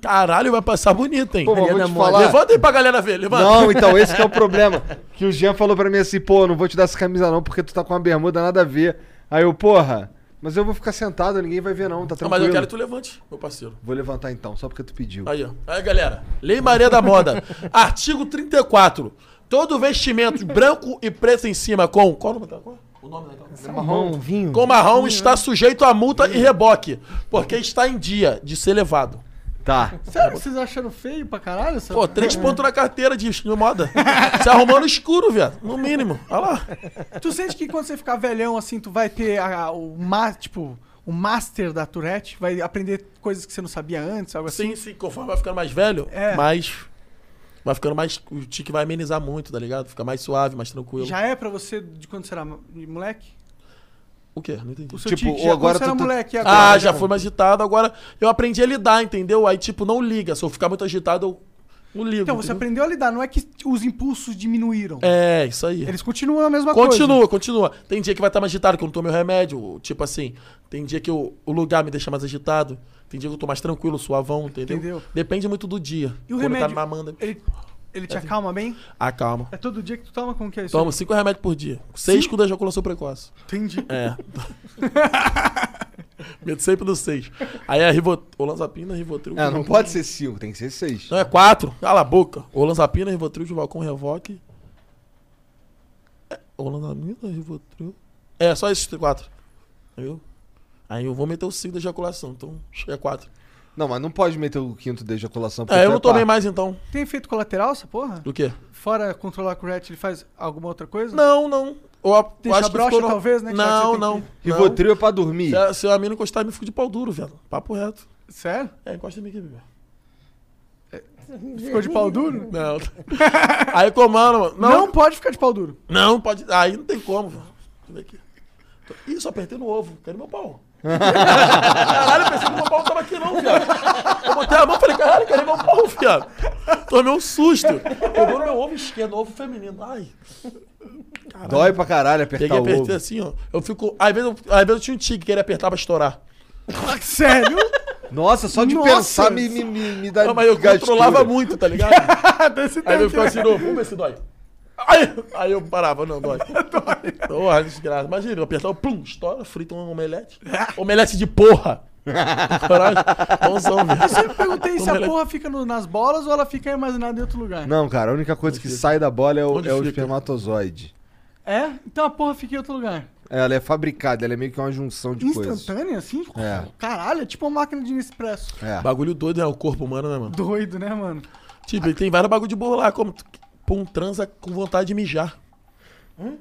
Caralho, vai passar bonito, hein?
Pô, mas vou
Maria
te
da
falar.
Levanta aí pra galera ver, levanta.
Não, então esse que é o problema. Que o Jean falou pra mim assim, pô, não vou te dar essa camisa não, porque tu tá com uma bermuda nada a ver. Aí eu, porra, mas eu vou ficar sentado, ninguém vai ver não, tá
Não,
tranquilo.
mas eu quero que tu levante, meu parceiro.
Vou levantar então, só porque tu pediu.
Aí, ó. Aí, galera. Lei Maria da [laughs] Moda. Artigo 34. Todo vestimento branco e preto em cima com. Qual o nome da cor? O nome da cor?
Marrom, vinho.
Com marrom né? está sujeito a multa e reboque, porque está em dia de ser levado.
Tá.
Sério que vocês acharam feio pra caralho? essa-
Pô, três pontos na carteira de de moda. Se arrumando escuro, viado. No mínimo. Olha lá.
Tu sente que quando você ficar velhão, assim, tu vai ter a- a- o ma, tipo, o master da Tourette? Vai aprender coisas que você não sabia antes, algo assim?
Sim, sim, conforme vai ficando mais velho,
É.
mais. Vai ficando mais. O tique vai amenizar muito, tá ligado? Fica mais suave, mais tranquilo.
Já é pra você de quando você era moleque?
O quê? Não entendi.
O seu
Tipo,
tique,
ou
já,
agora
quando você era
tu tá-
moleque e agora?
Ah, já foi mais agitado. Agora eu aprendi a lidar, entendeu? Aí, tipo, não liga. Se eu ficar muito agitado, eu não ligo.
Então, você
entendeu?
aprendeu a lidar, não é que os impulsos diminuíram.
É, isso aí.
Eles continuam a mesma coisa.
Continua, continua. Tem dia que vai estar mais agitado, que eu não tomo meu remédio. Tipo assim, tem dia que eu- o lugar me deixa mais agitado. Tem dia que eu tô mais tranquilo, suavão, entendeu?
Entendeu.
Depende muito do dia.
E o
Quando
remédio?
tá na mamanda.
Ele, ele te acalma bem?
Ah, calma.
É todo dia que tu toma? Como que é isso?
Tomo cinco remédios por dia. Seis com da ejaculação precoce.
Entendi. [laughs]
É. Medo sempre do seis. Aí é Rivot... olanzapina, rivotril.
É, não pode ser cinco, tem que ser seis.
Não, é quatro. Cala a boca. Olanzapina, Rivotril, de Valcão, Revoque. É, Olanzapina, Rivotril. É, só esses quatro. Entendeu? Aí eu vou meter o cinco da ejaculação. Então, é quatro.
Não, mas não pode meter o quinto de ejaculação. porque
É, eu
tu
não tomei
par.
mais então.
Tem efeito colateral essa porra?
Do quê?
Fora controlar a Tourette, ele faz alguma outra coisa?
Não, não. Eu, a- eu
Deixa
acho
a
que
brocha,
ficou no-
talvez, né, que já que você
Não,
tem
não. não.
Rivotril é pra dormir.
Se a, se a mina encostar, me fico de pau duro, velho. Papo reto.
Sério?
É, encosta em mim aqui, bebê.
Ficou de pau duro?
Não. [laughs] Aí comando, mano.
Não, pode ficar de pau duro.
Não, pode. Aí não tem como, velho. Deixa eu ver aqui. Tô- Ih, só apertei no ovo. Cadê meu pau? caralho, eu pensei que meu pau tava aqui, não, viado. Eu botei a mão e falei, caralho, cadê meu pau, viado? Tomei um susto. Pegou no meu ovo esquerdo, ovo feminino. Ai.
Dói pra caralho apertar
é Peguei,
o
apertei
ovo.
assim, ó. Eu fico. Às vezes eu, às vezes eu tinha um tique que ele apertava pra estourar.
Sério?
Nossa, só de
Nossa.
pensar me, me, me, me dá
assim. Não, mas eu
gastura.
controlava muito, tá ligado?
[laughs] Desse
Aí eu
tempo, né?
ficava assim, não, vamos ver se dói. Aí, aí eu parava, não,
[laughs]
dói. dói. Porra, desgraça. Imagina, eu apertava, plum, estoura, frita um omelete. Omelete de porra. [laughs] Caralho, bonzão,
Eu
velho.
sempre perguntei se
Como
a
ela-
porra fica no- nas bolas ou ela fica armazenada em outro lugar.
Não, cara, a única coisa que sai da bola é o,
Onde
é o
fica?
espermatozoide.
É? Então a porra fica em outro lugar.
Ela é fabricada, ela é meio que uma junção de coisas.
Instantânea, assim?
É.
Caralho, é tipo uma máquina de Nespresso.
É.
Bagulho doido, né? O corpo humano, né, mano?
Doido, né, mano?
Tipo, ele tem vários bagulho de burro lá, como tu- pum, transa com vontade de mijar.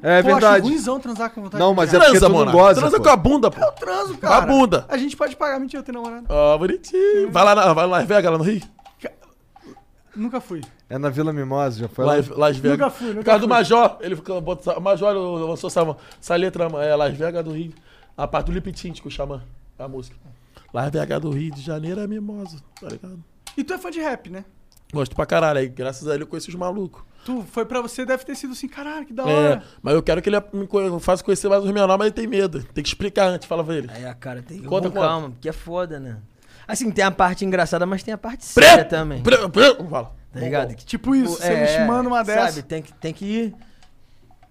É
Pô, acho
verdade.
ruimzão transar com vontade
Não,
de
mas
mijar.
é porque tu
Transa,
não
mano.
goza,
Transa
pô.
com a bunda, pô.
Transo,
Com a
cara.
bunda.
A gente pode pagar. Mentira, eu tenho namorado.
Ó, bonitinho. Vai lá, na, vai lá, Las Vegas, lá no Rio.
Nunca fui.
É na Vila Mimosa, já foi lá.
Las, Las Vegas.
Nunca fui, nunca
Por causa do
fui.
Major, ele fica- bota- o Major lançou essa, essa letra, é Las Vegas do Rio. A parte do Lip Tint com o Xamã, a música. Lá em BH do Rio de Janeiro é mimosa, tá ligado?
E tu é fã de rap, né?
Gosto pra caralho. Aí, graças a ele, eu conheço os malucos.
Tu foi pra você, deve ter sido assim, caralho, que da
É,
hora.
mas eu quero que ele me conhe- eu faça conhecer mais os menores, mas ele tem medo. Tem que explicar antes, fala pra ele.
Aí a cara tem que
Conta,
com
conta.
calma, porque é foda, né? Assim, tem a parte engraçada, mas tem a parte
Pre-
séria também.
pre- pre- fala.
Tá ligado? Que, é,
Tipo isso, você
é,
me manda uma dessa.
Sabe, tem que, tem que ir,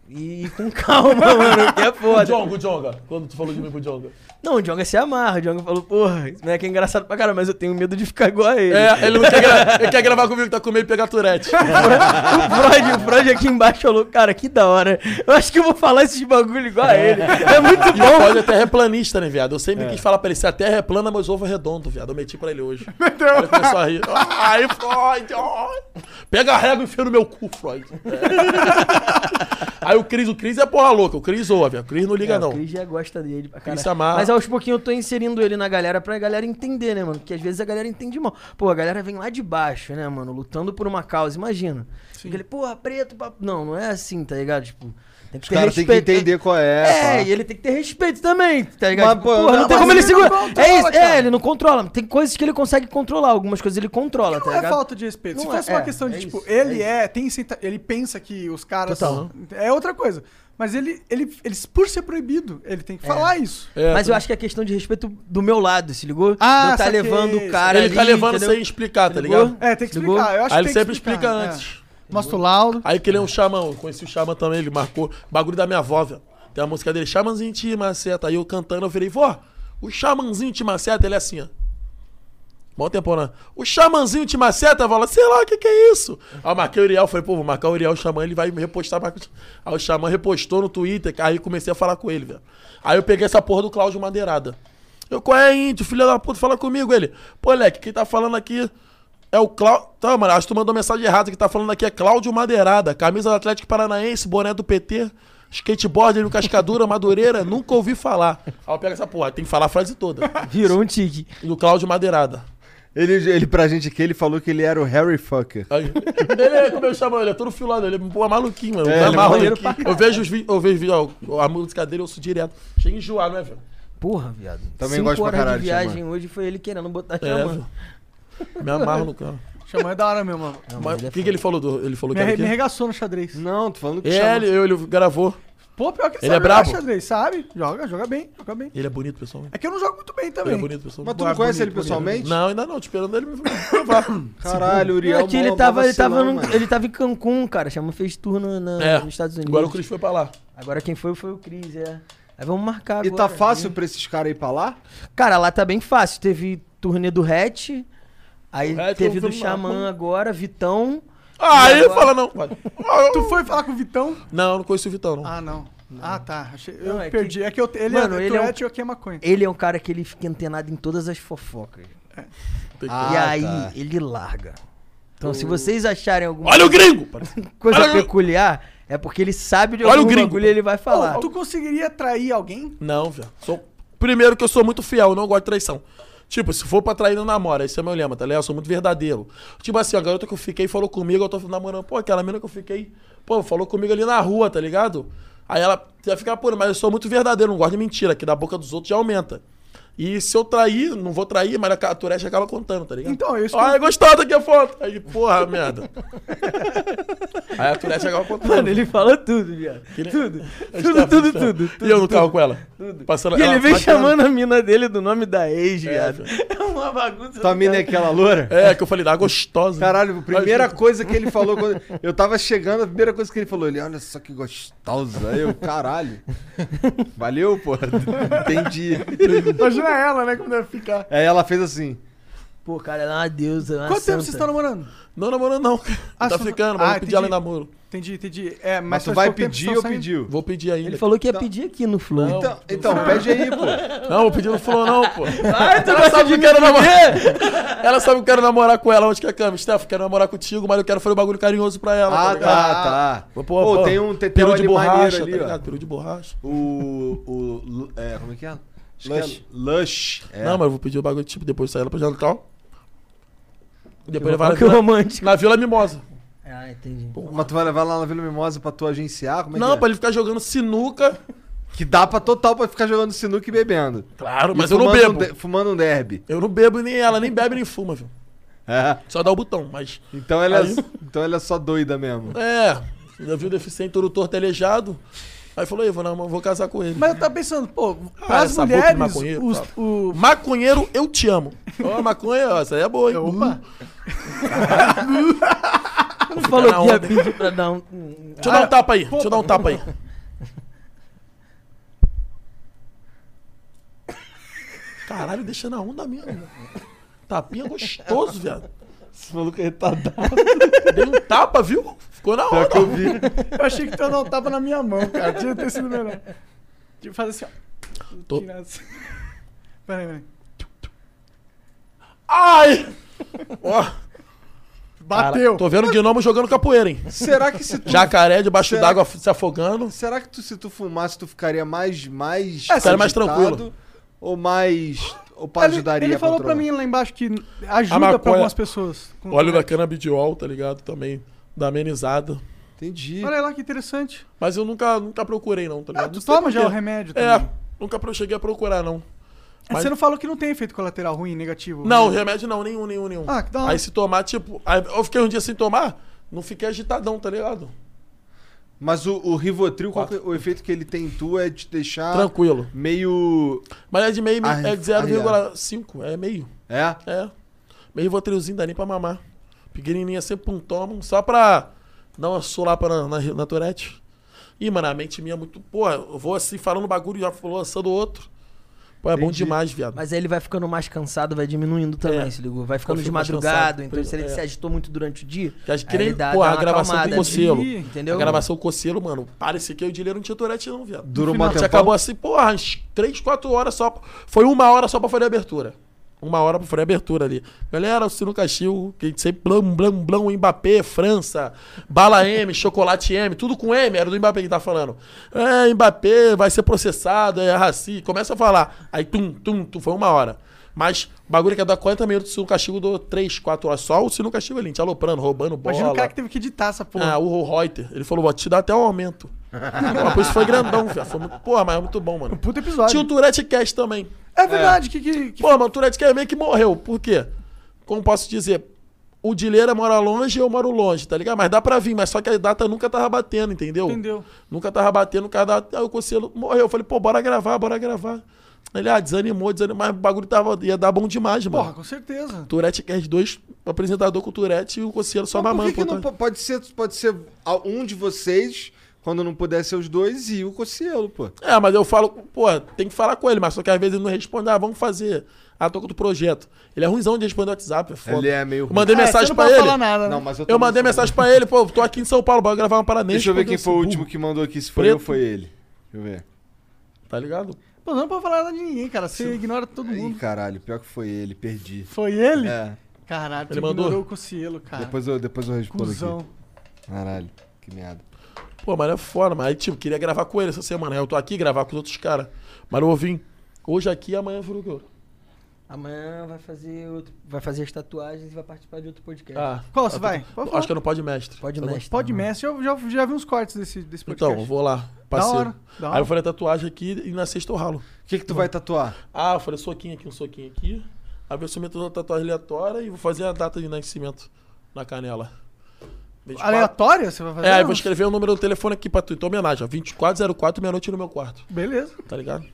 ir com [laughs] calma, mano, que é
O
foda.
Djonga, o Djonga. Quando tu falou de mim pro Djonga.
Não, o Djonga se amarra. O Djonga falou, porra, esse moleque é engraçado pra caramba, mas eu tenho medo de ficar igual a ele.
É, ele não quer, gra- ele quer gravar comigo, tá com medo de pegar Tourette.
O Freud, o Freud aqui embaixo falou, cara, que da hora. Eu acho que eu vou falar esses bagulho igual
[laughs]
a ele. É muito
E o Pode
bom.
é terraplanista, né, viado? Eu sempre quis falar pra ele, se a terra é plana, mas ovo é redondo, viado. Eu meti pra ele hoje. Aí Ele começou
[laughs]
a rir. Ai, Freud, ai. Pega a régua e enfia no meu cu, Freud. É. [laughs] Aí o Cris, o Cris é porra louca. O Cris ouve, viado. o Cris não liga,
É,
não.
O Cris já gosta dele pra
Cris
caralho.
se amarra.
Mas aos pouquinhos eu tô inserindo ele na galera pra galera entender, né, mano? Porque às vezes a galera entende mal. Pô, a galera vem lá de baixo, né, mano? Lutando por uma causa, imagina. Aquele, porra, preto, papo. Não, não é assim, tá ligado? Tipo, tem que
Os
ter
caras têm
respeito.
que entender qual é.
É,
pá.
e ele tem que ter respeito também, tá ligado?
Mas,
Tipo,
pô,
porra, não,
não,
tem
mas
como ele
ele não
segura.
controla,
É isso, é,
cara.
ele não controla. Tem coisas que ele consegue controlar, algumas coisas ele controla, tá
Não é
ligado?
falta de respeito. Se
Não
fosse
é,
uma
é,
questão de,
é
tipo,
isso,
ele
é
é, tem senta- ele pensa que os caras.
Total.
É outra coisa. Mas ele, ele, ele, por ser proibido, ele tem que falar isso.
É,
Mas
tu-
eu acho que é questão de respeito do meu lado, se ligou?
Ah,
De eu tá
saquei,
levando o cara
Ele
ali,
tá levando
entendeu?
sem explicar, tá
Ligou?
ligado?
É, tem que
Ligou?
explicar. Eu acho
Aí
que
ele
tem
sempre
que
explica
explicar,
antes.
É. Mostra o laudo.
Aí que ele é um xamã, eu conheci o xamã também, ele marcou. Bagulho da minha avó, velho. Tem a música dele, Xamãzinho te maceta. Aí eu cantando, eu virei, vó, o xamãzinho te maceta, ele é assim, ó. Bom tempo, né? O xamãzinho te maceta, fala, sei lá, o que que é isso? Aí eu marquei o Uriel, falei, pô, vou marcar o Uriel, o xamã, ele vai me repostar. marca o- Aí o xamã repostou no Twitter, aí eu comecei a falar com ele, velho. Aí eu peguei essa porra do Cláudio Madeirada. Eu, qual é, índio, filho da puta, fala comigo, ele. Pô, moleque, quem tá falando aqui é o Cláudio. Tá, mano, acho que tu mandou mensagem errada. que tá falando aqui é Cláudio Madeirada. Camisa do Atlético Paranaense, boné do PT, skateboarder no Cascadura, [laughs] Madureira. Nunca ouvi falar. Aí eu pego essa porra, tem que falar a frase toda.
Virou um tique.
E do Cláudio Madeirada.
Ele, ele, pra gente aqui, ele falou que ele era o Harry Fucker.
Aí, ele é como eu chamo ele, é todo filado, ele é pô, maluquinho, mano.
É,
eu me
ele é
amarro
maneiro
nele. eu vejo os vídeos, eu vejo vídeo, ó, a música dele eu ouço direto. Chega a enjoar, não é, velho?
Porra, viado.
Também
Cinco
gosto pra
horas
caralho
de
de
viagem
Xamã.
hoje foi ele querendo botar
É,
chamando.
velho. Me amarro no cara.
Chamou é da hora mesmo. mano.
Não,
Mas
ele é
o que, que
foda.
ele falou? Do, ele falou
Me,
um que era
arre-
o quê?
me arregaçou no xadrez.
Não, tô falando que
É, ele, ele gravou.
Pô, pior que
Ele é
sabe jogar
brabo?
xadrez, sabe? Joga, joga bem, joga bem.
Ele é bonito, pessoal.
É que eu não jogo muito bem
Ele
também.
é bonito, pessoal.
Mas tu não conhece ele pessoalmente?
Não, ainda não, tô esperando ele me provar.
Caralho, o Uriel.
Não, aqui ele
mó
tava, ele, tava
vacilão,
num-
mano.
ele tava em Cancún, cara. Chama, fez tour no- na-
É,
nos Estados Unidos.
Agora o Cris foi pra lá.
Agora quem foi foi o Cris, é. Aí vamos marcar agora.
E tá fácil pra esses caras ir pra lá?
Cara, lá tá bem fácil. Teve turnê do Hatch, aí
O Hatch
teve
eu
do
vi no mapa.
Xamã agora, Vitão.
Ah, ele
agora?
fala não. Vai.
Tu foi falar com o Vitão?
Não, eu não conheço o Vitão, não.
Ah, não. Ah, tá. Achei- eu
Não, é que-
perdi. É que eu, ele
Mano,
é,
ele é um-
Tourette, eu aqui é maconha.
Ele é um cara que ele fica antenado em todas as fofocas.
Tem que-
e
Ah,
aí
tá.
ele larga. Então, se vocês acharem alguma
Olha o gringo!
coisa
olha o-
peculiar, é porque ele sabe de
Olha o
algum
gringo.
bagulho e ele vai falar.
Ô, tu conseguiria atrair alguém?
Não, viado. Sou... Primeiro que eu sou muito fiel, eu não gosto de traição. Tipo, se for pra trair, não namora. Esse é meu lema, tá ligado? Eu sou muito verdadeiro. Tipo assim, a garota que eu fiquei falou comigo, eu tô namorando. Pô, aquela menina que eu fiquei, pô, falou comigo ali na rua, tá ligado? Aí ela ia ficar, pô, mas eu sou muito verdadeiro, não gosto de mentira, que da boca dos outros já aumenta. E se eu trair, não vou trair, mas a Tureste acaba contando, tá ligado?
Então, isso que
Ah,
eu-
é gostosa aqui a foto. Aí, porra,
[laughs]
merda. Aí a Tureste acaba contando.
Mano, ele fala tudo, viado.
Ele-
Tudo.
A gente
Tudo,
tá-
tudo,
tá-
tudo.
E eu no
tudo,
carro com ela?
tudo.
Passando
E ele
ela-
vem
bacana.
chamando a mina dele do nome da ex,
É,
viado.
filho.
É uma bagunça.
Tua mina é aquela loura?
É, que eu falei, dá gostosa.
Caralho, a primeira
Ai,
coisa que ele falou quando. Eu tava chegando, a primeira coisa que ele falou, ele, olha só que gostosa. Aí Eu, caralho. Valeu, pô. Entendi.
Imagina ela, né? Como deve ficar.
Aí ela fez assim.
Pô, cara, ela é uma deusa. Uma
Quanto tempo
santa.
vocês estão namorando?
Não, namorando não.
Ah,
tá
só-
ficando,
Ah,
mas vou pedir ela em
entendi.
namoro.
Entendi, entendi. É, mas,
Mas tu
faz
vai
pouco tempo que tá
pedir
vocês
ou
estão
pediu?
Vou pedir ainda.
Ele falou que ia pedir aqui no Flow.
Não.
Então, então, pede aí,
[laughs]
pô.
Não, vou pedir no flow não,
[laughs]
pô.
Ai, tu
Ela
gosta
sabe que
de
eu quero
me
namorar.
fuder?
Ela sabe que eu quero namorar com ela. Onde que é a câmera? Steph, quero namorar contigo, mas eu quero fazer um bagulho carinhoso pra ela.
Ah,
ligado?
tá, tá.
Pô,
Pô,
pô,
tem um teteu
Peru de
ali
borracha,
maneiro
ali,
ali,
tá
ó.
ligado? Peru de borracha.
O. O. Lu- É, como é que é? Acho que é
Lush.
Lush. É.
Não, mas eu vou pedir o bagulho, tipo, depois sair ela pra jantar. Depois ele vai na
Que é
vila,
romântico.
na Vila Mimosa.
Ah, entendi.
Mas tu vai levar lá na Vila Mimosa pra tu agenciar? Como é
não,
que é?
pra ele ficar jogando sinuca
Que dá pra total pra ficar jogando sinuca e bebendo.
Claro,
E
mas eu não
fumando um
bebo.
de- fumando um derby.
Eu não bebo e nem ela, nem bebe nem fuma, viu?
É.
Só dá o botão, mas.
Então ela,
Aí-
então ela é só doida mesmo.
É, já viu o deficiente todo torto e aleijado. Aí falou, "Ei, vou, na- vou casar com ele.
Mas eu tava pensando, pô,
Ah,
as
essa boca de
mulheres,
maconheiro, tá.
os,
fala.
o...
Maconheiro, eu te amo. Ó, maconha, ó, essa aí é boa, hein?
Opa.
Não falou
na
que ia
onda.
pedir pra dar um. um-
Deixa eu dar um tapa aí. Deixa eu dar um tapa aí. Caralho, deixa na onda mesmo. mano. Tapinha gostoso, viado.
Esse maluco é retardado.
Dei um tapa, viu? Ficou na
Pior que eu
onda.
vi.
Eu achei que tu não tava na minha mão, cara. Tinha que ter sido melhor. Tinha que fazer assim, ó.
Tô-
Tirar assim. [laughs] Peraí, peraí.
Ai! Ó,
Bateu.
tô vendo o gnomo jogando capoeira, hein?
Será que se tu.
Jacaré debaixo
Será-
d'água af- se afogando.
Será que tu, se tu fumasse, tu ficaria mais. mais
É, seria mais
agitado?
tranquilo.
Ou mais. Ou pra
Ele,
ajudaria
ele
a
falou pra
controlar?
mim lá embaixo que ajuda
A maconha-
pra algumas pessoas. Com-
Óleo da canabidiol, tá ligado? Também dá amenizada.
Entendi.
Olha lá que interessante.
Mas eu nunca, nunca procurei, não, tá ligado? Não
Ah, Tu
sei
toma
por
já
quê.
o remédio
É,
também.
nunca pro- cheguei a procurar, não. mas-
Você não falou que não tem efeito colateral ruim, negativo.
Não,
né?
remédio não, nenhum, nenhum, nenhum.
Ah, que da hora.
Aí se tomar, tipo. Aí eu fiquei um dia sem tomar, não fiquei agitadão, tá ligado?
Mas o, o Rivotril, qual que é- o efeito que ele tem em tu é de
Ah.
deixar
Tranquilo.
meio.
Mas é de meio,
Ah,
é de 0,5, é meio.
É?
É. Meio votrilzinho, dá nem pra mamar. Pequenininha sempre um toma, só pra dar uma solapa na, na, na Tourette. Ih, mano, a mente minha é muito. Porra, eu vou assim falando bagulho e já vou lançando outro. Pô, é bom
Entendi.
demais, viado.
Mas aí ele vai ficando mais cansado, vai diminuindo também,
É.
se ligou? Vai ficando
Eu
de
fico mais
madrugada,
cansado.
então se ele
É.
se agitou muito durante o dia.
Que acho que
aí
nem-
ele dá-
pô,
dá
a
uma
gravação do
acalmada.
Cocelo.
Ih, Entendeu?
A gravação Coceiro, mano, parecia que eu e o Dileiro não tinha Tourette, não, viado.
Durou
No
mó
final, você
tempão?
acabou assim, porra, umas 3, 4 horas só. Foi uma hora só pra fazer a abertura. Uma hora pra fazer a abertura ali. Galera, o Sino Cachil, que a gente sempre blão, blão, blão, Mbappé, França, Bala M, Chocolate M, tudo com M, era do Mbappé que tá falando. É, Mbappé vai ser processado, é raci. Começa a falar. Aí tum, tum, tum, foi uma hora. Mas o bagulho que ia dar 40 minutos, o Sino Castigo dou 3, 4 horas só. O Sino Castigo ali, a gente aloprando, roubando bola.
Imagina o cara que teve que editar essa porra.
Ah, o Reuter. Ele falou, vou te dar até
[laughs]
um aumento. Pô, por isso foi grandão, velho. Foi muito, porra, mas é muito bom, mano.
Puta episódio.
Tinha o Tourette Cast também.
É verdade, que, que, que
Pô, mano, o Tourette Cast meio que morreu. Por quê? Como posso dizer? O Dileira mora longe e eu moro longe, tá ligado? Mas dá pra vir, mas só que a data nunca tava batendo, entendeu?
Entendeu.
Nunca tava batendo, o cara da... Aí o Conselho morreu. Eu falei, pô, bora gravar, bora gravar. Ele, ah, desanimou, desanimou. Mas o bagulho tava... ia dar bom demais, mano.
Porra, com certeza.
Tourette Cast 2, o apresentador com o Tourette e o Conselho só
Mas por
mamando.
que que
pô,
não
tá-
po- pode, ser, pode ser a- um de vocês, quando não puder ser os dois, e o Cocielo, pô.
É, mas eu falo, pô, tem que falar com ele, mas só que às vezes ele não responde, ah, vamos fazer. Ah, tô com outro projeto. Ele é ruimzão de responder WhatsApp, é foda.
Ele é meio
Eu
ruim.
mandei
É, você
mensagem
não
pra
pode
ele.
falar nada.
Não,
Não,
mas eu
Eu
também
mandei
sou-
mensagem pra ele, pô, tô aqui em São Paulo, bora gravar uma parada
Deixa eu ver quem foi o último que mandou aqui, se foi
Preto.
eu, foi ele. Deixa eu ver.
Tá ligado?
Pô, não pode falar nada de ninguém, cara. Você ignora todo
Ih,
mundo.
caralho, pior que foi ele, perdi.
Foi ele?
É,
Caralho,
Ele
ele
mandou?
ignorou o Cocielo, cara.
depois eu, depois eu respondo
Cusão.
aqui. Caralho, que merda.
Pô, mas é foda, mas aí, tipo, queria gravar com ele essa semana. Aí eu tô aqui gravar com os outros caras. Mas eu vou vir hoje aqui e amanhã virou que eu.
Amanhã vai fazer outro, vai fazer as tatuagens e vai participar de outro podcast.
Ah,
Qual você vai? Pode falar.
acho que eu não pode mestre.
Pode
Tá bom?
mestre.
Pode
Aham.
mestre, eu já, já vi uns cortes desse, desse podcast.
Então, eu vou lá, parceiro.
hora, da hora.
Aí eu falei a tatuagem aqui e na sexta eu ralo.
O que, que tu vai tatuar?
Ah, eu falei soquinho aqui, um soquinho aqui. Aí eu meto uma tatuagem aleatória e vou fazer a data de nascimento na canela. 24.
Aleatório você vai fazer?
É, aí eu
Não.
vou escrever o número do telefone aqui pra tu. Então, homenagem, ó. 2404, meia-noite no meu quarto,
Beleza.
tá ligado?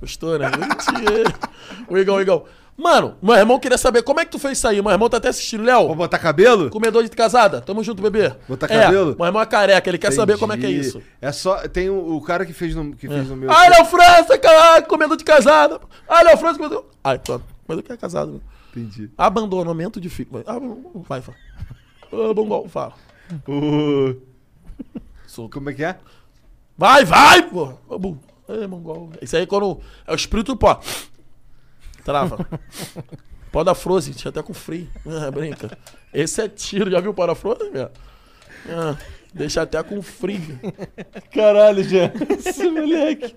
Gostou, né? Bonitinho. o Igão, o Igão. Mano, meu irmão queria saber como é que tu fez isso aí. Meu irmão tá até assistindo.
Vou
Léo,
botar cabelo?
comedor de casada. Tamo junto, bebê.
Botar
É,
cabelo?
meu irmão é careca, ele quer saber como é que é
Entendi.
isso. Ah,
É só. Tem o, o cara que fez no, que fez no meu.
Ai, Léo França, caralho, comedor de casada. Ai, Léo França, comedor... Ai, pronto. Comedor que é casado, mano.
Entendi.
Abandonamento de filho. Vai, ah, vai, fala. Ah, bom, bom, fala.
O-
Sou-
Como é que é?
Vai, vai, porra! Ô, bum. É, mongol. Isso aí é quando. É o espírito, pó. Trava. pó da Frozen, tinha até com free. Ah, brinca. Esse é tiro, já viu o pó da Frozen, velho? Ah, deixa até com free.
Caralho, Jean. Esse moleque.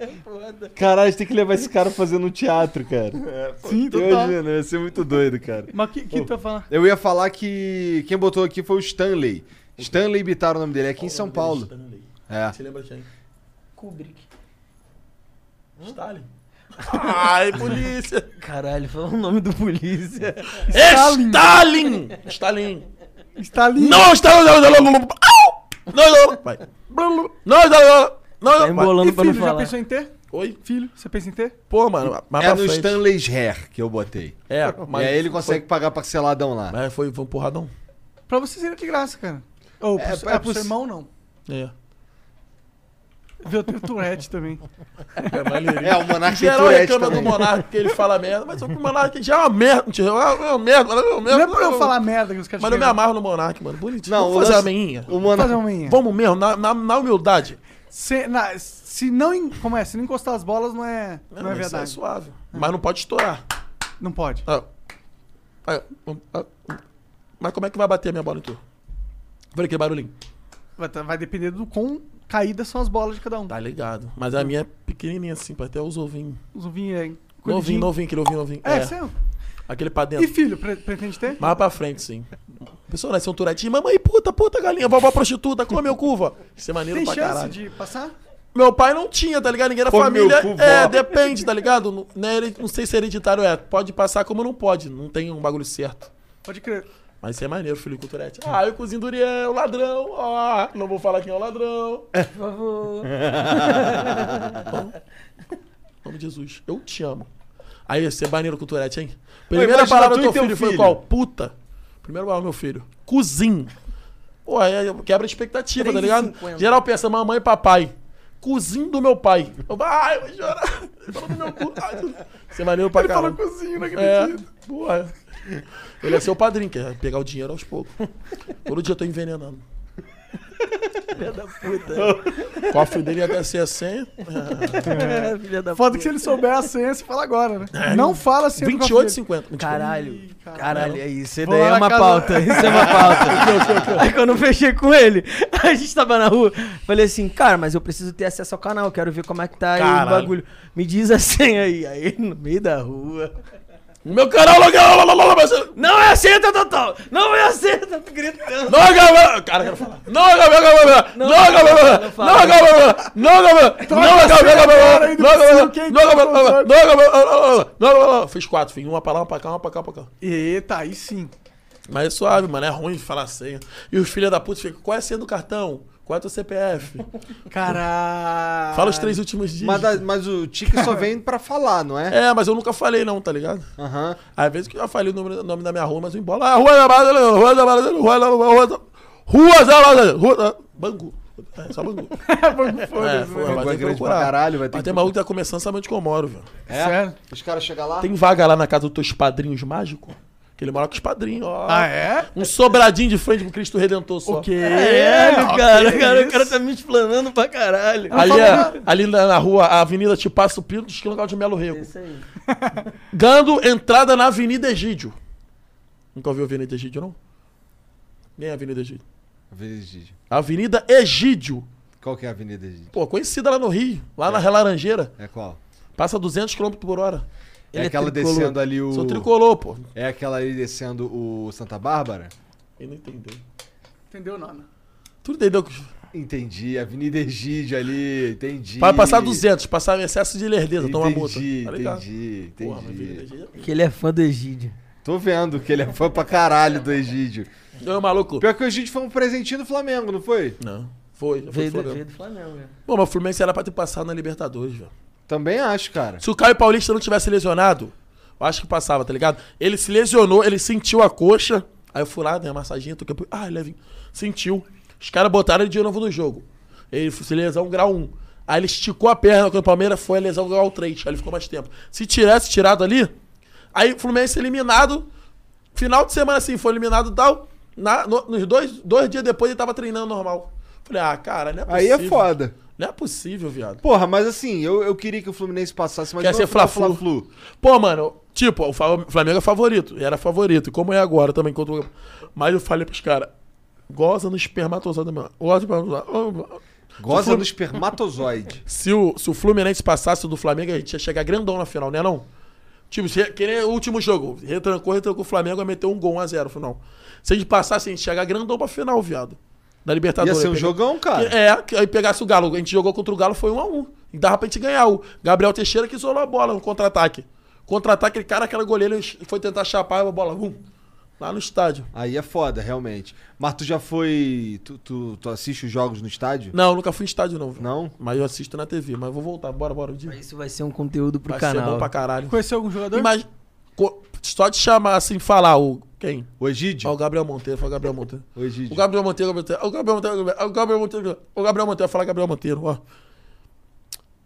Caralho, a gente tem que levar esse cara fazendo um teatro, cara.
É,
Sim,
Eu
total.
imagino, ia ser muito doido, cara.
Mas o que, que tu tá falando?
Eu ia falar que quem botou aqui foi o Stanley. Stanley Bitar o nome dele, é aqui em São Paulo. É.
Você lembra quem?
Kubrick.
Stalin. Ai, polícia.
Caralho, falou o nome do [laughs] polícia.
Stalin. Stalin. Stalin.
Está ali.
Não está... Não, não, não, não. tá, Au! tá, não, não, vai. Não, não, não, não,
Tá
não, vai.
embolando
E
pra não
filho, já
falar.
pensou em ter?
Oi?
Filho, você pensa em ter?
Pô, mano, mas
É
Tá pra
no
frente.
Stanley's Hair que eu botei.
É, mas...
e aí ele consegue pagar parceladão lá.
Mas foi, foi um porradão.
Pra você seria de graça, cara. Ou
É,
pro,
é
é, pro
poss-
seu irmão, não.
É.
Viu, tem
[laughs]
o Tourette também.
É maneirinho.
É, o Monark tem
Geral
Tourette
reclama do
também.
Monarca que ele fala merda, mas o Monarca já é uma merda. mentira, É uma merda, é uma merda.
Não é por eu falar merda que os caras
Mas eu me
chegam.
amarro no Monark, mano. Bonitinho.
Não,
Vamos
o
fazer
lance-
a meinha.
O
Vamos
Monark...
fazer uma minha.
Vamos mesmo, na, na, na humildade.
Se, na- se não, en- como é? Se não encostar as bolas, não é, não,
isso
é
É
verdade.
suave. Mas não pode estourar.
Não pode.
Ah, ah, ah, ah. Mas como é que vai bater a minha bola em tu? Olha aquele barulhinho.
Vai, tá- vai depender do quão caídas são as bolas de cada um.
Tá ligado. Mas a minha é pequenininha assim, pra até os ovinhos.
Os ovinhos aí.
Novinho,
Cuidadinho.
novinho, aquele ovinho, novinho.
É, seu.
Aquele pra dentro.
E filho, pre- pretende ter?
Mais pra frente, sim. A pessoa nasceu um turetinho, mamãe, puta, puta, galinha, vovó prostituta, come meu cuva. Isso é maneiro
Tem
pra
chance
caralho.
de passar?
Meu pai não tinha, tá ligado? Ninguém na
Come
família.
meu cu,
É,
vó.
depende, tá ligado? Não, né, ele- não sei se hereditário é. Pode passar como não pode. Não tem um bagulho certo.
Pode crer.
Mas isso é maneiro, filho com Turete. Ah, eu cozinho Duriel, ladrão. Ah, não vou falar quem é o ladrão. Por favor. em [laughs] nome de Jesus, eu te amo. Aí, você é maneiro com o Turete, hein? Primeira
imagina
palavra
tu
do
e
teu
teu
filho, foi
filho.
qual? Puta. Primeiro palavra, meu filho. Cozinho. Pô, aí quebra a expectativa, tá ligado?
3,50.
Geral pensa, mamãe e papai. Cozinho do meu pai. Eu, ai, eu vou chorar. Ele falou do meu cu. Ai, Você é maneiro pra
Ele
caralho.
falou cozinho, não
É,
acredito.
porra. Ele é seu padrinho, quer pegar o dinheiro aos poucos. Todo dia eu tô envenenando.
Filha da puta.
O cofre dele ia descer a senha.
Filha da
Foda que se ele souber a senha, você fala agora, né? Não fala assim.
28,50.
Caralho. Caralho, é isso. Isso
Vou
daí é
lá na
uma
casa-
pauta. Isso é uma [laughs] pauta. Aí quando eu fechei com ele, [laughs] a gente tava na rua, falei assim, cara, mas eu preciso ter acesso ao canal, quero ver como é que tá aí o
Caralho.
bagulho. Me diz a [laughs] senha aí. Aí no meio da rua.
O meu canal logo. logo, mas eu-
Não é a senha total! Não é a senha, tá gritando.
Não, Gabriel! Cara, eu quero falar. Não, Gabriel, Gabriel! Não, Gabriel!
não fala.
Não, Gabriel! Não, Gabriel! Não, Gabriel! Gabriel! Não, Gabriel!
quem
Não,
tá
Gabriel! Não, Gabriel! Não, Gabriel! Não, Gabriel! Fiz quatro, fiz uma pra lá, uma pra cá, uma pra cá, uma pra cá.
Eita, aí sim.
Mas é suave, mano. É ruim de falar senha. E os filhos da puta ficam, qual é a senha do cartão? Qual é o teu CPF?
Caralho.
Fala os três últimos dias.
Mas, da- mas o Tique só vem pra falar, não é?
É, mas eu nunca falei não, tá ligado?
Aham.
Às vezes que eu já falei o nome, o nome da minha rua, mas eu embola. Ah, rua da Barra, rua da Barra, rua da Barra, rua da Rua da Barra, rua da Bangu. É, só
[laughs]
Bangu.
né?
é, foi,
Bangu é
vai ter que
grande
procurar.
pra caralho, vai ter
Mas
que
tem maluco que tá começando sabe onde que eu moro, velho.
É?
Sério?
Os caras chegam lá.
Tem vaga lá na casa dos teus padrinhos mágicos? Que ele mora com os padrinhos, ó.
Ah, é?
Um sobradinho de frente pro Cristo Redentor só.
Ok.
Caralho, É, cara, cara, o
é? isso?
cara tá me explanando pra caralho.
Ali,
Um
é- ali na, na rua, a avenida Te Passa o Pinto, esquina Claudio um de Melo Rego.
Isso aí.
[laughs] Dando entrada na Avenida Egídio. Nunca ouviu a Avenida Egídio, não? Nem a Avenida Egídio.
Avenida Egídio.
Avenida Egídio.
Qual que é a Avenida Egídio?
Pô, conhecida lá no Rio, lá na Laranjeira.
É qual?
Passa 200 km por hora.
é aquela descendo ali o.
Sou tricolor, pô.
É aquela ali descendo o Santa Bárbara?
Ele não entendeu.
Entendeu, Nona?
Tu entendeu? que-
Entendi. Avenida Egídio ali. Entendi.
Vai passar 200, passar em excesso de lerdeza, toma multa.
Entendi,
Tá ligado?
entendi, entendi.
Porra, mas Avenida Egídio.
Que ele é fã do Egídio.
Tô vendo que ele é fã pra caralho do Egídio.
Não, maluco.
Pior que o Egídio foi um presentinho do Flamengo, não foi?
Não. Foi, já foi
Veio do,
Flamengo.
veio do Flamengo, né?
Pô, mas o Fluminense era pra ter passado na Libertadores, velho.
Também acho, cara.
Se o Caio Paulista não tivesse lesionado, eu acho que passava, tá ligado? Ele se lesionou, ele sentiu a coxa. Aí eu fui lá, né, massaginha, toquei. pro- Ah, levinho. Sentiu. Os caras botaram ele de novo no jogo. Ele se lesão grau 1. Aí ele esticou a perna quando o Palmeiras foi a lesão grau 3. Aí ele ficou mais tempo. Se tivesse tirado ali, aí o Fluminense é eliminado. Final de semana assim, foi eliminado e tal. Na, no- nos dois, dois dias depois ele tava treinando normal. Falei, ah, cara, não é
Aí
possível.
é foda.
Não é possível, viado.
Porra, mas assim, eu, eu queria que o Fluminense passasse, mas
Quer
não
ser
foi o
Fla-Flu. Pô, mano, tipo, o Fa- o Flamengo é favorito. Era favorito. E como é agora também. Contra... o- Mas eu falei pros caras, goza no espermatozoide, mano. Goza no espermatozoide.
Goza do espermatozoide.
Se o, se o Fluminense passasse do Flamengo, a gente ia chegar grandão na final, né não? Tipo, se, que nem o último jogo. um Retrancou, retrancou o Flamengo, ia meter um gol 1x0 final. Se a gente passasse, a gente ia chegar grandão pra final, viado. da
Ia
Libertadores.
ser um
Pegar-
jogão, cara.
É, que aí pegasse o Galo. A gente jogou contra o Galo, foi um a um. E dava pra gente ganhar. O Gabriel Teixeira que isolou a bola no contra-ataque. Contra-ataque, ele cara, aquela goleira, ele foi tentar chapar a bola. Vum, lá no estádio.
Aí é foda, realmente. Mas tu já foi. Tu, tu, tu assiste os jogos no estádio?
Não, eu nunca fui em estádio, não.
Não?
Mas eu assisto na TV. Mas eu vou voltar. Bora, bora. Didi.
Isso vai ser um conteúdo pro
Vai ser bom
canal.
pra caralho.
Conheceu algum jogador?
Imagina, co- só de chamar assim, falar o... Quem?
O Egídio?
Ó, o Gabriel Monteiro, fala o Gabriel Monteiro.
O Egídio.
O Gabriel Monteiro, o Gabriel Monteiro, o Gabriel Monteiro, o Gabriel Monteiro, o Gabriel Monteiro, fala Gabriel Monteiro, ó.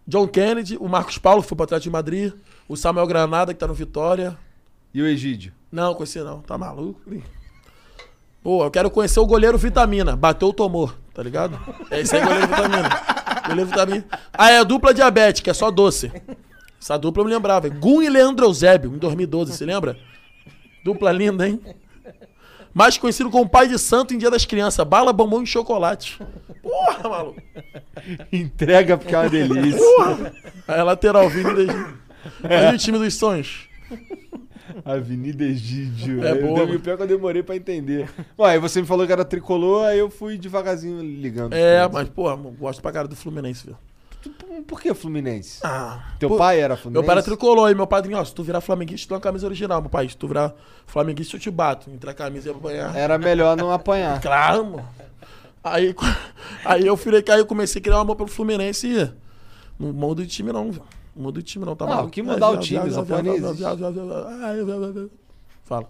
John Kennedy, o Marcos Paulo, que foi pro Atlético de Madrid, o Samuel Granada, que tá no Vitória.
E o Egídio?
Não, conheci não, tá maluco? Pô, eu quero conhecer o goleiro Vitamina, bateu, tomou, tá ligado? É esse aí, goleiro Vitamina. Goleiro Vitamina. Ah, é a dupla diabética, é só doce. Essa dupla eu me lembrava. Gun e Leandro Eusébio, em 2012, você lembra? Dupla linda, hein? Mais conhecido como Pai de Santo em Dia das Crianças. Bala, bombom e chocolate. Porra, maluco.
Entrega porque é uma delícia.
Aí a É lateral, vindo desde... Olha o time dos sonhos.
Avenida Egídio.
É
Eu-
boa,
E o
mano.
pior é que eu demorei pra entender.
Ué, aí você me falou que era tricolor, aí eu fui devagarzinho ligando. Tipo,
É, mas, porra, gosto pra cara do Fluminense, viu?
Por- Por que Fluminense?
Ah,
Teu
pô-
pai era
Meu
Fluminense?
pai era tricolor e meu padrinho, ó, se tu virar flamenguista, tu dá uma camisa original, meu pai. Se tu virar flamenguista, eu te bato. Entre a camisa e a banhar.
Era melhor não apanhar.
Claro, mano. Aí, [laughs] aí eu fui aí eu comecei a criar um amor pelo Fluminense e. Não muda de time, não. velho. Não muda de time, não. Tá
Ah,
maluco.
o que mudar o
viado,
time,
viado,
essa
viado,
porra
viado,
nem
viado, viado, viado, viado. Ah, é, viado, viado. Fala.
O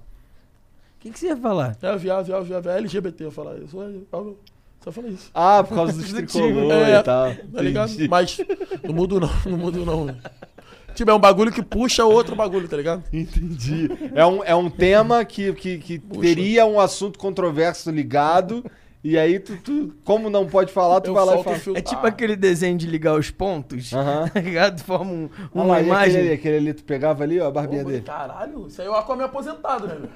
que, que você ia falar?
É, viado, viado, viado. É LGBT, eu falar isso. é, viado. Só fala isso.
Ah, por causa
[laughs]
dos tricolor
É,
e tal.
Tá ligado?
Entendi.
Mas não mudo, não. [laughs] Não mudo, não. velho. Tipo, é um bagulho que puxa outro bagulho, tá ligado?
Entendi.
É um, é um tema que, que, que teria um assunto controverso ligado, e aí tu, tu- como não pode falar, tu
Eu
vai lá e
solto o
fala.
fio. Ah.
É tipo aquele desenho de ligar os pontos,
Aham.
[laughs] tá ligado? Forma um-
Olha
uma
lá, e
imagem.
Aquele ali, aquele ali, tu pegava ali, ó, a barbinha dele.
Caralho, isso aí eu acomei aposentado, né, velho?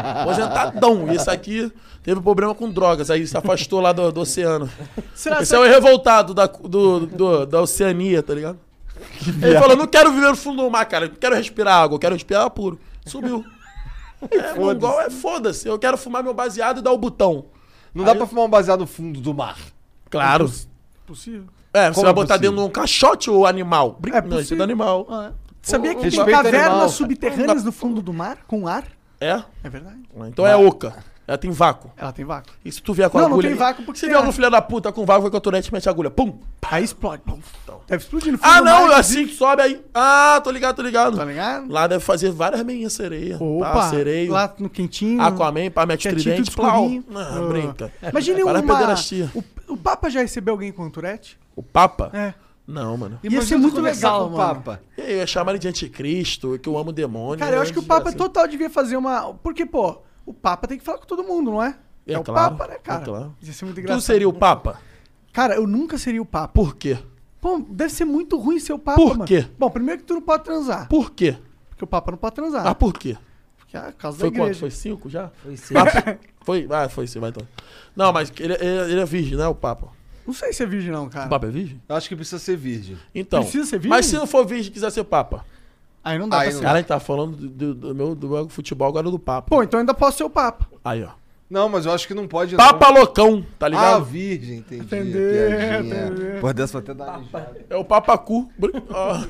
Aposentadão. E esse aqui teve problema com drogas, aí se afastou lá do, do oceano.
Será
Esse é o revoltado da, do, do- da Oceania, tá ligado? Ele falou, não quero viver no fundo do mar, cara. Não quero respirar água, eu quero respirar ar puro. Subiu. É, mongol é foda-se. Eu quero fumar meu baseado e dar o botão.
Não dá
Aí-
pra fumar um baseado no fundo do mar.
Claro.
possível?
É, você
Como
vai
é
botar
possível?
dentro de um caixote ou animal? Brinca,
É
não, isso é
possível.
do animal.
Ah, é. Sabia que tinha
Respeita
cavernas
animal.
subterrâneas no fundo do mar com ar?
É?
É verdade.
Então é oca. Ela tem vácuo.
Ela tem vácuo.
E se tu vier com a
Não, não
agulha.
tem vácuo porque
Se
tem
vier
ar.
algum filho da puta com vácuo, vai com a turete e mete a agulha. Pum!
Aí explode. Pum. Deve explodir no fundo
Ah,
do
não,
mar.
assim que sobe aí. Ah, tô ligado, tô ligado.
Tá ligado?
Lá deve fazer várias meinhas sereia.
Opa,
pá, Ah, sereia.
lá no quentinho.
Ah, Aquaman, pá, mete
quietinho,
tridente,
tudo
plau.
escurinho.
Não,
Ah.
brinca.
Imagine
Para
uma...
pederastia.
O, o Papa já recebeu alguém com Tourette?
O Papa?
É.
Não, mano.
Ia ser
tu
muito
conversar
legal,
com o
mano.
Papa.
E aí, eu ia chamar ele de anticristo, que eu amo demônio.
Cara, eu
né?
acho que o Papa é
Assim.
total devia fazer uma... Porque, pô, o Papa tem que falar com todo mundo, não é?
É
o
claro,
Papa, né, cara?
é claro.
Ia ser muito
Tu
engraçado.
seria o Papa?
Cara, eu nunca seria o Papa.
Por quê?
Pô, deve ser muito ruim ser o Papa,
Por
mano.
quê?
Bom, primeiro que tu não pode transar.
Por quê?
Porque o Papa não pode transar.
Ah, por quê?
Porque é a causa
Foi
da
quanto?
igreja.
Foi cinco já?
Foi
[laughs]
sim.
Papa- Foi, ah, foi sim, vai então. Não, mas ele, ele, ele é virgem, né, o Papa?
Não sei se é virgem não, cara.
O Papa é virgem?
Eu acho que precisa ser virgem.
Então.
Precisa ser virgem?
Mas se não for virgem e quiser ser Papa?
Aí não dá
Aí
pra
não
ser.
Cara, a gente tá falando do, do- do meu, do meu futebol agora do Papa.
Pô, então ainda posso ser o Papa.
Aí, ó.
Não, mas eu acho que não pode. não.
Papa loucão, tá
Ah,
ligado?
virgem, entendi.
Entendeu,
Piadinha. Pô, dessa até dar
Ah.
é o Papa Cu. Brin- ó.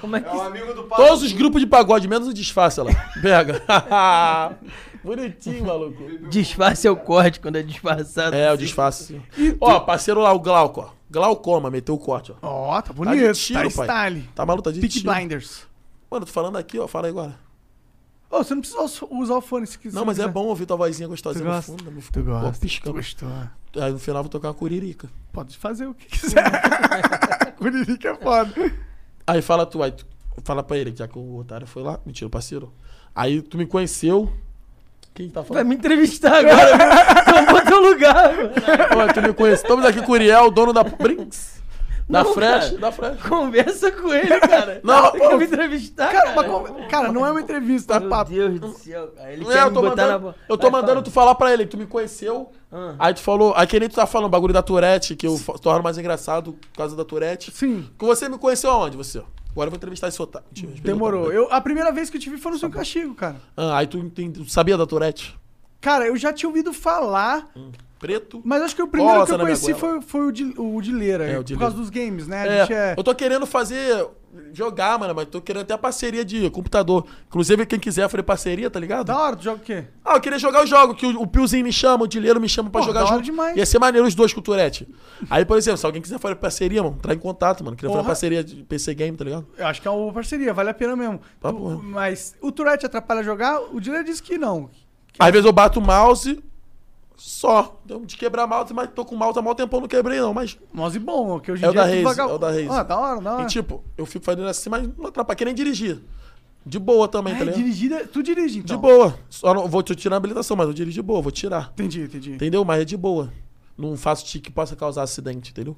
Como é que
É um amigo do Papa.
Todos os grupos de pagode, menos o disfarce lá. Pega. [laughs] Bonitinho, maluco.
disfarce é o corte quando é disfarçado?
É, o
assim?
disfarce. Ó, parceiro lá, o Glauco, ó. Glaucoma, meteu o corte, ó.
Ó, tá bonito.
Tá de tiro,
tá
pai.
style.
Tá maluco, tá de
Peak
tiro.
Blinders.
Mano, tô falando aqui, ó. Fala aí agora.
Ô, você não precisa us- usar o fone se quiser.
Não, mas é
quiser.
bom ouvir tua vozinha gostosinha
Tu
no
gosta?
fundo. no fundo,
Tu
pô,
gosta, tu
piscando.
gostou.
Aí no final eu vou tocar uma curirica.
Pode fazer o que [laughs] quiser. Curirica é foda.
Aí fala tu, aí tu fala pra ele, já que o otário foi lá. Mentira, o parceiro. Aí tu me conheceu. Quem tá
Vai [laughs]
falando?
me
[laughs]
entrevistar agora. Tomou teu lugar. mano.
Ó, tu me conhece. Estamos aqui com o Uriel, dono da Brinks. Da
Não,
Fresh,
cara.
da Fresh.
Conversa com ele, cara.
Não,
Ele
pô.
quer me entrevistar,
Cara,
cara.
uma con- cara, não é uma entrevista, é
Meu
papo.
Deus do céu, cara. Ele
Não é,
quer
eu
me
tô
botar na
mandando,
boca.
eu tô mandando tu falar pra ele, que tu me conheceu.
Ah.
Aí tu falou, aí que nem tu tá falando, bagulho da Tourette, que eu fa- torno mais engraçado por causa da Tourette.
Sim.
Que você me conheceu aonde, você? Agora eu vou entrevistar esse otário. Mentira, respeita o
Demorou.
otário.
Eu, a primeira vez que eu te vi foi
Tá
no seu castigo, cara.
Ah, aí tu, entende- tu sabia da Tourette?
Cara, eu já tinha ouvido falar
preto.
Mas acho que o primeiro
Rosa
que eu
Hum. na minha
conheci
goela.
foi, foi o, de, o de Leira,
É, o de
por causa
Leira.
dos games, né? A
É,
gente é...
Eu tô querendo fazer. jogar, mano, mas tô querendo até parceria de computador. Inclusive, quem quiser, eu falei parceria, tá ligado?
Da hora, tu joga o quê?
Ah, eu queria jogar o jogo, que o, o Piozinho me chama, o Dileiro me chama pra
Pô,
jogar
da hora
junto.
demais.
Ia ser maneiro os dois com o Turete. Aí, por exemplo, se alguém quiser fazer parceria, mano, entrar em contato, mano. Queria fazer
Porra.
parceria de PC Game, tá ligado?
Eu acho que é uma parceria, vale a pena mesmo.
Papo
O-
reto.
mas o Tourette atrapalha jogar? O Diller disse que não.
Às vezes eu bato o mouse só. Então, de quebrar mouse, mas tô com o mouse há mó tempão, não quebrei não, mas...
Mouse bom, que hoje em
É o
dia...
da
tudo
Razer,
vaga-
é o da Razer.
Ah, da hora, da hora.
E tipo, eu fico fazendo assim, mas não atrapalha, que nem dirigir. De boa também,
Ah,
tá
é
ligado?
dirigida... Tu dirige,
De
então.
boa. Só não vou te tirar a habilitação, mas eu dirijo de boa, vou tirar.
Entendi, entendi.
Entendeu? Mas é de boa. Não faço tique que possa causar acidente, entendeu?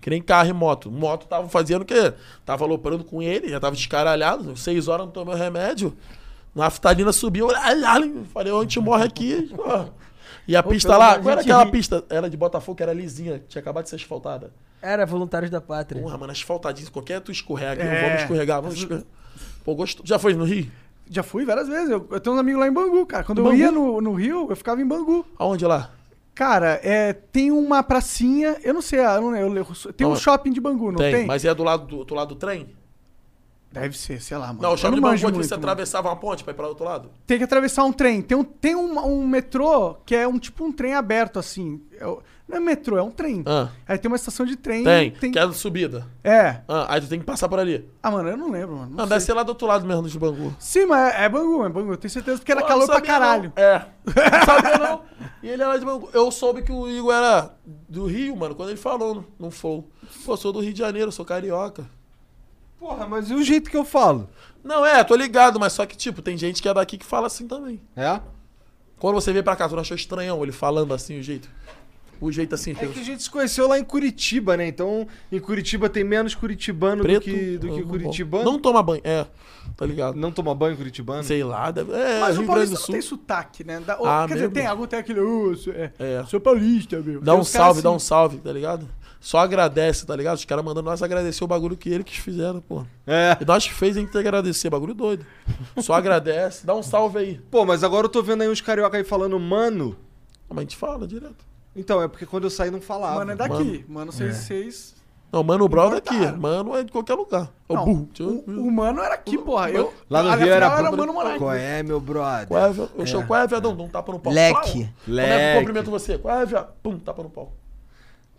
Que nem carro e moto. Moto tava fazendo o quê? Tava aloprando com ele, já tava descaralhado. Seis horas não tomei o remédio. Naftalina subiu. Falei, onde te morre aqui? ó. E a pista lá, qual era aquela pista? Era de Botafogo, que era lisinha, tinha acabado de ser asfaltada.
Era Voluntários da Pátria.
Porra, mano, asfaltadinho, qualquer tu escorrega,
É.
vamos escorregar, vamos escorregar. Pô, gostou. Já foi no Rio?
Já fui várias vezes. Eu, eu tenho uns amigos lá em Bangu, cara. Quando eu
Bangu?
ia no, no Rio, eu ficava em Bangu.
Aonde lá?
Cara, é, tem uma pracinha... Eu não sei, ah, eu não lembro. eu- Tem um
Não,
shopping de Bangu, não tem?
mas é do lado do, do lado do trem?
Deve ser, sei lá, mano.
Não, o
Eu
shopping de
manjo
Bangu é que
muito,
você
mano.
atravessava uma ponte pra ir pra outro lado?
Tem que atravessar um trem. Tem um, tem um, um metrô que é um tipo um trem aberto, assim. É o- não é metrô, é um trem.
Ah.
Aí tem uma estação de trem.
Tem, que é subida.
É.
Ah, aí tu tem que passar por ali.
Ah, mano, eu não lembro, mano. Não
Não,
sei.
deve ser lá do outro lado mesmo, do Bangu.
Sim, mas é, é Bangu, é Bangu. Eu tenho certeza, porque era
Pô,
calor
não
pra
sabia
caralho.
Não. É. Não sabia não. E ele era de Bangu. Eu soube que o Igor era do Rio, mano, quando ele falou no- no Flow. Pô, sou do Rio de Janeiro, sou carioca.
Porra, mas e o jeito que eu falo?
Não, é, tô ligado, mas só que, tipo, tem gente que é daqui que fala assim também.
É?
Quando você veio pra cá, tu não achou estranhão ele falando assim, o jeito? O jeito assim,
É
tem-
que a gente se conheceu lá em Curitiba, né? Então, em Curitiba tem menos curitibano do
preto.
que, do que
não-
curitibano.
Não toma banho, é, tá ligado?
Não toma banho curitibano?
Sei lá, deve... é,
Mas
Rio Grande
o paulista
do
não
Sul.
tem sotaque, né? Da- ou-
Ah,
quer dizer,
mesmo?
tem algum tem aquele. "Ô, sou- é,
É.
Sou paulista, meu.
Dá
Tem
um
uns caras
salve, dá um
assim.
salve, tá ligado? Só agradece, tá ligado? Os caras mandando nós agradecer o bagulho que ele que fizeram, pô.
É.
E nós que fez a gente ter que agradecer, bagulho doido. Só agradece, dá um salve aí.
Pô, mas agora eu tô vendo aí uns carioca aí falando, mano.
Mas a gente fala direto.
Então, é porque quando eu saí não falava.
Mano, é daqui. Mano, 66.
Não, mano, o Brown é
Importaram.
daqui. Mano é de qualquer lugar. É o
Não,
burro. Deixa eu-
O, o mano era aqui, porra. Eu,
Lá no
olha,
Rio era,
afinal,
bom.
mano Moraes.
Qual é, meu brother?
Qual é, viado? Eu chamo, qual é, viadão? Dá um tapa no pau.
Leque.
Pau. Quando é que eu
Leque.
cumprimento você? Qual é, viado? Pum, tapa no pau.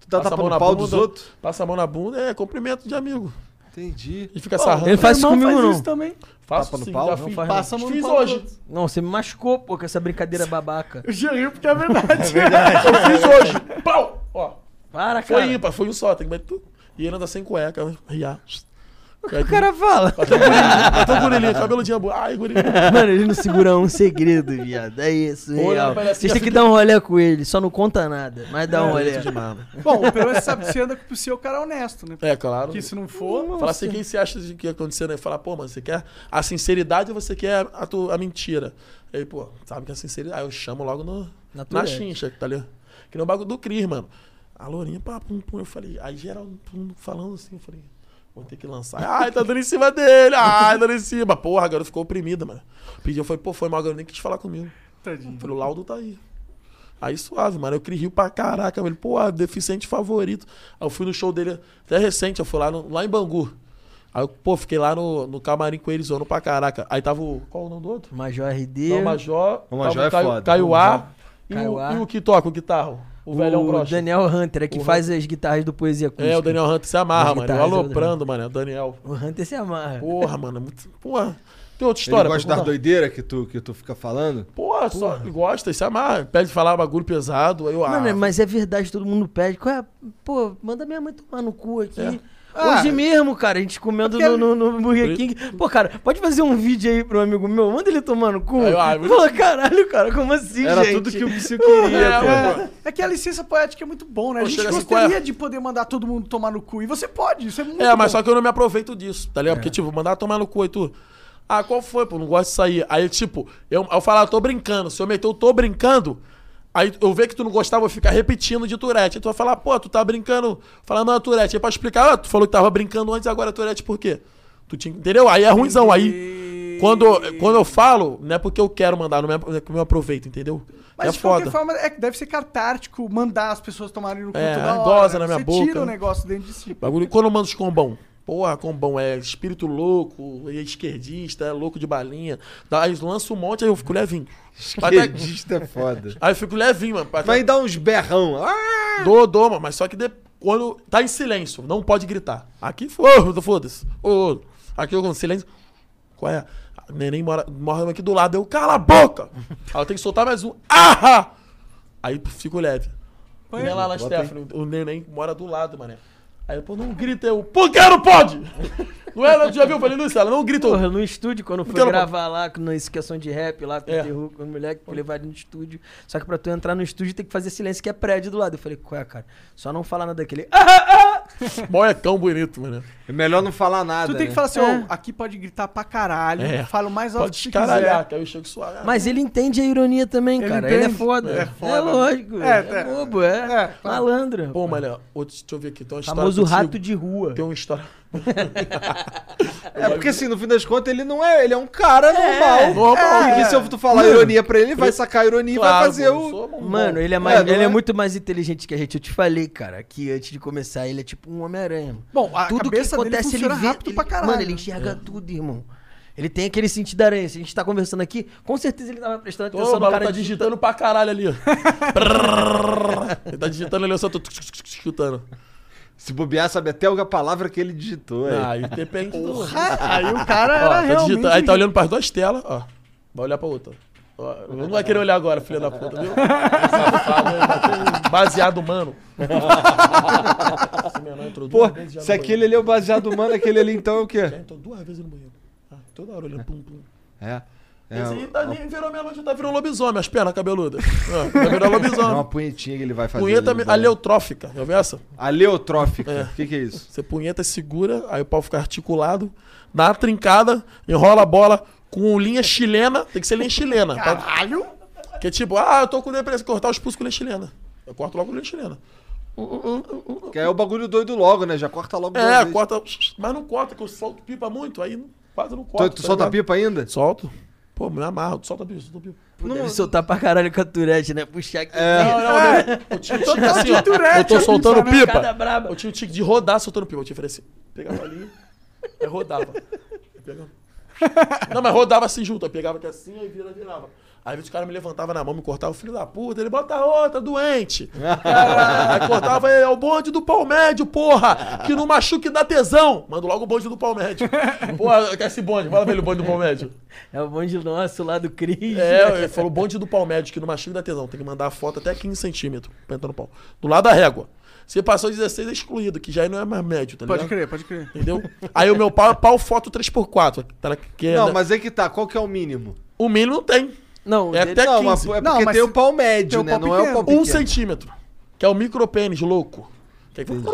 Tu dá
Passa a
tapa
mão
no
na
pau
bunda.
dos outros?
Passa a mão na bunda, é cumprimento de amigo.
Entendi.
E fica sarrando.
ele faz isso
Meu irmão
comigo, não.
isso também.
Faço
Tapa no
sim,
pau?
já
Não
fiz.
faz não.
Passa a mão no
Fiz
pau dos
hoje. [laughs]
outros.
Não, você me machucou, pô, com essa brincadeira babaca.
Eu já rio porque
[laughs]
é verdade.
Fiz hoje. Pau! Ó.
Para,
Foi
cara.
ímpar, foi um só, tem que bater tudo. E ele anda sem cueca, né? riá.
O cara fala.
Até o gurilinho,
[laughs]
até o um gurilinho, cabelo de ambu. Ai, gurilinho.
Mano, ele não segura um segredo, viado. É isso,
Olha,
real.
parece que
Vocês
já É,
têm que dar um rolê com ele, só não conta nada. Mas dá um rolê.
Bom, o Peru sabe se anda com o seu cara honesto, né?
É, claro.
Porque se não for.
Falar assim, quem você acha de que ia acontecer, né? Falar, pô, mano, você quer a sinceridade ou você quer a, tu- a mentira? Aí, pô, sabe que a sinceridade. Aí eu chamo logo no,
Na
na
Tourette.
chincha, que tá ali. Que nem o bagulho do Cris, mano. A lourinha, pá, pum, pum. Eu falei, aí geral, pum, falando assim, eu falei, vou ter que lançar. Ai, tá dando em cima dele, ai, dando em cima. Porra, a garota ficou oprimida, mano. Pediu, foi, pô, foi mal, a garota nem quis falar comigo.
Tadinho.
Falei, o laudo tá aí. Aí suave, mano. Eu criei pra caraca, velho. Pô, deficiente favorito. Aí eu fui no show dele até recente, eu fui lá, no- lá em Bangu. Aí eu, pô, fiquei lá no, no camarim com eles, zoando pra caraca. Aí tava o. Qual o nome do outro?
Major RD.
Não, o um Major.
O Major
tava
é
Caio,
foda.
Caio A. E,
Caio
o,
A.
e o que toca o guitarro? O, velhão
o
brocha.
Daniel Hunter, é que
O
faz as guitarras do Poesia Acústica.
É, o Daniel Hunter se amarra,
As
mano. Eu
guitarras, é o
aloprando, mano. é O Daniel.
O Hunter se amarra.
Porra, mano. é muito- Porra. Tem outra
Ele
história. pra
gosta das
contar?
doideiras que tu, que tu fica falando?
Porra, só gosta, se amarra. Pede falar bagulho pesado. Aí eu, ah,
Mano, é- mas é verdade, todo mundo pede. Qual é? Pô, manda minha mãe tomar no cu aqui.
É.
Hoje mesmo, cara, a gente comendo
Porque-
no, no, no Burger King. Pô, cara, pode fazer um vídeo aí pro amigo meu? Manda ele tomar no cu.
Aí eu, ah, é muito-
Pô, caralho, cara, como
[laughs]
assim,
Era
gente?
tudo que o psico [laughs] queria, pô.
É, é que a licença poética é muito bom, né? A
Pô,
gente
chega assim,
gostaria
qual é?
de poder mandar todo mundo tomar no cu. E você pode, isso é muito
É, mas
bom. É.
só que eu não me aproveito disso, tá ligado? Porque, tipo, mandar tomar no cu e tu. Ah, qual foi, pô? Não gosto de sair. Aí, tipo, eu, eu falava, tô brincando. Se eu meter, eu tô brincando. Aí eu ver que tu não gostava, eu ficar repetindo de Tourette. Aí tu vai falar, pô, tu tá brincando. Falar, não, é Tourette. Aí pra explicar, ah, tu falou que tava brincando antes, agora é Tourette por quê? Tu tinha. Entendeu? Aí é ruimzão. Aí. Quando, quando eu falo, não é porque eu quero mandar, não é porque eu aproveito, entendeu?
Mas
é
de
foda.
qualquer forma, é que deve ser catártico mandar as pessoas tomarem no cu
É,
toda
goza
hora.
na minha
Você
boca,
tira o
né?
negócio dentro de si.
Bagulho. Quando eu mando os combão. Porra, combão é espírito louco, é esquerdista, é louco de balinha. Tá, Aí lança um monte, aí eu fico levinho. Mas tá-
Esquerdista é foda.
Aí eu fico levinho, mano. Pra-
Vai dar uns berrão. Ah!
Dou, dou, mano, mas só que de- quando tá em silêncio, não pode gritar. Aqui, foda- foda-se. Ô, Aqui eu com silêncio. Qual é? A neném mora, mora aqui do lado. Eu, cala a boca! Aí eu tenho que soltar mais um. Ah! Aí fico leve. Põe lá na Stephanie, o neném mora do lado, mané. Aí eu, pô, não grita eu. Por que não pode? não é? Não, já viu? Eu falei, Luiz, ela não grita eu.
Porra, no estúdio, quando fui
Então,
gravar lá, na esqueção de rap, lá com
É.
o Terru, com o moleque, fui levar ele no estúdio. Só que pra tu entrar no estúdio tem que fazer silêncio, que é prédio do lado. Eu falei, qual é, cara? Só não falar nada daquele. Ah!
Molecão bonito, mané.
É melhor não falar nada.
Tu tem que
né?
falar assim, ó,
É.
aqui pode gritar pra caralho,
É.
fala o mais alto
Pode
que você quiser.
escaralhar, que aí eu chego suave.
Mas ele entende a ironia também,
Ele
cara. Ele é
entende.
foda. É, lógico. É,
é.
bobo, é. Malandro.
Pô, mané, ô, deixa eu ver aqui. Tem uma história
famoso
contigo.
rato de rua.
Tem uma história...
É porque assim, no fim das contas, ele não é. Ele é um cara normal.
Normal.
E que se eu tu falar ironia pra ele, ele vai sacar a ironia e vai
Claro,
fazer
pô, eu
o.
sou bom,
Mano,
bom.
ele é, mais,
É, não
ele é?
é?
muito mais inteligente que a gente. Eu te falei, cara, que antes de começar, ele é tipo um Homem-Aranha. mano.
Bom, a
tudo que
cabeça dele
acontece, ele
funciona
vê,
rápido
ele-
pra caralho.
Mano, ele enxerga tudo, irmão. Ele tem aquele sentido da aranha. Se a gente tá conversando aqui, com certeza ele tava prestando
Tô,
atenção
o
no
maluco
cara
tá
digitando.
digitando pra caralho ali. ó. ele tá digitando ali, eu só tô escutando.
Se bobear, sabe até a palavra que ele digitou. é.
Ah, aí depende do...
Aí o cara
Ó,
era
tá
realmente...
digitando- Aí tá olhando pras duas telas, ó. Vai olhar pra outra. Ó, não vai querer olhar agora, filha da puta, viu? Safado, hein? Baseado humano. Esse menor entrou
Pô,
duas vezes já no
se aquele
banheiro.
ali é o baseado humano, aquele ali então é o
Já
quê?
entrou duas vezes no banheiro. Ah, toda hora olhando, pum, pum.
É. É,
Esse aí tá, nem virou minha noite, tá virando lobisomem, as pernas cabeludas. Ah, tá virando
é uma
lobisomem.
punhetinha que ele vai fazer.
Punheta
ali,
me- aleutrófica, já viu essa?
Aleotrófica. O que, que é isso?
Você punheta segura, aí o pau fica articulado, dá uma trincada, enrola a bola com linha chilena, tem que ser linha chilena. Caralho! Que é tipo, ah, eu tô com depressão, cortar os pulsos com linha chilena. Eu corto logo com linha chilena.
Que é o bagulho doido logo, né? Já corta logo. de uma
É,
vez.
corta, mas não corta, que eu solto pipa muito, aí não- quase não corto.
Tu, tu solta a pipa ainda?
Solto. Pô, me amarro, tu solta pipa, solta pipa.
Pô, Deve soltar pra caralho com a Tourette, né? Puxar aqui.
Não, não, não. Eu tinha um
tá
tique assim, ó. Eu tô soltando
Cada
pipa.
braba.
Eu tinha um tique de rodar soltando pipa. Eu te ofereci. Pegava ali, aí rodava. Aí pegava. Não, mas rodava assim junto. Eu pegava aqui assim, aí vira, virava. Aí às vezes o cara me levantava na mão, me cortava, filho da puta, ele bota outra, doente. Caralho. Aí cortava, é o bonde do palmédio, porra, que não machuca e dá tesão. Mando logo o bonde do palmédio. Porra, quer esse bonde, fala pra ele o bonde do palmédio.
É o bonde nosso lá do Cris.
É,
[laughs]
ele falou bonde do Palmédio, que no machinho dá tesão. Tem que mandar a foto até 15 centímetros pra entrar no pau. Do lado da régua. Se passou 16 é excluído, que já aí não é mais médio, tá
Pode
ligado?
crer, pode crer.
Entendeu? Aí o meu pau é pau foto 3x4. Tá na- que é,
Não,
né?
mas é que tá. Qual que é o mínimo?
O mínimo não tem.
Não,
É
dele-
até
não, mas
15.
é porque
Não, mas
tem
se-
o pau médio,
tem o
né?
pau
não é o pau
pequeno.
pequeno.
Um centímetro. Que é o micropênis, louco. Que aí fica-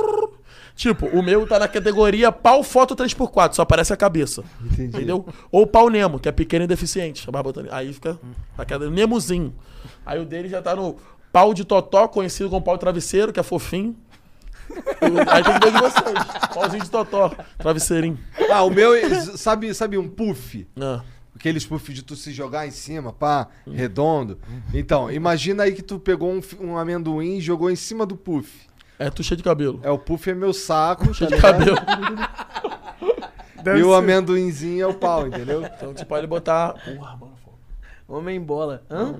Tipo, o meu tá na categoria pau foto 3x4, só aparece a cabeça. Entendeu? Ou pau Nemo, que é pequeno e deficiente. a barba botânica. Aí fica aquela Nemozinho. Aí o dele já tá no pau de totó, conhecido como pau de travesseiro, que é fofinho. Aí tem dois de vocês. Pauzinho de totó, travesseirinho.
Ah, o meu. é- Sabe, sabe um puff?
Ah.
Aqueles puff de tu se jogar em cima, pá, redondo. Então, imagina aí que tu pegou um, fi- um amendoim e jogou em cima do puff.
É tu cheio de cabelo.
É, o puff é meu saco, tá
Cheio de
ligado?
cabelo.
e o amendoinzinho é o pau, entendeu?
Então tu pode botar. Porra, mano, foda.
Homem bola. Hã?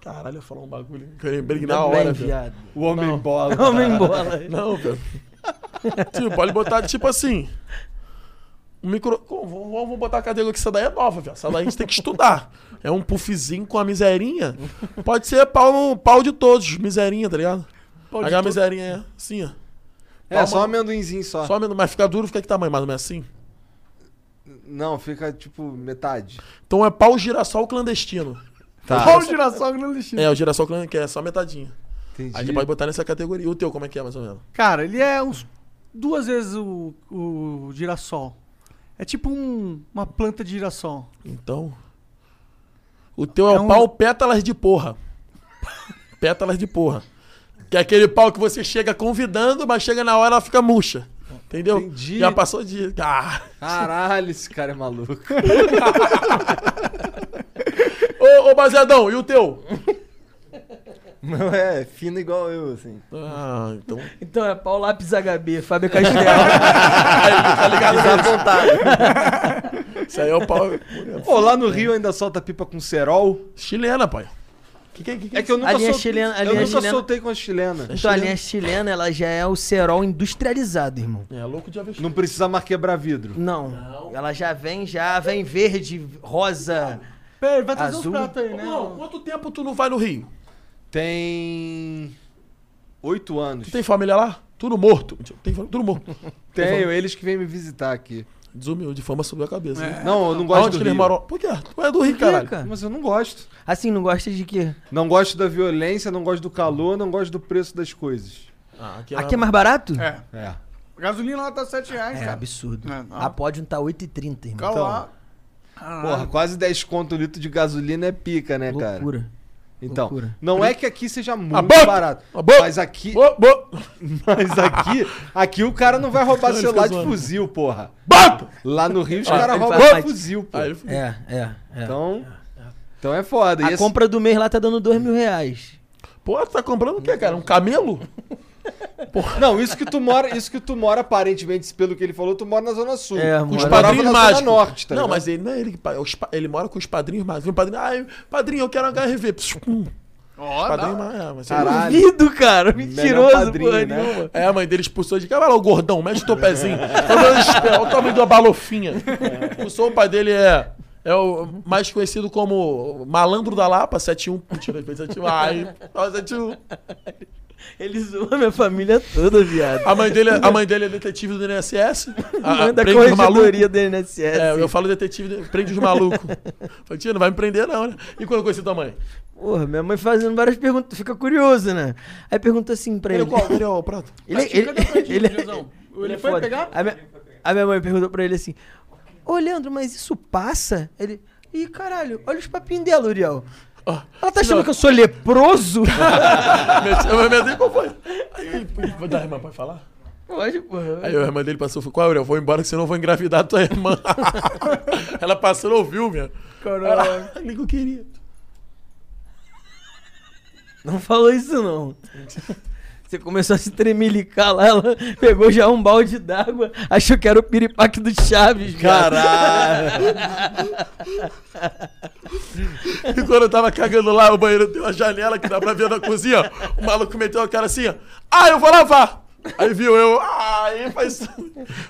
Caralho, eu falar um bagulho que eu lembrei
Tá
na
bem,
hora, velho.
viado.
O homem bola.
Homem bola.
Não, velho. tipo, pode botar, tipo assim. Um micro. Como? Vamos vamos botar a categoria que essa daí é nova, velho. Essa daí a gente tem que estudar. É um puffzinho com a miserinha. Pode ser pau, pau de todos, miserinha, tá ligado? Pegar a miserinha é assim, ó.
É, só um amendoinzinho só.
Só menos, mas fica duro, fica que tamanho, mais ou menos assim.
Não, fica tipo metade. Tá,
Então é pau girassol clandestino. Ah.
Olha o girassol no lixo.
É, o girassol clandestino, que é só metadinha.
Entendi.
Aí você pode botar nessa categoria. E o teu, como é que é, mais ou menos?
Cara, ele é uns duas vezes o, o girassol. É tipo um- uma planta de girassol.
Então. O teu é,
É
o
um-
pau pétalas de porra. [laughs] pétalas de porra. Que é aquele pau que você chega convidando, mas chega na hora ela fica murcha. Entendeu?
Entendi.
Já passou de. Ah.
Caralho, esse cara é maluco.
Ô, ô, baseadão, e o teu?
Não é fino igual eu, assim.
Ah, então.
Então é Paulo Lápis HB, Fábio Castelo.
tá ligado?
Desapontado.
Isso aí é o pau.
Pô, lá no Rio ainda solta pipa com cerol?
Chilena, pai.
É que eu nunca,
A linha
soltei-
chilena- a
eu
linha
nunca
chilena-
soltei com a chilena.
então a linha chilena, ela já é o cerol industrializado, irmão.
É louco de avestruz.
Não precisa mais quebrar vidro.
Não. Ela já vem, já vem verde, rosa.
Pera, vai trazer
Azul.
uns pratos aí, né?
Não, quanto tempo tu não vai no Rio?
Tem. Oito anos.
Tu tem família lá? Tudo morto. Mentira, Tem família, tudo morto.
Tenho, eles que vêm me visitar aqui.
Desumilde, fama subiu a
É.
cabeça. né?
Não, eu não gosto
Aonde
do
que eles
Rio.
moram? Por quê? Tu é do Rio,
Cara,
caralho.
Mas eu não gosto.
Assim, não gosta de quê?
Não gosto da violência, não gosto do calor, não gosto do preço das coisas.
Ah,
Aqui é mais barato?
É.
É.
A gasolina lá tá R$ 7 reais,
É
cara.
absurdo.
É, não.
A pódio tá 8,30, irmão.
Calma lá.
então. Ah.
Porra, quase 10 conto o litro de gasolina é pica, né, cara?
Loucura.
Então,
loucura.
não é que aqui seja muito
A boca!
barato.
A boca!
Mas aqui, [laughs]
Bo, bo,
mas aqui, aqui o cara não vai roubar
[laughs] Ele
celular
fica
de
zoando.
fuzil, porra.
bo!
Lá no Rio os
Ah,
caras
ele
roubam
faz-
fuzil, pô.
Aí ele fica-
É, é, é.
Então, então é foda. E
a
esse-
compra do mês lá tá dando dois mil reais.
Pô, tu tá comprando o quê, cara? Um camelo?
[laughs] Não, isso que tu mora, isso que tu mora aparentemente, pelo que ele falou, tu mora na zona sul.
É,
Com os
mora-
morava na
padrinhos
Zona
mágicos.
Norte, tá
não,
ligado?
mas ele não é ele que pa- os pa- Ele mora com os padrinhos mágicos. Vem o padrinho, ai, padrinho, eu quero um HRV. Pss, hum.
Ó,
Padrinho
dá-
mágico. É, mas
Caralho.
Duvido, cara. Mentiroso,
padrinho,
porra
né?
nenhuma.
É, a mãe dele expulsou de casa. Vai lá, o gordão, mete teu [laughs] pezinho. Olha o tamanho de uma balofinha. Expulsou, o pai dele é, é o mais conhecido como Malandro da Lapa, 71. Mentira, ele fez 71. Ai, ó, 71.
Ele zoou a minha família toda, viado.
A mãe dele, é- a mãe dele é detetive do INSS. A, a,
da
prende ah, os malucos.
corregedoria do INSS.
É, eu falo detetive, prende os [laughs] malucos. Falei, tia, não vai me prender não, né? E quando eu conheci tua mãe?
Porra, minha mãe fazendo várias perguntas, tu fica curioso, né? Aí pergunta assim pra ele.
Ele é qual? Ele é o [laughs] prato?
Ele, ele,
Cadê o cantinho,
ele-
Diozão? Ele
ele é
foi
foda.
pegar?
A minha, a minha mãe perguntou pra ele assim: Ô Leandro, mas isso passa? Ele. Ih, caralho, olha os papinhos dela, Uriel.
Ah,
Ela tá achando
não.
que eu sou
[laughs]
leproso?
Minha tia- minha mãe dele, qual foi? Aí, vou dar a irmã, pode falar?
Pode, porra.
Aí a irmã dele passou e falou: Qual, Aurel? Vou embora que senão eu vou engravidar a tua irmã. [laughs] Ela passou e não ouviu, minha. Caralho. Nem que eu queria.
Não falou isso, não. Você começou a se tremelicar lá, ela pegou já um balde d'água, achou que era o piripaque do Chaves, cara.
Caralho.
E quando eu tava cagando lá, o banheiro tem uma janela que dá pra ver na cozinha. O maluco meteu a cara assim: ó, Ah, eu vou lavar. Aí viu eu, ah, aí faz.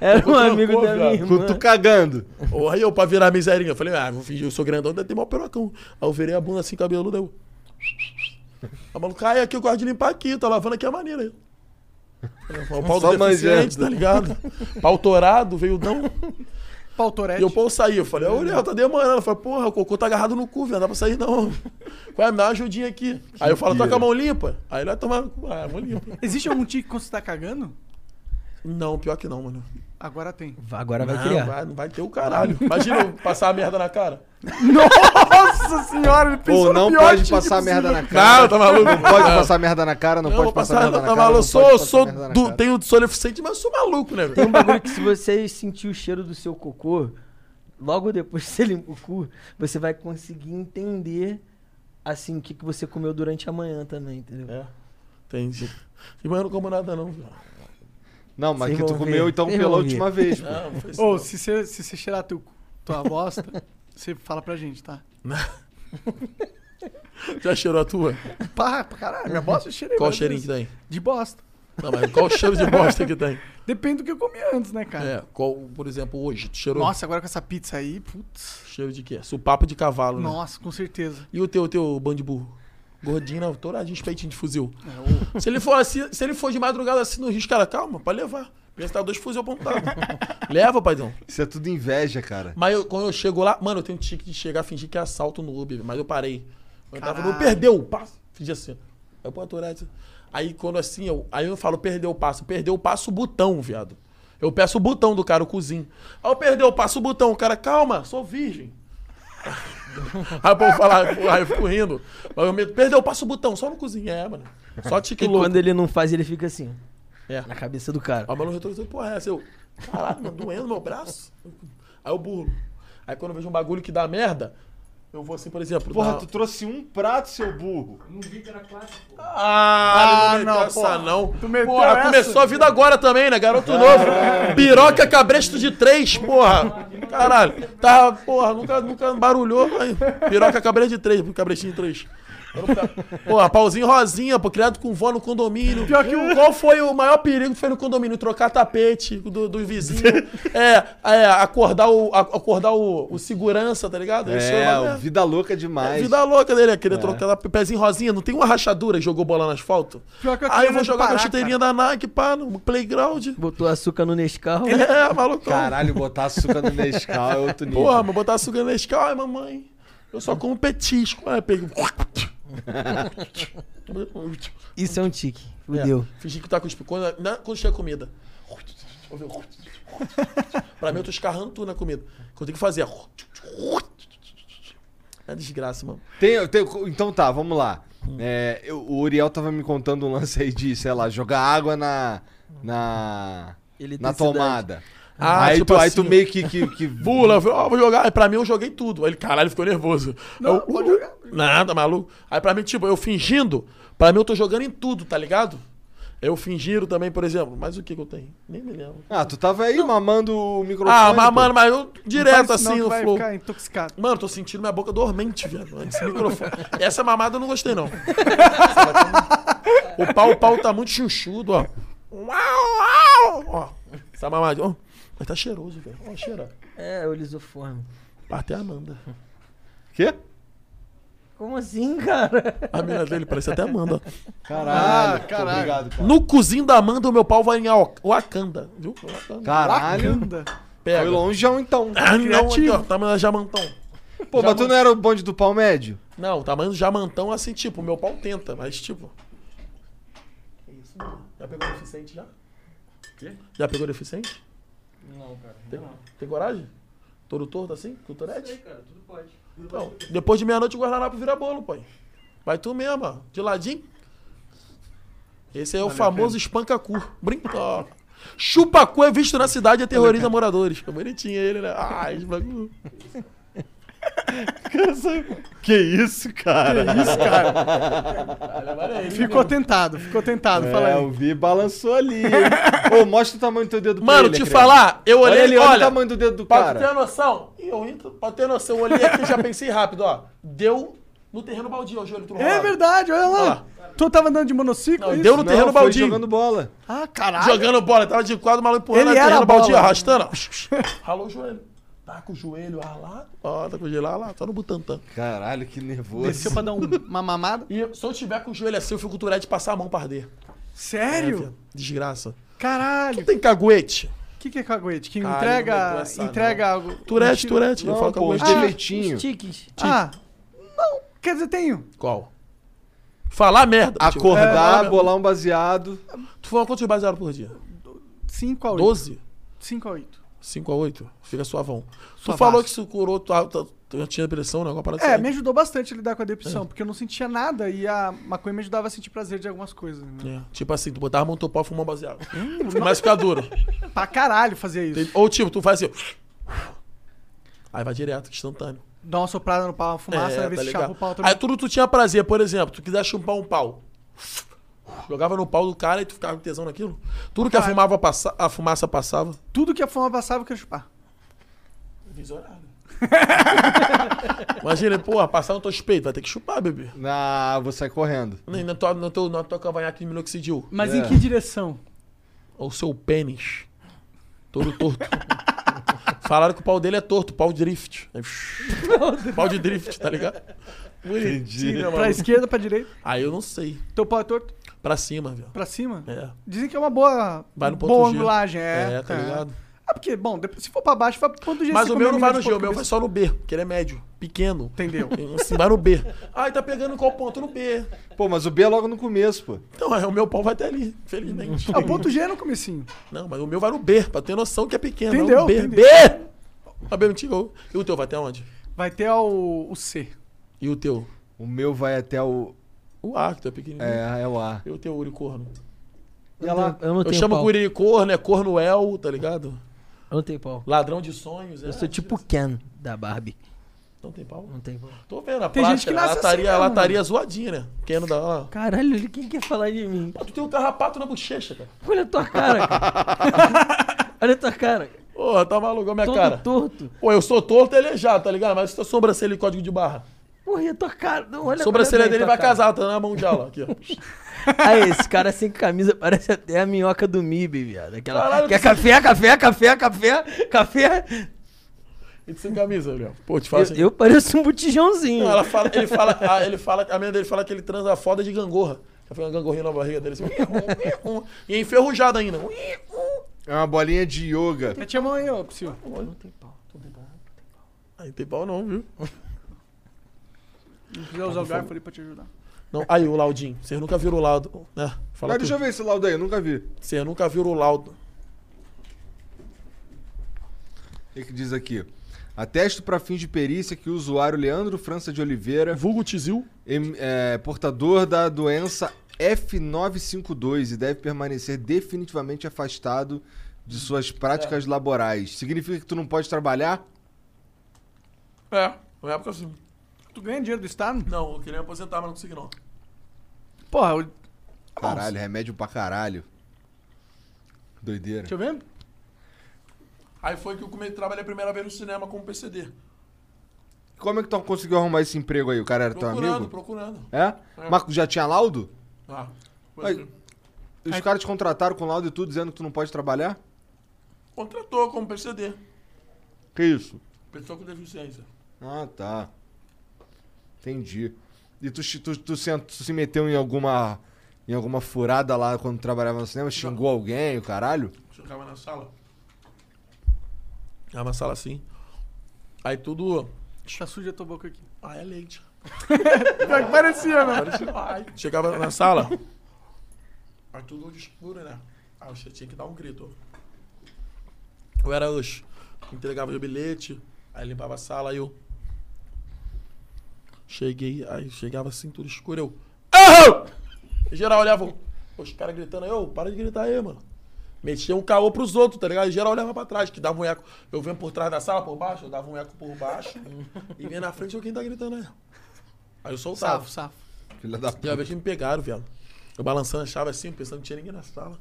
Era um
Trocou,
amigo da minha
viado.
irmã.
tu cagando.
Ou Aí eu, pra virar miserinha, eu falei: Ah, vou fingir, eu sou grandão, ainda tem mal perocão. Aí eu virei a bunda assim, cabeluda. Eu... A maluca, ai, aqui eu gosto de limpar aqui, tá lavando aqui a maneira. Eu, o pau
Só
do deficiente,
manjando.
tá ligado? Pau torado, veio dão.
Pau Torete.
E o pão saiu. Eu falei, ô, Uriel, tá demorando. Eu falei, porra, o cocô tá agarrado no cu, velho. Não dá pra sair, não. Vai, me dá uma ajudinha aqui. aí eu falo, tá com a mão limpa? Aí ele vai tomar no cu. Ah, mão limpa.
Existe algum tique quando você tá cagando?
Não, pior que não, mano.
Agora tem.
Agora vai
Não,
criar.
vai, não vai ter o caralho. Imagina eu passar a merda na cara.
Nossa senhora, ele pensou
Ou
no
não
pior
pode
tique
passar merda na cara.
Cara, tá maluco?
Não pode passar merda na cara, não,
Não,
pode
vou
passar,
passar,
merda na
tá
cara.
maluco?
não
Eu sou,
pode passar
sou,
merda na
do,
cara.
tenho sou deficiente, mas eu sou maluco, né,
Tem
velho?
um bagulho que se você sentir o cheiro do seu cocô, logo depois [laughs] que você limpa o cu, você vai conseguir entender, assim, o que, que você comeu durante a manhã também, entendeu?
É, entendi. E, mas eu não como nada, não. velho.
Não, mas
Vocês
que tu
vão ver.
comeu então
Vocês
pela
vão ver.
última vez, pô.
Não, não [laughs] foi isso,
Ô,
não.
se você se você cheirar teu, tua [laughs] bosta, você fala pra gente, tá?
Já cheirou a tua?
Pá, pra caralho, minha bosta eu cheirei.
Qual o
várias
cheirinho que tá
vezes.
tem?
De bosta.
Não, mas qual o cheiro de bosta que tem?
Depende do que eu comi antes, né, cara?
[laughs] É, qual, por exemplo, hoje? Tu cheirou?
Nossa, agora com essa pizza aí, putz.
Cheiro de quê? Supapo de cavalo, né?
Nossa, com certeza.
E o teu, o teu bando de burro? Gordinho, não, touradinho, peitinho de fuzil.
É, ô,
Se ele for assim, se ele for de madrugada assim no risco, cara, calma, pode levar. Pensa tá dois fuzil [laughs] apontados. Leva, paizão.
Isso é tudo inveja, cara.
Mas eu- quando eu chego lá, mano, eu tenho um tique de chegar a fingir que é assalto no Uber, mas eu parei. Eu tava,
Caralho.
não perdeu o passo. Fingi assim. Aí eu, pô, Tourette. Aí quando assim, eu, aí eu falo, perdeu o passo. Perdeu o passo, o botão, viado. Eu peço o botão do cara, o cozinho. Aí eu perdeu o passo, o botão. O cara, calma, sou virgem. [laughs] aí o povo fala, aí eu fico rindo. Mas eu meto, perdeu o passo, o botão, só no cozinho. É, mano. Só tique
E
louco.
quando ele não faz, ele fica assim.
É.
na cabeça do cara.
Aí o maluco retornou e falou, porra, é essa? Eu, caralho, mano, doendo meu braço? Aí eu burro. Aí quando eu vejo um bagulho que dá merda, eu vou assim, por exemplo.
Porra,
dar-
tu trouxe um prato, seu burro.
Ah, não,
não,
meteu essa
porra.
não.
Tu meteu
porra,
essa?
começou a vida agora também, né? Garoto novo. Piroca cabresto de três, porra. Caralho. Tava, porra, nunca, nunca barulhou. Aí, piroca cabresto de três, um cabrestinho de três. Eu não ficava- Porra, pauzinho rosinha, pô, criado com vó no condomínio. Pior que o, qual foi o maior perigo que foi no condomínio? Trocar tapete do, do vizinho. É, é, acordar o, a- acordar o, o segurança, tá ligado? Ele
É,
chama,
o
né?
vida louca demais.
Vida louca dele, é querer trocar lá, pezinho rosinha, não tem uma rachadura e jogou bola no asfalto?
Pior que é eu
Aí eu vou
querendo
jogar com a
parar,
chuteirinha da Nike, pá, no playground.
Botou açúcar no Nescau.
É, malucão.
Caralho, botar açúcar no Nescau é outro nível.
Porra, mas botar açúcar nesse carro, ai mamãe, eu só como petisco. Aí eu peguei.
Isso é um tique. Fudeu.
É, fingi que tá cuspindo. Quando, na, quando chega a comida. Ouviu? pra mim, eu tô escarrando tudo na comida. O que eu tenho que fazer? É desgraça, mano.
Tem, tem- então tá, vamos lá. É, eu- o Uriel tava me contando um lance aí de, sei lá, jogar água na. na. na
Eletricidade.
tomada.
Ah,
aí,
tipo
tu, aí
assim.
tu meio que. que, que
Bula, eu falei, ó, [laughs] vou jogar. Aí pra mim eu joguei tudo. Aí ele, caralho, ficou nervoso. Não, eu, "Uh, Nada, maluco. Aí pra mim, tipo, eu fingindo, pra mim eu tô jogando em tudo, tá ligado? Eu fingindo também, por exemplo. Mas o que que eu tenho? Nem me lembro.
Ah, tu tava aí mamando o microfone.
Ah,
pô.
mas, mano, mas eu direto
Faz isso não,
assim
que
no
vai
flow.
ficar intoxicado.
Mano, tô sentindo minha boca dormente, viado. Esse microfone.
[laughs]
Essa mamada eu não gostei, não. o pau, o pau tá muito chunchudo, ó. Uau, uau. Ó, essa mamada. ó. mas tá cheiroso, velho. Ó, cheira.
É, o lisoforme.
Até a Amanda.
Quê?
Como assim, [laughs] cara?
A mina dele parece até Amanda. Ah,
Caralho. pô, Obrigado, cara.
No cozinho da Amanda, o meu pau vai em Wa- Wakanda. Viu? Wakanda.
Caralho.
Anda.
Pega.
Foi longeão então.
Ah, não, aqui,
Criativo.
ó. Tamanho jamantão.
Pô, mas tu não era o bonde do pau médio?
Não, tá, tamanho jamantão, assim, tipo, meu pau tenta, mas tipo. Que É isso, mano? Já pegou o deficiente já? Quê? Já pegou o deficiente? Não, cara. Tem, tem coragem? Todo torto assim? Com Tourette? Sei, cara, tudo pode. Então, depois de meia-noite o guardanapo vira bolo, pai. Vai tu mesmo, ó. De ladinho. Esse aí é o famoso espanca-cu. Brinca. ó. Chupa-cu é visto na cidade e aterroriza moradores. Fica bonitinho ele, né? Ah, espanca-cu.
Que isso, cara?
[laughs]
Ficou tentado, ficou tentado. Fala
É,
aí.
eu vi balançou ali. hein?
[laughs]
Pô, mostra o tamanho do teu dedo pra
é
Mano,
ele,
te
Acreano.
falar, eu olhei
Olha
ele,
ali,
olha.
olha, o
tá
tamanho do dedo do
Pra tu ter
cara.
noção, e eu entro, pra ter noção, eu olhei aqui e já pensei rápido, ó. Deu no terreno baldio, ó, o joelho
É verdade, olha lá. Tu tava andando de monociclo? é
Não,
isso?
deu no
Não,
terreno
foi
baldio.
jogando bola.
Ah, caralho.
Jogando bola, tava de quadro, o maluco empurrando
Ele
no
era
terreno
a bola.
baldio, arrastando. ó. Ralou o joelho. Tá com o joelho ah lá, ó, tá com o joelho ah lá, tá no Butantã.
Caralho, que nervoso.
Desceu pra dar um- uma mamada.
E eu- se eu tiver com o joelho assim, eu fico durado de passar a mão pra arder. [laughs] É,
Sério?
filho, Desgraça.
Caralho.
Tem caguete.
O que, que é caguete? Que
Cara, não
entrega,
aguento é essa,
entrega algo.
Turete, turete. Eu
Não,
falo
pô, os
caguete.
defeitinhos.
Os tiques.
Ah, não. Quer dizer, tenho.
Qual? Falar merda. tipo.
Acordar,
É,
bolar um baseado.
Tu fala quantos baseados por dia?
5 a 8.
12?
5 a 8.
5 a 8 fica suavão.
Suavaço.
Tu falou que isso curou tua, tua, tua, tinha depressão, né? Agora parece
É, me ajudou bastante a lidar com a
É.
depressão, porque eu não sentia nada e a maconha me ajudava a sentir prazer de algumas coisas. Né?
É, tipo assim, tu botava a mão no teu pau e fumou um baseado. Mas fica duro.
Pra caralho fazia Hum, [laughs] isso.
Tem- Ou tipo, tu faz assim. Aí vai direto, instantâneo.
Dá uma soprada no pau, uma fumaça,
É,
né, ver
tá
se
ligado?
chapa o pau também.
Aí tudo tu tinha prazer, por exemplo, tu quiser chupar um pau. Jogava no pau do cara e tu ficava com tesão naquilo. Tudo que a,
Claro.
fumava passa, a fumaça passava.
Tudo que a fuma passava, eu queria chupar.
[laughs] Imagina, porra, passar no teu peito, vai ter que chupar, bebê.
Ah, vou sair correndo.
Nem na tua, na teu, na tua cavanhaque de minoxidil.
Mas
É.
em que direção?
Ou seu pênis. Todo torto. Falaram que o pau dele é torto, pau de drift. É, pau de drift, tá ligado? Entendi.
Pra esquerda, pra direita?
Aí eu não sei.
Teu pau é torto?
Pra cima, velho.
Pra cima?
É.
Dizem que é uma boa,
Vai no ponto
boa
G.
angulagem. É,
É, tá ligado?
Ah, porque, bom, depois- se for pra baixo, vai pro ponto G.
Mas
você
o meu
come né?
não vai
mina
no
de
G, o
ponta
meu vai
cabeça.
só no B, que ele é médio, pequeno.
é Entendeu?
Assim, vai no B. Ai, tá pegando em qual ponto? No B.
Pô, mas o B é logo no começo, pô.
Então, aí o meu pau vai até ali, infelizmente.
Ah, o ponto G é no comecinho.
Não, mas o meu vai no B, pra ter noção que é pequeno.
Entendeu,
É o B.
entendi.
B! A B não te ligou. E o teu vai até onde?
Vai ter o, o C.
E o teu?
O meu vai até o.
O A, que tu é pequenininho.
É, é o A.
E o teu, uricorno?
lá.
Eu, não tenho- eu não
Eu
tenho
chamo
pau.
guri corno, é cornoel, tá ligado?
Eu não tenho pau.
Ladrão de sonhos. é.
Eu sou tipo Ken da Barbie.
Não tem pau?
Não tem pau.
Tô vendo a
Tem gente
plástica.
que
a
nasce
lataria,
assim
a
mesmo,
lataria zoadinha, né? Quem não dá lá.
Caralho, olha quem quer falar de mim?
Pô, tu tem um carrapato na bochecha, cara.
Olha a tua cara, cara.
[laughs]
olha a tua cara.
Porra, tá maluco, olha a minha
Todo
cara.
torto.
Pô, eu sou torto e aleijado, tá ligado? Mas se tua sobrancelha e código de barra.
Porra, e a tua cara? Não, olha
A sobrancelha
olha bem
dele
a
vai
tua cara.
casar, tá na mão de aula. Aqui, ó. [laughs]
Aí, esse cara sem camisa parece até a minhoca do MIB, viado. Aquela.
Caralho,
quer
tu-
café, café, café, café, café.
E tu sem camisa, Gabriel. Pô, te falo
Eu,
assim.
eu pareço um botijãozinho.
Não, ela fala, ele fala, a, ele fala, a menina dele fala que ele transa foda de gangorra. Ela fala uma gangorrinha na barriga
[laughs]
dele assim. e é enferrujado ainda.
É uma bolinha de yoga.
Eu te amo aí, ô, Psyu.
Aí Ah, não tem pau não, viu?
Se quiser usar o garfo ali pra te ajudar.
Não, aí o Laudinho. Vocês nunca viram o Laudo, né? Fala
Mas deixa eu
tu.
ver esse laudo aí, eu nunca vi.
Vocês nunca viram o Laudo.
O que, que diz aqui? Atesto para fins de perícia que o usuário Leandro França de Oliveira,
Vulgo Tizil.
em- é, portador da doença F952 e deve permanecer definitivamente afastado de suas práticas laborais. Significa que tu não pode trabalhar?
É, na época assim.
Tu ganha dinheiro do Estado?
Não, eu queria me aposentar, mas não consegui não.
Porra, eu-
Caralho, remédio pra caralho. Doideira.
deixa eu ver.
Aí foi que eu comecei, trabalhei a primeira vez no cinema como PCD.
Como é que tu conseguiu arrumar esse emprego aí? O cara era teu
Procurando,
amigo?
procurando.
É? Marco já tinha laudo?
Ah,
Aí.
foi-
Os caras te contrataram com laudo e tudo dizendo que tu não pode trabalhar?
contratou como PCD.
Que isso?
Pessoa com deficiência.
Ah, tá. Entendi. E tu, chi- tu, tu, sent- tu se meteu em alguma em alguma furada lá quando trabalhava no cinema? Xingou alguém, o caralho?
Chegava na sala. Era uma sala assim. Aí tudo.
Tá suja a tua boca aqui.
Ah, é leite.
Pior que parecia, né?
Ai. Chegava na sala. Aí tudo escuro, né? Aí você tinha que dar um grito. Eu era os. Entregava meu bilhete, aí limpava a sala, aí eu. Cheguei, aí chegava assim, tudo escuro, eu. Erro! Em geral olhava, eu- os caras gritando, eu, para de gritar aí, mano. Metia um caô pros outros, tá ligado? Em geral olhava pra trás, que dava um eco. Eu venho por trás da sala, por baixo, eu dava um eco por baixo. e vinha na frente, eu quem tá gritando aí. Aí eu soltava.
Safo, safo.
Filha da
Tem uma
puta.
vez que me pegaram, viado. Eu balançando a chave assim, pensando que tinha ninguém na sala.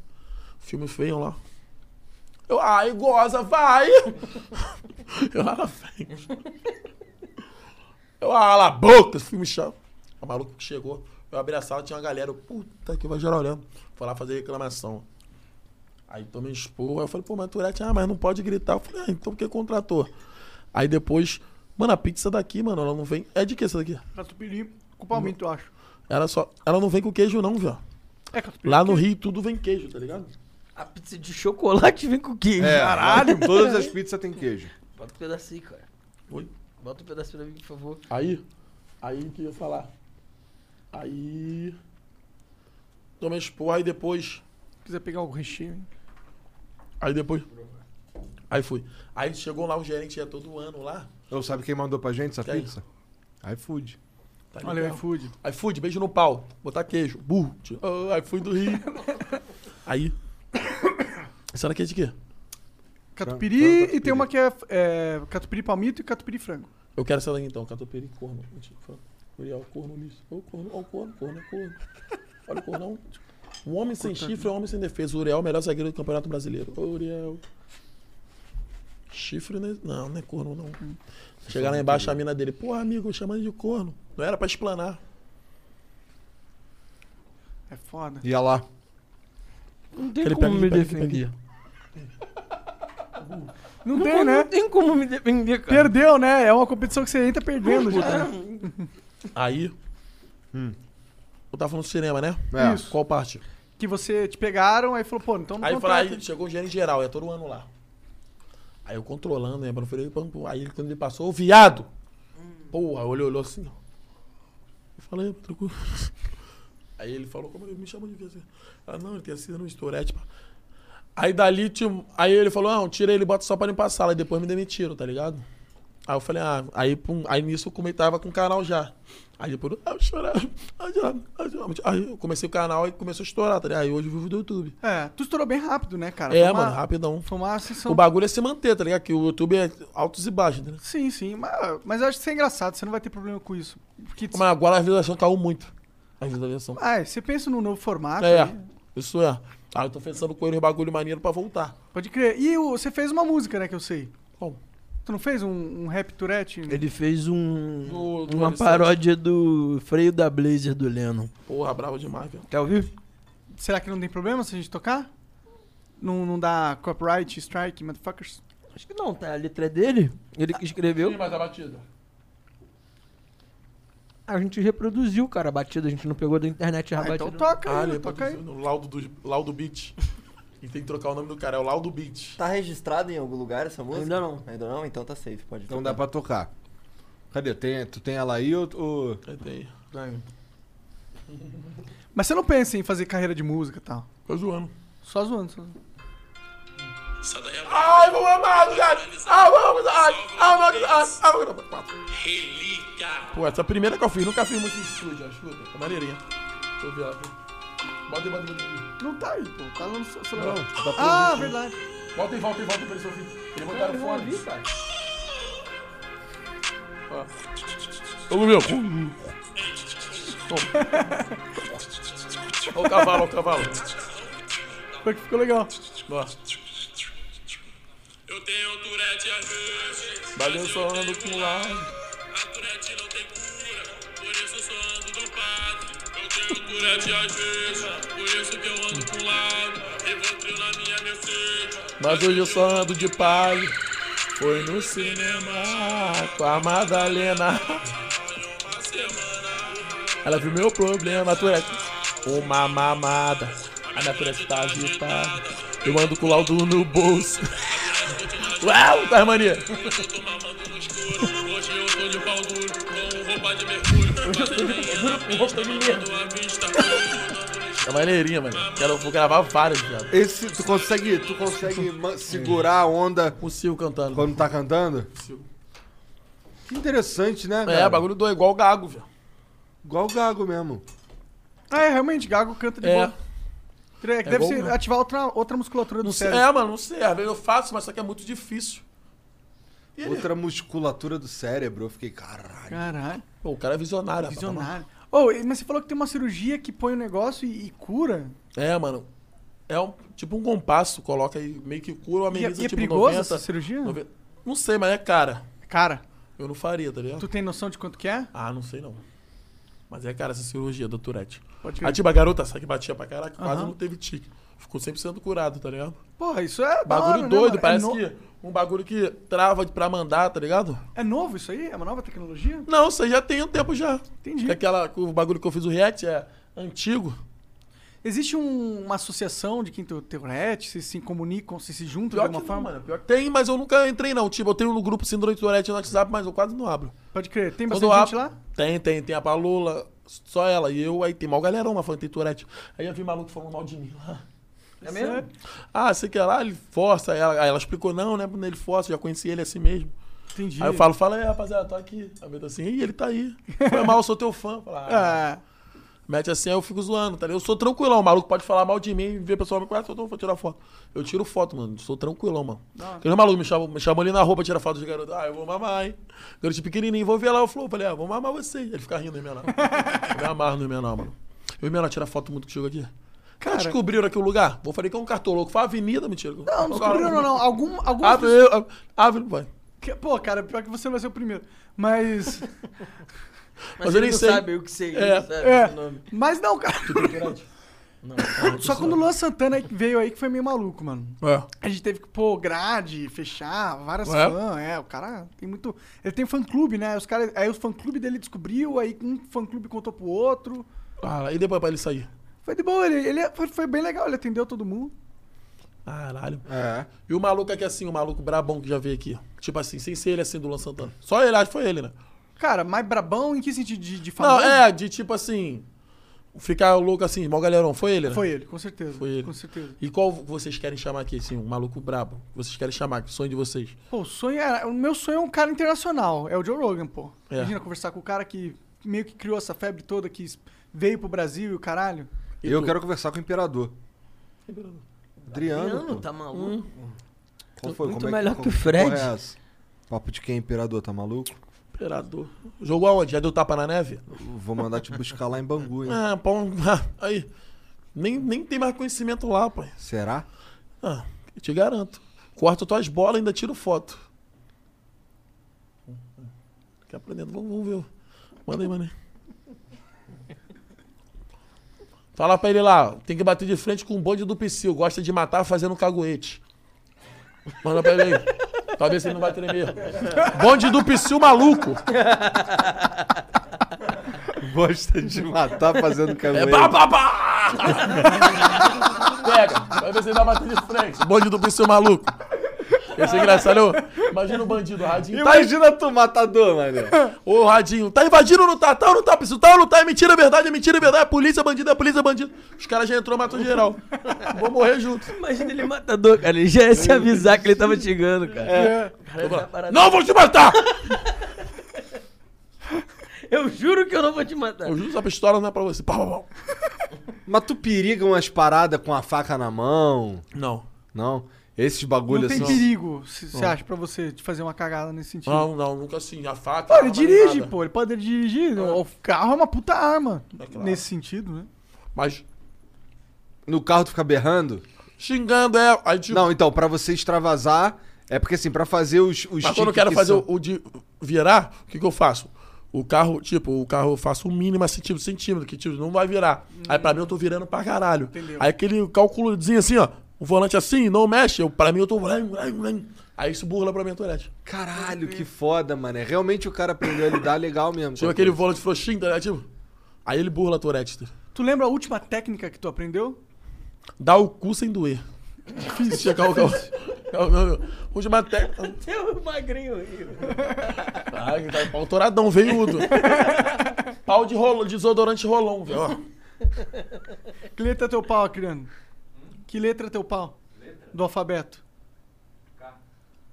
Filme feio lá. Eu, ai, goza, vai! [laughs] Eu lá na frente. Eu, ah, la boca, filme chato. O maluco que chegou, eu abri a sala, tinha uma galera. Eu, puta que vai gerar olhando. Foi lá fazer reclamação. Aí então me expor. Aí eu falei, pô, mas Turete, ah, mas não pode gritar. Eu falei, ah, então por que contratou? Aí depois, mano, a pizza daqui, mano, ela não vem. É de que essa daqui?
Catupiry com palmito, eu acho.
Ela só. Ela não vem com queijo, não, viu?
É catupiry.
Lá no Rio tudo vem queijo, tá ligado?
A pizza de chocolate vem com queijo.
É,
Caralho.
[laughs] Todas as pizzas têm queijo.
Bota um pedaço aí, cara.
Oi?
Bota um pedaço pra mim, por favor.
Aí. Aí que eu ia falar. Aí. Tomei esporra, aí depois.
Se quiser pegar o recheio, hein?
Aí depois. Aí fui. Aí chegou lá o gerente, é todo ano lá.
Ô, sabe quem mandou pra gente essa
Quem?
pizza? iFood.
Tá
Olha o
ligado?
iFood.
iFood, beijo no pau. Botar queijo. Burro. tio. Ah, iFood do Rio. aí. [coughs] Essa era queijo de quê?
Frango,
tá, Catupiry
catupiry.
e tem uma que é, é catupiry palmito e catupiry frango.
Eu quero essa daqui então, catupiry e corno. Mentira, fala. Uriel, corno lixo. Ô, corno, ó, o corno, corno, é corno. Olha o cornão. Um homem sem chifre é um homem sem defesa. Uriel, é o melhor zagueiro do Campeonato Brasileiro. Ô, Uriel. Chifre, né? Não, não é corno, não. Chegar lá embaixo, a mina dele. Porra, amigo, chamando de corno. Não era pra explanar.
É foda.
Ia lá.
Não tem
Ele pega,
como me
pega, pega.
defender.
Não, tem, né?
Não tem como me defender, cara.
Perdeu, né? É uma competição que você entra perdendo já. né?
Aí. Hum. Eu tava falando do cinema, né?
É.
Isso. Qual parte?
Que você te pegaram, aí falou, pô, então não
Aí, eu falei,
contrata.
aí chegou o gerente geral, é todo ano lá. Aí eu controlando, né? mano, eu falei, pam, pam. Aí ele, quando ele passou, ô viado! Porra, ele olhou assim, ó. Eu falei, "Ah, tranquilo. [laughs] Aí ele falou, como ele me chamou de viado? assim. Ela, não, ele tem sido no estorete. pá. um, Aí dali, tio, aí ele falou, não, tira ele, bota só pra limpar a sala. Aí depois me demitiram, tá ligado? Aí eu falei, ah, aí, pum, aí nisso eu comentava com o canal já. Aí depois, ah, eu chorava, [laughs] ah, chorava, ah, chorava. Aí eu comecei o canal e começou a estourar, tá ligado? Aí hoje eu vivo do YouTube.
É, tu estourou bem rápido, né, cara?
É,
Foi uma-
mano, rapidão.
Foi uma ascensão.
O bagulho é se manter, tá ligado? Que o YouTube é altos e baixos, né?
Sim, sim. Mas, mas eu acho que isso é engraçado, você não vai ter problema com isso. Porque
Mas agora a visualização caiu muito. A visualização.
Ah, você pensa num novo formato.
É,
aí,
isso é. Aí eu tô pensando com ele um bagulho maneiro pra voltar.
Pode crer. E o- você fez uma música, né, que eu sei.
Como?
Tu não fez um, um rap turete?
Ele fez um,
Do- do
uma
Alessandro.
paródia do freio da Blazer do Lennon.
Porra, bravo demais, velho.
Quer ouvir?
Será que não tem problema se a gente tocar? Não, não dá copyright, strike, motherfuckers?
Acho que não, tá? A letra é dele, ele que escreveu.
mais a batida.
A gente reproduziu, cara, a batida. A gente não pegou da internet a
Ah,
batida.
então toca
Ah,
aí,
ele
toca aí.
produziu no Laudo, do, Laudo Beat. [laughs] e tem que trocar o nome do cara, é o Laudo Beat.
Tá registrado em algum lugar essa música?
Ainda não.
Ainda não? Então tá safe, pode
Então
tocar.
dá pra tocar. Cadê? Tem- tu tem ela aí ou. ou...
Aí tem.
[laughs] Mas você não pensa em fazer carreira de música e tal?
Tô zoando.
Só zoando, só zoando.
Ai, meu amado, cara! Ah, vamos, ai, ah, vamos, ai, ah, vamos, quatro. Pô, essa é a primeira que eu fiz, nunca fiz muito em estúdio, acho que é maneirinha. Deixa eu ver ela aqui. Bota aí, bota aí, bota aí.
Não tá aí, pô. Tá lá no seu celular.
Tá
ah, verdade.
Volta aí, volta aí, volta aí pra eles ouvirem. Eles botaram fone. Ó. Ô, meu. Toma. Ó o cavalo, ó o cavalo.
Foi que ficou legal.
Ó.
Eu tenho Tourette às vezes,
Valeu, sonando com lado.
a Tourette não tem cura, por isso eu só ando dopado. Eu tenho Tourette às vezes, por isso que eu ando com lado. Revoltrio na minha Mercedes,
Mas hoje eu só ando de palho. Foi no cinema com a Madalena.
uma semana.
Ela viu meu problema, tu é uma mamada. A minha pressa tá agitada. Eu ando com o laudo no bolso. Uau, tá mania.
Eu tô mamando no escuro, hoje eu tô de pau duro, com roupa de mercúrio. Fazendo minha na pista, mandando a vista.
[laughs] É maneirinha, mano. Quero, vou gravar várias, viado.
Esse, tu consegue, tu [laughs] consegue ma- segurar a onda
O Sil cantando.
quando tá cantando?
Consigo.
Que interessante, né?
É,
cara?
o bagulho do igual o gago, velho.
Igual o Gago mesmo.
Ah, é, realmente, Gago canta de
É.
boa. É que
É
deve
bom,
ser-
né?
ativar outra, outra musculatura
Não
do
sei,
cérebro.
é, mano, não sei. Às vezes eu faço, mas só que é muito difícil. E ele-
Outra musculatura do cérebro. Eu fiquei, caralho.
Caralho,
Pô, o cara é visionário. rapaz.
visionário. Ô, e- mas você falou que tem uma cirurgia que põe o negócio e, e cura?
É, mano. É um, tipo um compasso, coloca aí, meio que cura ou
E, é-
ameniza,
e é
tipo
perigosa
90,
essa cirurgia?
90. Não sei, mas é cara.
Cara,
Eu não faria, tá ligado?
tu tem noção de quanto que é?
Ah, não sei não. Mas é, cara, essa cirurgia do Tourette.
Pode crer.
A tipo, a garota, essa que batia pra caraca, quase
Aham.
não teve tique. Ficou 100% curado, tá ligado?
Porra, isso é. da
Bagulho
hora, né,
doido,
mano? É
parece
no-
que um bagulho que trava de- pra mandar, tá ligado?
É novo isso aí? É uma nova tecnologia?
Não, isso aí já tem um tempo já.
Entendi.
É Aquela, o bagulho que eu fiz o react é antigo.
Existe um- uma associação de quem tem o Tourette, se se comunicam, se se juntam
Pior
de
que
alguma
não,
forma?
mano. Pior que tem, mas eu nunca entrei não. Tipo, eu tenho no grupo Síndrome de Tourette no WhatsApp, mas eu quase não abro.
Pode crer. Tem
Quando
bastante gente
eu abro-
lá?
Tem, tem. Tem a Palula, só ela e eu. Aí tem mal galerão lá falando que tem Tourette. Aí eu vi maluco falando mal de mim lá.
É mesmo?
Ah, você quer lá, ele força. Aí ela, aí ela explicou, não, né? Ele força, já conheci ele assim mesmo.
Entendi.
Aí eu falo, fala aí, rapaziada, tô aqui. Aí eu tô assim, Ih, ele tá aí. Foi mal, eu sou teu fã. Fala, ah,
Ah,
Mete assim, aí eu fico zoando, tá ligado? Eu sou tranquilão, o maluco pode falar mal de mim, ver pessoal me conhece, eu tô, vou tirar foto. Eu tiro foto, mano, sou tranquilão, mano. Porque os malucos me chamam, me chamam ali na roupa, tirar foto de garoto. Ah, eu vou mamar, hein? Garoto pequenininho, vou ver lá o flow. Falei, ah, vou mamar você. Ele fica rindo, hein, menor. eu me amarro no menor, mano. Eu e menor tira foto muito que chega aqui. Cara, descobriram aqui o lugar? Vou falar que é um cartoloco. Foi avenida, mentira.
não, não descobriram, não, não. Algum, algumas
Abre,
pessoas-
eu- abre, abre, vai.
Que- Pô, cara, pior que você não vai ser o primeiro. Mas. [laughs]
Mas, eu nem
não
sei.
sabe o que sei.
É,
não sabe
é.
o nome.
Mas não, cara.
Não,
Só quando o Luan Santana veio aí que foi meio maluco, mano.
É.
A gente teve que pôr grade, fechar, várias
Ué?
fãs. É, o cara tem muito. Ele tem fã-clube, né? Os cara... Aí o fã-clube dele descobriu, aí um fã-clube contou pro outro.
Ah, e depois pra ele sair?
Foi de boa, ele, ele foi, foi bem legal, ele atendeu todo mundo.
Caralho.
É.
E o maluco aqui assim, o maluco brabão que já veio aqui. Tipo assim, sem ser ele assim do Luan Santana. Só ele, acho que foi ele, né?
Cara, mais brabão em que sentido? De, de
Não,
famoso?
é, de tipo assim. ficar louco assim, mal galerão. Foi ele, né?
Foi ele, com certeza.
Foi ele.
Com certeza.
E qual vocês querem chamar aqui, assim, um maluco brabo? que Vocês querem chamar, que sonho de vocês.
Pô, o sonho era. O meu sonho é um cara internacional. É o Joe Rogan, pô.
É.
Imagina conversar com o cara que meio que criou essa febre toda, que es- veio pro Brasil e o caralho.
E
eu
tu?
quero conversar com o Imperador. Adriano.
Adriano,
pô.
tá maluco?
Qual foi?
muito
Como é
melhor
como-
que o Fred.
porra é essa? Papo de quem, Imperador? Tá maluco?
Imperador. Jogou aonde? Já deu tapa na neve?
Vou mandar te buscar lá em Bangu, hein?
[laughs] Ah, pão. Aí. Nem, nem tem mais conhecimento lá, pai.
Será?
Ah, eu te garanto. Corto tuas bolas e ainda tiro foto. Fica aprendendo. Vamos, vamos ver. Manda aí, mané. Fala pra ele lá. Tem que bater de frente com um bonde do Psyu. Gosta de matar fazendo caguete. Manda pra ele aí. Talvez ele não vai tremer. Bonde do Psyu maluco.
Gosta de matar tá fazendo
É
caminho.
pá, pá, pá! Pega, vai ver se ele vai bater de frente. Bonde do Psyu maluco. Esse é engraçado. eu- Imagina o bandido, o radinho. Tá
Imagina tu, matador, mano.
Ô, Radinho, tá invadindo ou não tá? Tá ou não tá? Preciso, tá ou não tá? É mentira, é verdade, é mentira, é verdade. É polícia, é bandido, é polícia, é bandido. Os caras já entrou, matou geral. Vou morrer junto.
[laughs] Imagina ele matador, cara. Ele já ia se avisar que ele tava chegando, cara.
Eu vou lá, Não vou te matar!
Eu juro que eu não vou te matar.
Eu juro, essa pistola não é pra você. Pá, pá, pá.
Mas tu periga umas paradas com a faca na mão?
Não.
Não? Esses bagulho
não tem
assim.
perigo, se- você acha, pra você de fazer uma cagada nesse sentido.
Não, não, nunca assim. A faca.
Pô, ele
não,
dirige,
nada.
pô. Ele pode dirigir. O carro é uma puta arma.
É claro.
Nesse sentido, né?
Mas
No carro tu fica berrando?
xingando é. Aí, tipo,
Não, então, pra você extravasar, é porque assim, pra fazer os. os
Mas quando
tiques
eu quero
que
fazer
são-
o, o de virar, o que, que eu faço? O carro, tipo, o carro eu faço o mínimo assim, tipo, centímetro, que tipo, não vai virar. Aí pra mim eu tô virando pra caralho. Aí aquele cálculozinho assim, ó, o volante assim, não mexe, eu, pra mim eu tô. Aí isso burla pra minha toalete.
Caralho, que foda, mano. É Realmente o cara aprendeu a lidar legal mesmo.
Tipo aquele volante frouxinho, tá ligado? Tipo, aí ele burla a tourette. tá
Tu lembra a última técnica que tu aprendeu?
Dá o cu sem doer. Difícil. calma, calma. Calma, calma, calma. Última técnica.
Teu magrinho horrível.
Ai, tá pau toradão, veiudo. pau de rolo, desodorante rolão, velho. ó.
Que letra é teu pau, Acriano? Que letra é teu pau? Do alfabeto?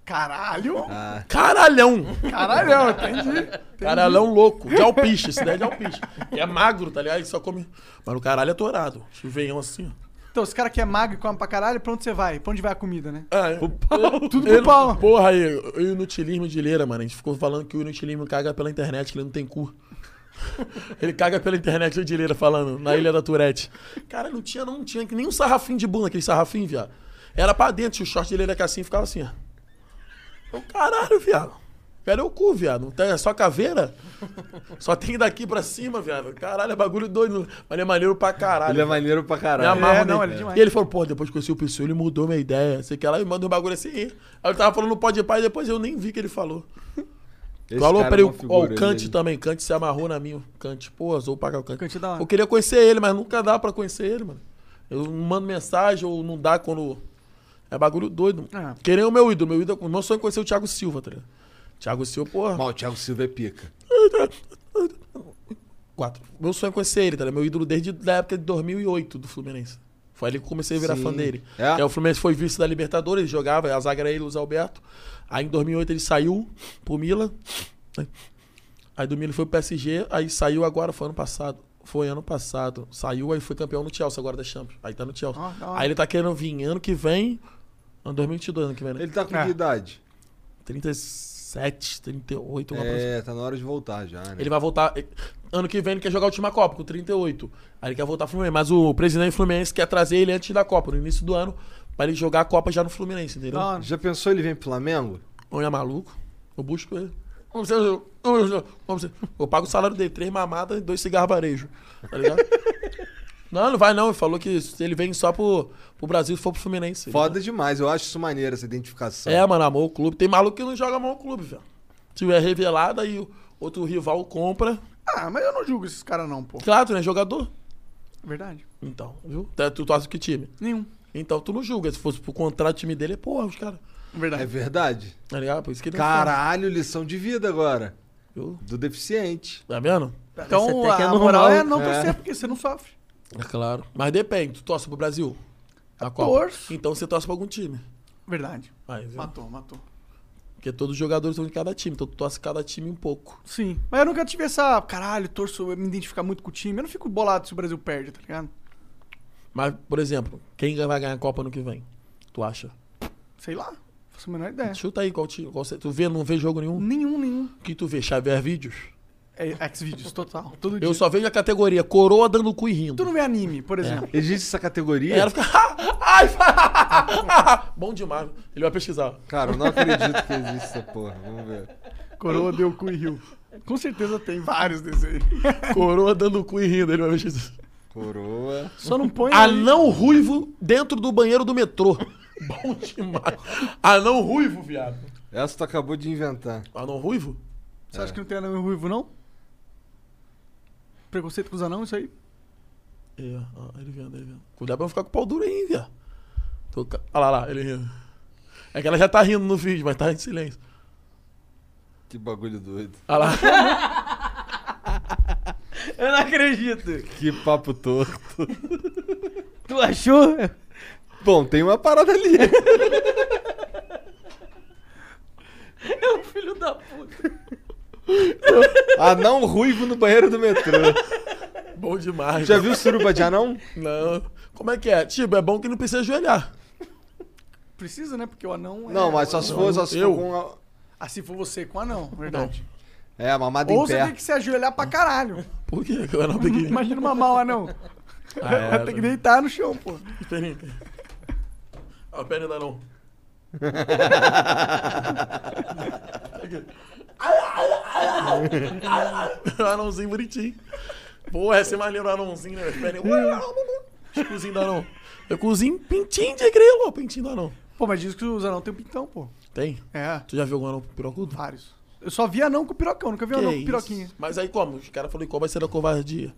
Caralho!
Caralhão!
Caralhão, entendi.
Caralhão louco, de alpiste, esse daí é de alpiste. Que é magro, tá ligado? Ele só come. Mas o caralho é tourado. Chuveião assim, ó.
Então, esse cara que é magro e come pra caralho, pra onde você vai? Pra onde vai a comida, né?
Ah, é.
Tudo
Ele-
pro pau.
Porra, aí, o inutilismo de Leira, mano. A gente ficou falando que o inutilismo caga pela internet, que ele não tem cu. [laughs] Ele caga pela internet, o de Leira falando, na Ilha da Turete. Cara, não tinha, não tinha, que nem um sarrafinho de bunda, aquele sarrafinho, viado. Era pra dentro, o short de Leira que assim ficava assim, ó. Eu, caralho, viado. Quero é o cu, viado. Não tem- É só caveira? Só tem daqui pra cima, viado. Caralho, é bagulho doido. Mas ele é maneiro pra caralho.
Ele é maneiro pra
Me
caralho.
amarro
É, não,
nele.
ele é demais.
E ele falou, pô, depois que eu conheci o Psyu, ele mudou minha ideia. Sei que ela me manda um bagulho assim. Aí eu tava falando no pode pai, depois eu nem vi que ele falou.
Esse
falou
cara
pra
é
ele,
uma
ó,
figura,
o Kant tá-
ele-
também. Kant se amarrou na minha. O Kant, pô, azul pagar o Kant.
Kant é da hora.
Eu queria conhecer ele, mas nunca dá pra conhecer ele, mano. Eu não mando mensagem ou não dá quando. É bagulho doido.
Ah.
Mano. Querer o meu ídolo. Meu ídolo, o meu sonho é conhecer o Thiago Silva, tá ligado? Thiago Silva, porra.
Mal, o Thiago Silva é pica.
Quatro. Meu sonho é conhecer ele, tá ligado? Meu ídolo desde a época de 2008 do Fluminense. Foi ali que eu comecei a virar
Sim.
fã dele.
É?
Aí o Fluminense foi vice da Libertadores, ele jogava, a zaga era ele, o Zé Alberto. Aí em 2008 ele saiu pro Milan. né? Aí do Milan foi pro PSG, aí saiu agora, foi ano passado. Foi ano passado. Saiu, aí foi campeão no Chelsea agora da Champions. Aí tá no Chelsea.
Ah,
Ó, da hora.
aí ele tá querendo vir ano que vem. Ano 2022, ano que vem, né?
Ele tá com que
É.
idade?
37, 38, alguma coisa assim.
É, tá na hora de voltar já, né?
Ele vai voltar. eh, Ano que vem ele quer jogar a última Copa, com 38. Aí ele quer voltar pro Fluminense. Mas o presidente Fluminense quer trazer ele antes da Copa, no início do ano, pra ele jogar a Copa já no Fluminense, entendeu?
Da hora.
Já pensou ele vem pro Flamengo?
Não é maluco? Eu busco ele. Como você- como você- como você- Eu pago o salário dele, três mamadas e dois cigarros varejo. Tá ligado? não, não vai não. Ele falou que se ele vem só pro, pro Brasil se for pro Fluminense.
Foda né? demais, eu acho isso maneiro, essa identificação.
É, mano, amor o clube. Tem maluco que não joga amor o clube, velho. Se é revelado, aí o outro rival compra.
Ah, mas eu não julgo esses caras não, pô.
Claro, né? Jogador.
Verdade.
Então, viu? Tá- Tu torce que time?
Nenhum.
Então tu não julga. Se fosse pro contrato do time dele, é porra, os caras.
É
Verdade.
verdade.
Tá ligado? Por isso que ele não
Caralho, lição de vida agora.
fala, viu?
Do deficiente.
Tá vendo?
Então,
até que é
a
normal.
moral é não torcer, porque você não sofre.
É claro. Mas depende, tu torce pro Brasil. Na Copa.
Torço. Ah.
Então você torce pra algum time.
Verdade.
Aí, viu?
Matou, matou.
Porque todos os jogadores são de cada time, então tu torce cada time um pouco.
Sim. Mas eu nunca tive essa. Caralho, torço, eu me identificar muito com o time. Eu não fico bolado se o Brasil perde, tá ligado?
Mas, por exemplo, quem vai ganhar a Copa ano que vem? Tu acha?
Sei lá. Faço a menor ideia.
Chuta aí qual time. qual você- tu vê, não vê jogo nenhum?
Nenhum, nenhum.
O que tu vê? Xavier Vídeos?
É Xvideos, total. Todo dia.
Eu só vejo a categoria coroa dando cu e
Tu
rindo.
não vê anime, por exemplo.
Existe essa categoria?
E ela fica. [laughs] Ai, fa- Bom demais. Ele vai pesquisar.
Cara, eu não acredito que existe essa porra. Vamos ver.
Coroa deu cu e riu. Com certeza tem vários desses aí.
Coroa dando cu e rindo. Ele vai pesquisar.
Coroa.
Só não põe. aí-
[laughs] Anão ruivo dentro do banheiro do metrô. [laughs] Bom demais. Anão ruivo, viado.
Essa tu acabou de inventar.
Anão ruivo?
Você acha que não tem anão ruivo, não? Preconceito com os anãos, isso aí?
É, ó, ele vendo, ele vendo. Cuidado pra não ficar com o pau duro aí, viado. Tô ca- Olha lá, lá, ele rindo. É que ela já tá rindo no vídeo, mas tá em silêncio.
Que bagulho doido.
Olha lá. [laughs]
Eu não acredito.
Que papo torto.
[laughs] Tu achou?
Bom, tem uma parada
[laughs]
ali.
É um Filho da puta.
Anão Ah, ruivo no banheiro do metrô.
Bom demais.
Já viu suruba de anão?
Não. Como é que é? Tipo, é bom que não precisa ajoelhar.
Precisa, né? Porque o anão é.
Não, mas só se for, só se
Eu?
for com. a-
Ah, se for você com o anão, verdade.
É, mamada
Ou
em
você
pé.
tem que se ajoelhar pra caralho.
Por quê? Que eu era um pequenininho.
Imagina uma mal anão.
Ah,
Ela tem que deitar no chão, pô.
Perninha. Ó, A perna ainda não. anãozinho bonitinho. Pô, essa é maneiro o anãozinho, né? velho? Perna. Cozinho do anão. Eu cozinho um pintinho de grilo, ó, pintinho do anão.
Pô, mas diz que os anão tem um pintão, pô.
Tem?
É,
Tu já viu algum anão pirocudo?
vários. Eu só vi anão com pirocão, nunca vi anão com
isso?
Ah, piroquinha. [laughs]
Mas aí como? Os caras falaram qual vai ser da covardia.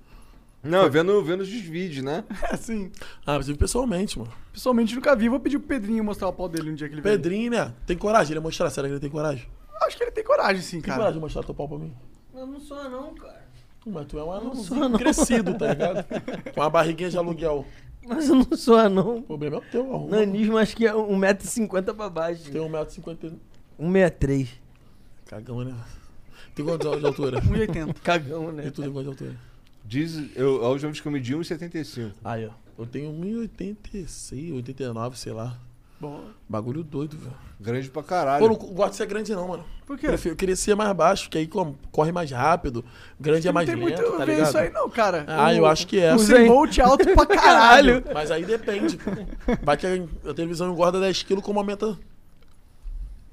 Não, vendo, vendo os vídeos, né?
É, sim.
Ah, mas eu vi pessoalmente, mano.
Pessoalmente nunca vi. Vou pedir pro Pedrinho mostrar o pau dele um dia que ele vier.
Pedrinho, né? Tem coragem? Ele ia mostrar. Será que ele tem coragem? Tem
Acho que ele tem coragem, sim, cara.
coragem de mostrar teu pau pra mim?
Eu não sou anão, cara.
Mas tu é um anãozinho crescido, tá ligado? Com uma barriguinha de aluguel.
Mas eu não sou anão.
O problema é o teu, arruma.
Nanismo acho que é 1,50m pra baixo.
Tem 1,50m.
1,63m.
Cagão, né? Tem quantos anos de altura?
1,80.
Cagão, né?
E tu tem quantos de altura?
Diz, eu, a última vez que eu medi 1,75.
Aí, ó. Eu tenho 1,86, 89, sei lá.
Bom,
Bagulho doido, velho.
Grande pra
Pô, não
caralho.
gosto de ser grande, não, mano.
por quê?
Prefiro, eu queria ser mais baixo, que aí como, corre mais rápido. Grande é
Não
mais
tem
lento,
muito a
tá
ver
ligado?
isso aí, não, cara.
Ah, eu acho que é.
O Zembolt alto
[laughs]
pra caralho.
Mas aí depende. pô. Vai que a, a televisão engorda 10kg como aumenta.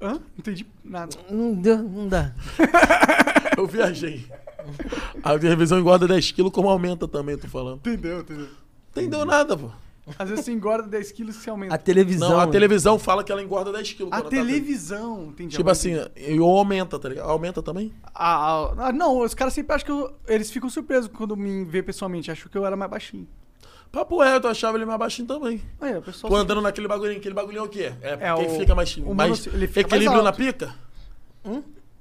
Hã? Não entendi nada.
Não deu, não dá.
Eu viajei. A televisão engorda 10kg como aumenta também, tô falando.
Entendeu, entendeu.
Entendeu nada, pô.
Às vezes você engorda 10 quilos e você aumenta.
A televisão.
Não, a
né?
televisão fala que ela engorda 10 quilos.
A
quando ela tá vendo.
televisão, né? entendi.
Tipo
agora
assim, eu aumenta, tá ligado? Aumenta também?
Ah, ah, ah, não, os caras sempre acham que eu- eles ficam surpresos quando me vê pessoalmente. Acham que eu era mais baixinho.
Papo reto, eu achava ele mais baixinho também.
Aí, o pessoal.
Tô andando naquele bagulhinho, aquele bagulhinho é o quê? É,
É,
quem
o-
fica mais,
o
mais
monociclo, ele fica mais
equilíbrio na
alto. Hum?
pica?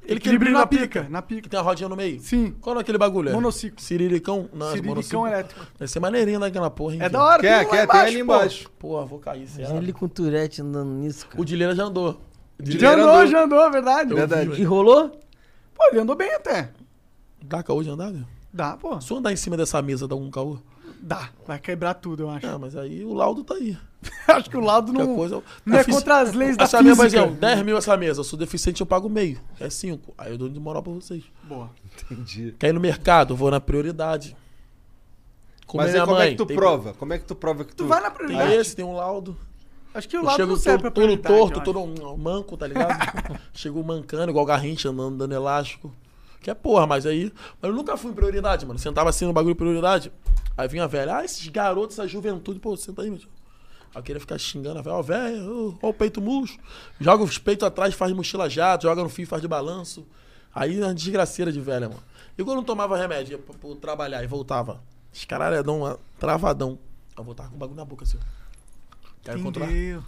Ele
Equilíbrio na pica, na
Que
pica.
tem a rodinha no meio?
Sim.
Qual é aquele bagulho? é?
Monociclo.
Ciriricão? Não, é
Ciriricão
monociclo.
elétrico.
Vai ser maneirinho naquela porra, hein?
É
filho?
da hora,
Quer,
tem um lá
quer, tem ali
pô.
embaixo.
Porra, vou cair, será?
Ele com Tourette andando nisso, cara.
O Dileira já andou. O
Já
Dileira
andou,
andou.
já andou, é verdade.
Eu vi,
Verdade.
E
velho.
rolou?
Pô, ele andou bem até.
Dá caô de andar, velho?
Dá, pô.
Se eu andar em cima dessa mesa, dá algum caô?
Dá. Vai quebrar tudo, eu acho.
Ah, mas aí o laudo tá aí.
[laughs] acho que o laudo
Qualquer
não.
coisa-
não
Eu
é
fiz-
contra as leis da
Essa minha mesa
física.
é 10 mil essa mesa. Eu sou deficiente, eu pago meio. É 5. Aí eu dou de moral pra vocês.
Boa.
Entendi.
Quer ir no mercado? Eu vou na prioridade. Comer
Mas aí
minha
como
mãe.
é que tu
Tem-
prova? Como é que tu prova que tu.
Tu vai na
Tem
prioridade.
esse, tem um laudo.
Acho que o
Eu
laudo
chego
não serve pra
todo, todo
prioridade. eu
torto,
acho.
todo um- um manco, tá ligado? [laughs] Chego mancando, igual garrincha, andando, dando elástico. Que é porra, mas aí... Mas eu nunca fui em prioridade, mano. Sentava assim no bagulho de prioridade. Aí vinha a velha. Ah, esses garotos, essa juventude. Pô, senta aí, meu tio. Aí eu queria ficar xingando a velha. Ó, velha, ó, ó o peito murcho. Joga os peitos atrás, faz mochila jato. Joga no fio, faz de balanço. Aí é uma desgraceira de velha, mano. E quando eu tomava remédio ia pra, pra trabalhar e voltava? Os caralho dão uma travadão. Eu voltava com o bagulho na boca, assim. ó. Quero controlar.
Entendeu.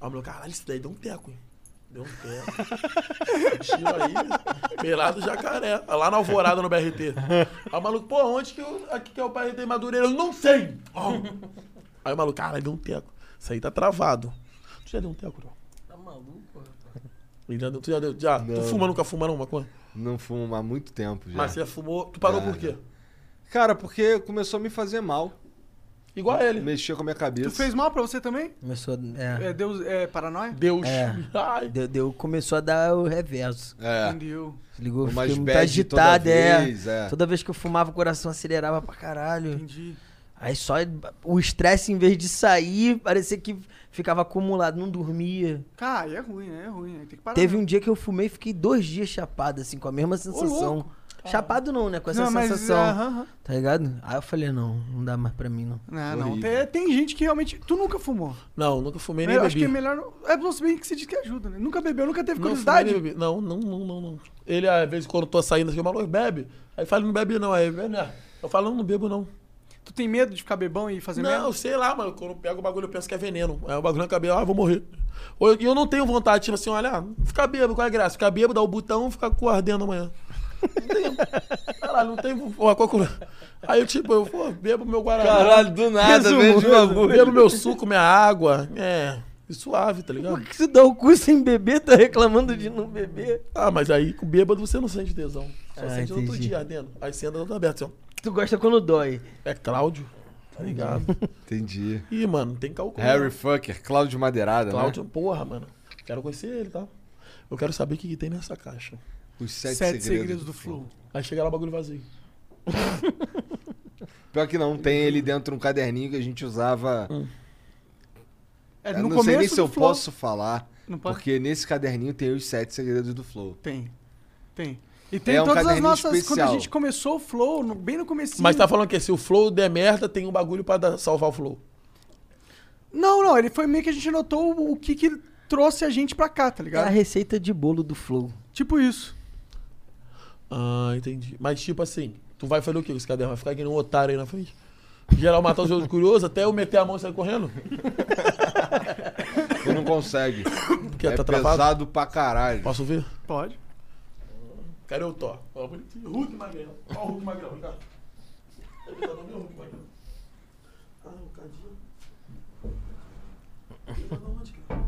Aí o meu, caralho, isso daí deu um teco, [laughs] hein? Deu um teco. Caxiro aí, pelado jacaré, lá na Alvorada, no BRT. Aí o maluco, pô, onde que, eu, aqui que é o BRT Madureira? Eu não sei! Ó. Aí o maluco, cara, deu um teco. Isso aí tá travado. Tu já deu um teco, não? Tá maluco, rapaz? Tu já deu, já, tu fuma, nunca fuma não, maconha?
Não fumo há muito tempo já.
Mas você fumou, tu parou por quê?
Cara, porque começou a me fazer mal.
Igual a ele.
Mexia com a minha cabeça.
É Tu fez mal pra você também?
Começou a, é,
É, Deus, é paranoia?
Deus.
É.
Ai,
deu, deu- começou a dar o reverso.
É.
Entendeu?
Ligou,
Umas
fiquei muito
bad
agitado,
toda
é.
vez, é.
Toda vez que eu fumava, o coração acelerava pra caralho.
Entendi.
Aí só o estresse, em vez de sair, parecia que ficava acumulado, não dormia.
Cara, aí é ruim, né? É ruim. aí Tem que parar.
Teve
né?
um dia que eu fumei e fiquei dois dias chapado, assim, com a mesma sensação. Chapado não, né? Com essa
Não, mas, é,
sensação.
aham, aham.
Tá ligado? Aí eu falei, não, não dá mais pra mim, não.
Não, não.
Horrível.
Tem, tem gente que realmente. Tu nunca fumou.
Não, nunca fumei nem
Eu
bebi.
acho que é melhor. não- É bom se bem que se diz que ajuda, né? Nunca bebeu, nunca teve
Não, fumei
curiosidade.
nem bebi. Não, não, não, não, não. Ele, às vezes, quando eu tô saindo, assim, o maluco bebe. Aí fala, não bebe não. Aí, né? Eu falo, não, não bebo não.
tu tem medo de ficar bebão e fazer
Não,
merda?
sei lá, mano. Quando eu pego o bagulho, eu penso que é veneno. Aí o bagulho na cabeça, ah, eu vou morrer. Ou eu- E eu, não tenho vontade, tipo assim, olha, ah, ficar bêbado, qual é a graça? Ficar bêbado, dar o botão e ficar com o ardendo amanhã. Caralho, não tem uma coisa. Aí eu, tipo, eu pô, bebo meu Guaraná.
Caralho, do nada,
Resumo,
vejo o bagulho.
Bebo meu suco, minha água. É, e suave, tá ligado?
Por que você dá o cu sem beber? Tá reclamando de não beber?
Ah, mas aí com bêbado você não sente tesão. Só
Ah,
sente no outro
entendi.
dia ardendo. Aí você anda todo aberto. Assim, ó.
Tu gosta quando dói.
é Cláudio, tá ligado?
Entendi.
Ih, mano, tem cálculo. né?
Harry né? Fucker, Cláudio Madeirada, né?
Cláudio, porra, mano. Quero conhecer ele, tá? Eu quero saber o que, que tem nessa caixa.
né? Os sete,
Sete,
segredos,
do Flow.
Aí chega lá o bagulho vazio.
Pior que não, tem ele dentro um caderninho que a gente usava.
É,
Eu
no
não
começo
sei nem se
do
eu
Flow-
posso falar,
Não pode?
porque nesse caderninho tem os sete segredos do Flow.
Tem. Tem. E tem
É um
todas as
caderninho
nossas. Quando
especial.
a gente começou o Flow, no- bem no comecinho.
Mas tá falando que se o flow der merda, tem um bagulho pra dar- salvar o flow.
Não, não, ele foi meio que a gente notou o, o que que trouxe a gente pra cá, tá
É a
ligado?
receita de bolo do Flow.
Tipo isso.
Ah, entendi. Mas tipo assim, tu vai fazer o quê com esse caderno? Vai ficar aqui num otário aí na frente? Geral matar os outros curiosos até eu meter a mão e sair correndo?
Tu não
[laughs]
consegue.
Porque
é
tá travado.
pesado pra caralho.
Posso ver?
Pode.
Cadê o Thor? Ó, bonitinho. Hulk Magrelo. Ó, o Hulk Magrelo, vem cá. Ele tá no meu Hulk Magrelo. Ah, um cadinho. Ele tá na onde, cara?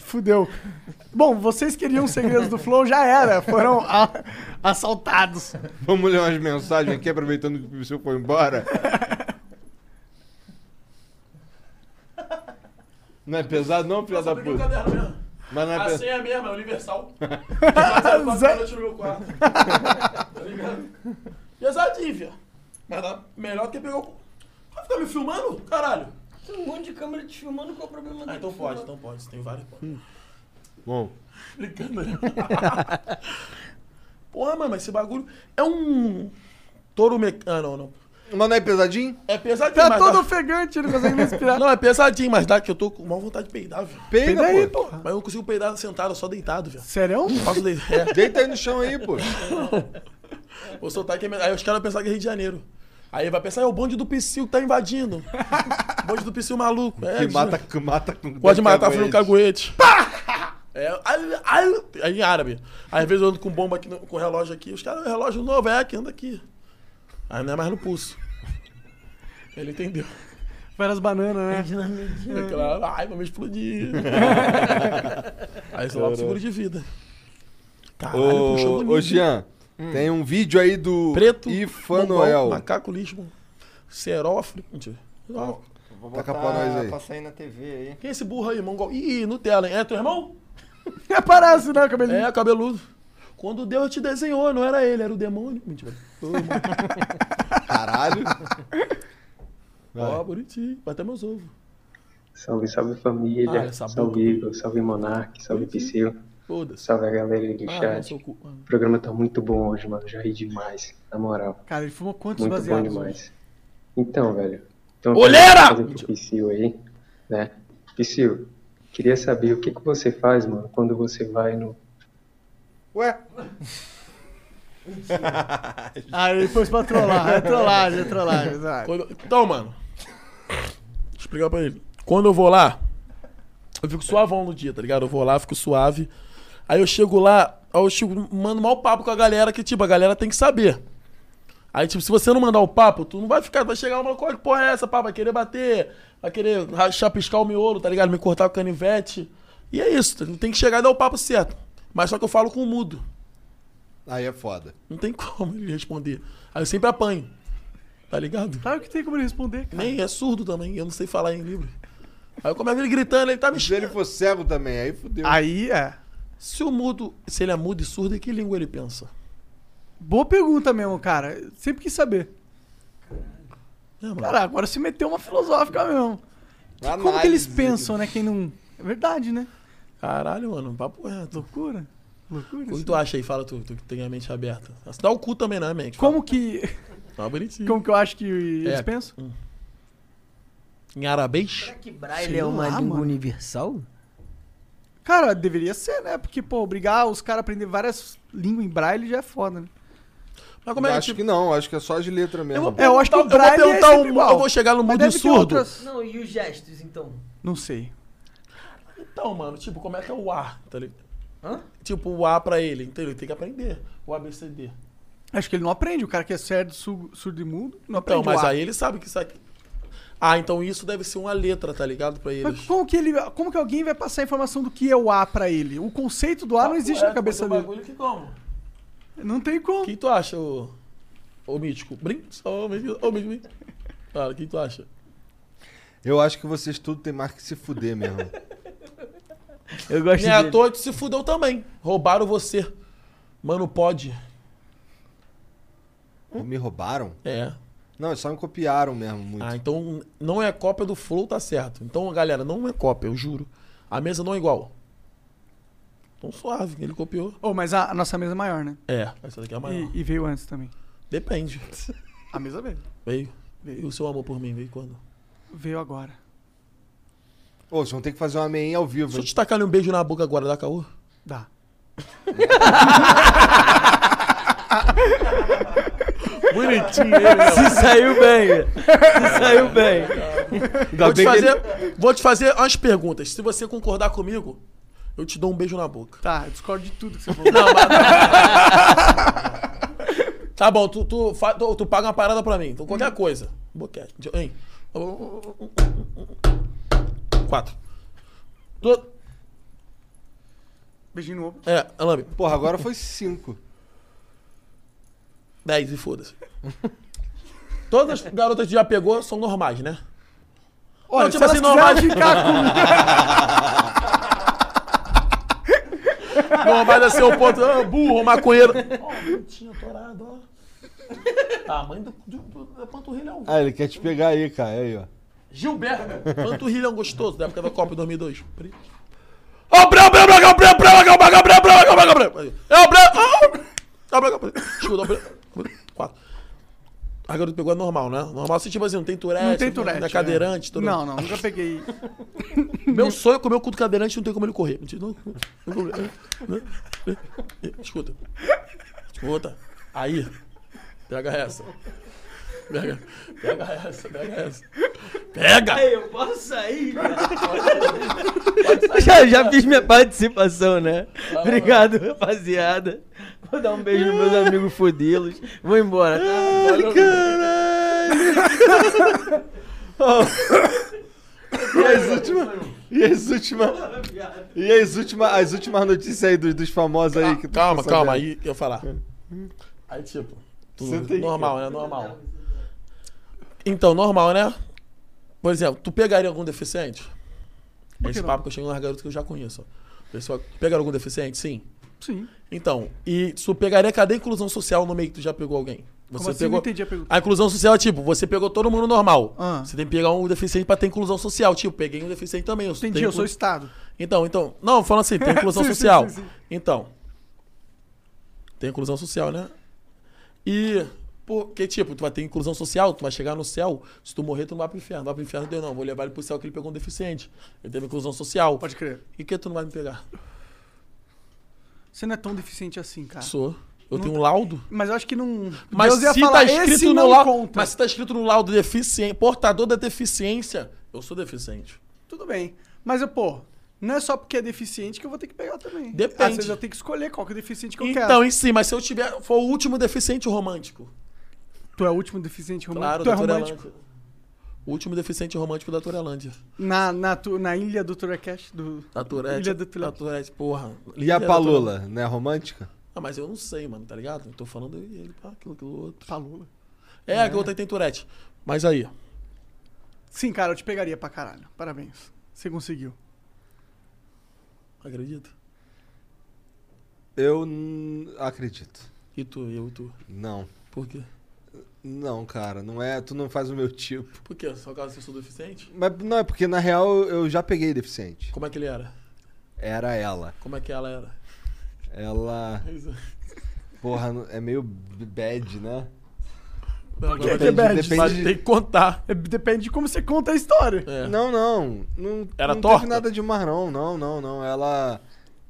Fudeu. Bom, vocês queriam segredos do Flow, já era. Foram a- assaltados.
Vamos ler umas mensagens aqui, aproveitando que o pessoal foi embora. Não é pesado não, filha da
Só peguei o
puta?
caderno mesmo.
Mas não é
A
pesado.
senha Tá é mesmo, é [laughs] universal. Quatro horas da noite no meu quarto. Tá [laughs] ligado? Pesadinho, viado. Mas tá dá melhor que pegar o. Vai ficar me filmando? Caralho.
Tem um monte de câmera te filmando, qual o problema
Ah, então pode, então pode. Tem vários. Pode.
Bom,
Brincando, né? [laughs] Porra, mano, mas esse bagulho é um. Touro mecânico. Ah, não, não.
mas não é pesadinho?
É pesadinho,
Tá
mas
todo
dá-
ofegante, não consegue respirar.
Não, é pesadinho, mas dá que eu tô com maior vontade de peidar, velho.
Peida,
Peida aí,
pô.
porra.
Mas eu não consigo peidar sentado, só deitado, velho.
Sério?
Faço deitar.
Deita aí no chão aí, pô.
É, vou soltar aqui. Aí os caras vão pensar que é Rio de Janeiro. Aí vai pensar, é o bonde do Psyu que tá invadindo. [laughs] O bonde do Psyu maluco. É,
Que
isso.
mata, que mata com
Pode matar um filho do caguete. Pá! É, ai, ai, aí em árabe. Aí, Às vezes eu ando com bomba aqui, no- com relógio aqui. Os caras, relógio novo, é aqui, anda aqui. Aí não é mais no pulso. Ele entendeu.
[laughs]
Várias bananas, né?
Aquela, ai, vai
[laughs]
me explodir. aí isso lá pro seguro de vida. Caralho, Ah, puxou
Ô,
bonito. Hum.
ô Jean, tem um vídeo aí do
Preto,
Ifanoel.
mongol, macaco lixo, cerol africano.
Vou
Taca
botar
pra nós aí.
pra sair na TV aí.
Quem é esse burro aí, mongol? Ih, Nutella, hein? É teu irmão?
[laughs] Parece, né, cabelinho?
É, cabeludo. Quando Deus te desenhou, não era ele, era o demônio. Mentira. Ô, irmão.
Caralho.
Ó, bonitinho. Vai até meus ovos.
Salve, salve família,
Ah, essa boca.
salve Igor, salve Monark, salve Psyu,
Foda-se.
salve a galera aí do
Ah, não,
chat.
seu cu. Ah,
O programa tá muito bom hoje, mano, já ri demais, na moral,
Cara, ele fumou quantos
muito bom
baseados? hoje?
demais. Então, velho, tem uma
Olheira!
pergunta pra fazer pro Psyu aí, né? Psyu, queria saber o que que você faz, mano, quando você vai no...
Ué,
Ah, ele pôs pra trollar. É trollagem, é [laughs] trollagem. é trollagem.
Quando- Então, mano. Deixa eu explicar pra ele. Quando eu vou lá, Eu fico suavão no dia, tá ligado? Eu vou lá, fico suave. Aí eu chego lá, aí eu chego, mando mal papo com a galera, que, tipo, a galera tem que saber. Aí, tipo, se você não mandar o papo, tu não vai ficar, vai chegar lá e falar, qual que porra é essa, pá? Vai querer bater, vai querer ra- chapiscar o miolo, tá ligado? Me cortar o canivete. E é isso, não tem que chegar e dar o papo certo. Mas só que eu falo com o mudo.
Aí é foda.
Não tem [laughs] como ele responder. Aí eu sempre apanho. Tá ligado?
Claro que tem como ele responder, cara.
Nem é surdo também, eu não sei falar em livre. Aí eu começo ele gritando, ele tá me
Se ele for cego também, aí fudeu.
Aí é.
Se o mudo, se ele é mudo e surdo, em que língua ele pensa?
Boa pergunta mesmo, cara. Eu Sempre quis saber.
É, mano.
Cara, agora se meteu uma filosófica mesmo. Que- como que eles pensam, né? Quem não. É verdade, né?
Caralho, mano, papo reto.
Loucura. Loucura.
O que
isso.
tu acha aí? Fala tu, tu que tem a mente aberta. Você dá o cu também, né, mente?
Como que.
Fala. Tá bonitinho.
[laughs] Como que eu acho que eles
É.
pensam?
Em arabês?
Será que Braille
Sei
é uma
lá,
língua
mano.
universal?
Cara, deveria ser, né? Porque, pô, obrigar os caras a aprender várias línguas em braille já é foda, né?
Mas como é que,
acho
tipo,
que não, acho que é só as letras mesmo.
É, eu acho que o
vou
Braille é
perguntar
sempre
um-
igual.
Eu vou chegar no
Mas
mudo e
deve ter
surdo.
outras.
Não, e os gestos, então?
Não sei.
Então, mano, tipo, como é que é o A? Tá ligado? Tipo, o A pra ele, entendeu? Ele tem que aprender o ABCD.
Acho que ele não aprende. O cara que é cerdo, surdo, surdo e mudo, não aprende.
Então, mas
o A.
aí ele sabe que isso aqui. Ah, então isso deve ser uma letra, tá ligado? Pra eles.
Mas como que, ele, como que alguém vai passar a informação do que é o A pra ele? O conceito do
Tá
A não existe na cabeça
É,
dele.
bagulho que como?
Não tem como.
O um que tu acha, ô, ô mítico? Brinco? Só ô mítico. Ô mítico. mítico. Cara, o que tu acha?
Eu acho que vocês tudo tem mais que se fuder
[laughs]
mesmo.
Eu gosto
Nem é à toa que se fudeu também. Roubaram você. Mano, pode.
me roubaram?
É.
Não, só me copiaram mesmo muito.
Ah, então não é cópia do Flow, tá certo. Então, galera, não é cópia, eu juro. A mesa não é igual. Então suave, ele copiou.
Oh, mas a, a nossa mesa é maior, né?
É, essa daqui é a maior.
E, e veio antes também.
[laughs] Depende.
A mesa veio.
Veio.
Veio.
E o seu amor por mim veio quando?
Veio agora.
Ô, vocês vão ter que fazer uma meinha ao vivo.
Se eu
hein?
te tacar ali um beijo na boca agora, dá caô?
Dá.
Bonitinho ele, meu.
Se saiu bem. Se saiu bem.
Tá
Vou te, fazer, vou te fazer umas perguntas. Se você concordar comigo, eu te dou um beijo na boca.
Tá, eu discordo de tudo que você
[laughs]
falou.
Tá bom, tu, tu, fa- tu, tu paga uma parada pra mim. Então qualquer coisa. Boquete. Hein? Quatro. Do-
Beijinho no ombro.
É, Alambi.
Porra, agora foi cinco.
Dez e foda-se. Todas as garotas que já pegou são normais, né?
Olha,
tipo
se
assim,
elas quiserem
normal-
ficar comigo.
Normais é seu ponto. Ah, burro, maconheiro. Ó, tinha torado, ó. Tamanho do, do, do, da panturrilha é um
Ah, ele quer te pegar aí, cara. Aí, ó.
Gilberto. Panturrilhão gostoso, da época da Copa 2002. Preto. Ó, o Breu, Breu, Breu, Breu, Breu, Breu, Breu, Breu, Breu, Breu, Breu, Breu, Breu. É o É Breu. ó, ó, Breu, Breu. Escuta, ó, Breu. Quatro. A garota pegou é normal, né? Normal, se tipo assim, não tem turete,
Não tem turete.
é cadeirante, tudo.
né? Não, não, nunca peguei.
Meu sonho é comer o cu do cadeirante não tem como ele correr. Não, não, não, não, não. Escuta. Escuta. Aí. Pega essa. Pega, pega essa, pega essa. Pega!
Eu posso sair? já, já fiz minha participação, né? Obrigado, rapaziada. Vou dar um beijo nos meus amigos fodilos. Vou embora, tá? Valeu.
E as últimas. E as últimas. E as últimas, as últimas notícias aí dos, dos famosos aí que tu
Calma,
tá
calma,
sabendo.
aí que eu falar.
É.
Aí, tipo, tu-
Senta aí,
normal, né? Normal. Então, normal, né? Por exemplo, tu pegaria algum deficiente? É esse
não?
papo que eu chego nas garotas que eu já conheço. ó. Pessoal, pegaram algum deficiente? Sim.
Sim.
Então, e tu pegaria cadê a inclusão social no meio que tu já pegou alguém? Você
Como assim?
pegou.
Não entendi a pergunta.
A inclusão social é tipo, você pegou todo mundo normal.
Ah.
Você tem que pegar um deficiente pra ter inclusão social. Tipo, peguei um deficiente também. Eu
Entendi,
tenho
eu sou
inclu-
Estado.
então, então. Não, falando assim,
[laughs]
tem inclusão
Sim, sim,
social.
sim, sim.
Então. Tem inclusão social, né? E. Porque, tipo, tu vai ter inclusão social, tu vai chegar no céu, se tu morrer, tu não vai pro inferno. Vai pro inferno, deu não. Vou levar ele pro céu que ele pegou um deficiente. Ele teve inclusão social.
Pode crer.
E que tu não vai me pegar?
Você não é tão deficiente assim, cara.
Sou. Eu tenho um laudo.
Mas eu acho que não.
Mas
Deus ia
se
falar,
tá
"Esse
escrito no
não
laudo.
conta."
Mas se tá escrito no laudo deficiente, portador da deficiência, eu sou deficiente.
Tudo bem. Mas eu, pô, Não é só porque é deficiente que eu vou ter que pegar também.
Depende.
Às vezes eu tenho que escolher qual que é o deficiente que eu
Então,
quero.
em si, mas se eu tiver. For o último deficiente romântico.
Tu é o último deficiente romântico.
Claro,
tu é
da
romântico.
Torelândia. O último deficiente romântico da Torelândia.
Na, na, tu- na ilha do Turacash, do
Da Torete.
Ilha do Tula-
da Torete, porra.
E a
Ilha da
Palula, né? Romântica?
Ah, mas eu não sei, mano, tá ligado? Eu tô falando eu e ele, pá, aquilo, aquilo outro. Palula. É, aquilo outro aí tem Tourette. Mas aí,
Sim, cara, eu te pegaria pra caralho. Parabéns. Você conseguiu.
acredita?
Eu n- acredito.
E tu, eu e tu.
Não.
Por quê?
Não, cara, não é. Tu não faz o meu tipo.
Por quê? Só caso eu sou deficiente?
Mas não, é porque na real eu já peguei deficiente.
Como é que ele era?
Era ela.
Como é que ela era? É
Ela. Porra, não- é meio b- bad, né?
Não, agora
que é
tem-
bad?
mas
Depende-
tem que contar.
É, Depende de como você conta a história.
É.
Não, não. Não,
Era
não
torta?
teve nada de mar, não. Não, não, não. Ela.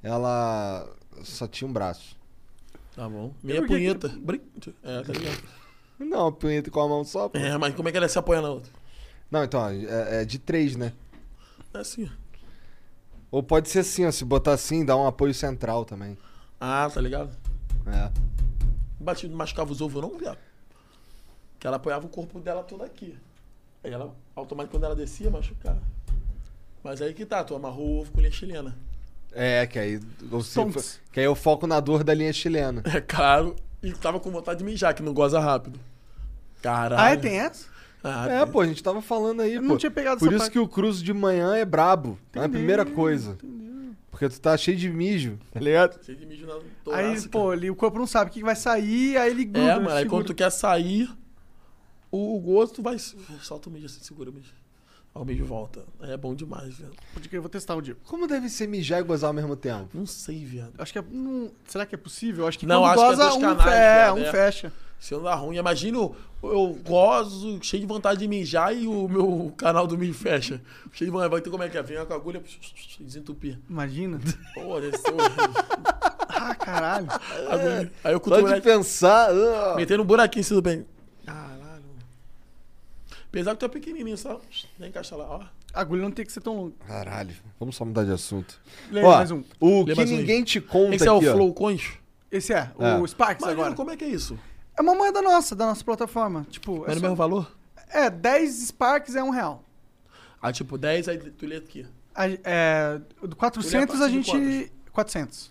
Ela só tinha um braço.
Tá bom. Meia
Por que que-
punheta. Brin- É, tá ligado?
Não, punheta com a mão só. pô.
É, mas como é que ela se apoia na outra?
Não, então, é, é de três, né?
É assim.
Ou pode ser assim, ó. Se botar assim, dá um apoio central também.
Ah, tá ligado?
É.
Batido machucava os ovos, não, viado. Que ela apoiava o corpo dela todo aqui. Aí ela, automaticamente, quando ela descia, machucava. Mas aí que tá, tu amarrou o ovo com linha chilena. [laughs]
É, que aí. Ou se
Tonks.
for- que aí eu foco na dor da linha chilena.
É claro. E tava com vontade de mijar, que não goza rápido. Caralho.
Ah, é? Tem essa?
Ah,
É, pô, a gente tava falando aí,
É,
Eu
pô.
não tinha pegado
Por
essa
isso
parte.
que o cruzo de manhã é brabo. É a primeira coisa. Porque tu tá cheio de mijo, tá ligado?
Cheio de mijo na
Aí,
torácica.
pô, ele, o corpo não sabe o que que vai sair, aí ele gruda.
É,
ele
mano, aí
segura.
quando tu quer sair, o, o gosto vai. Solta o mijo assim, segura o mijo. Aí o mijo volta. Aí é bom demais, velho.
Pode crer, eu vou testar um dia.
Como deve ser mijar e gozar ao mesmo tempo?
Não sei, viado.
Acho que é. não- será que é possível? Eu Acho que
Não,
quando
acho que é
goza,
dois
um,
canais,
fe-
né?
é, um fecha.
Se eu não dá ruim, imagina eu, eu gozo, cheio de vontade de mijar e o meu canal do mijo fecha. Cheio de vontade, vai ter como é que é? Vem com a agulha, desentupir.
Imagina.
Pô, deve ser [laughs] horrível.
Ah, caralho.
Agulha. Aí eu
Só
cutuco.
de pensar. ah.
Metendo um buraquinho, se tudo bem. Caralho. Apesar que tu é pequenininho, só. Nem encaixa lá, ó.
A agulha não tem que ser tão longa.
Caralho, vamos só mudar de assunto.
Lê
Ó,
mais um.
O
Lê
que
mais um aí.
ninguém te conta
Esse é o
aqui, ó.
Flow Concho.
Esse é,
É.
o Sparks
Mas
agora.
como é que é isso?
É uma moeda nossa, da nossa plataforma. Tipo, é,
Era o
só-
mesmo valor?
é 10 Sparks é um real.
Ah, tipo 10, aí tu lê aqui.
A, é, do 400 a
partir de
gente. 400.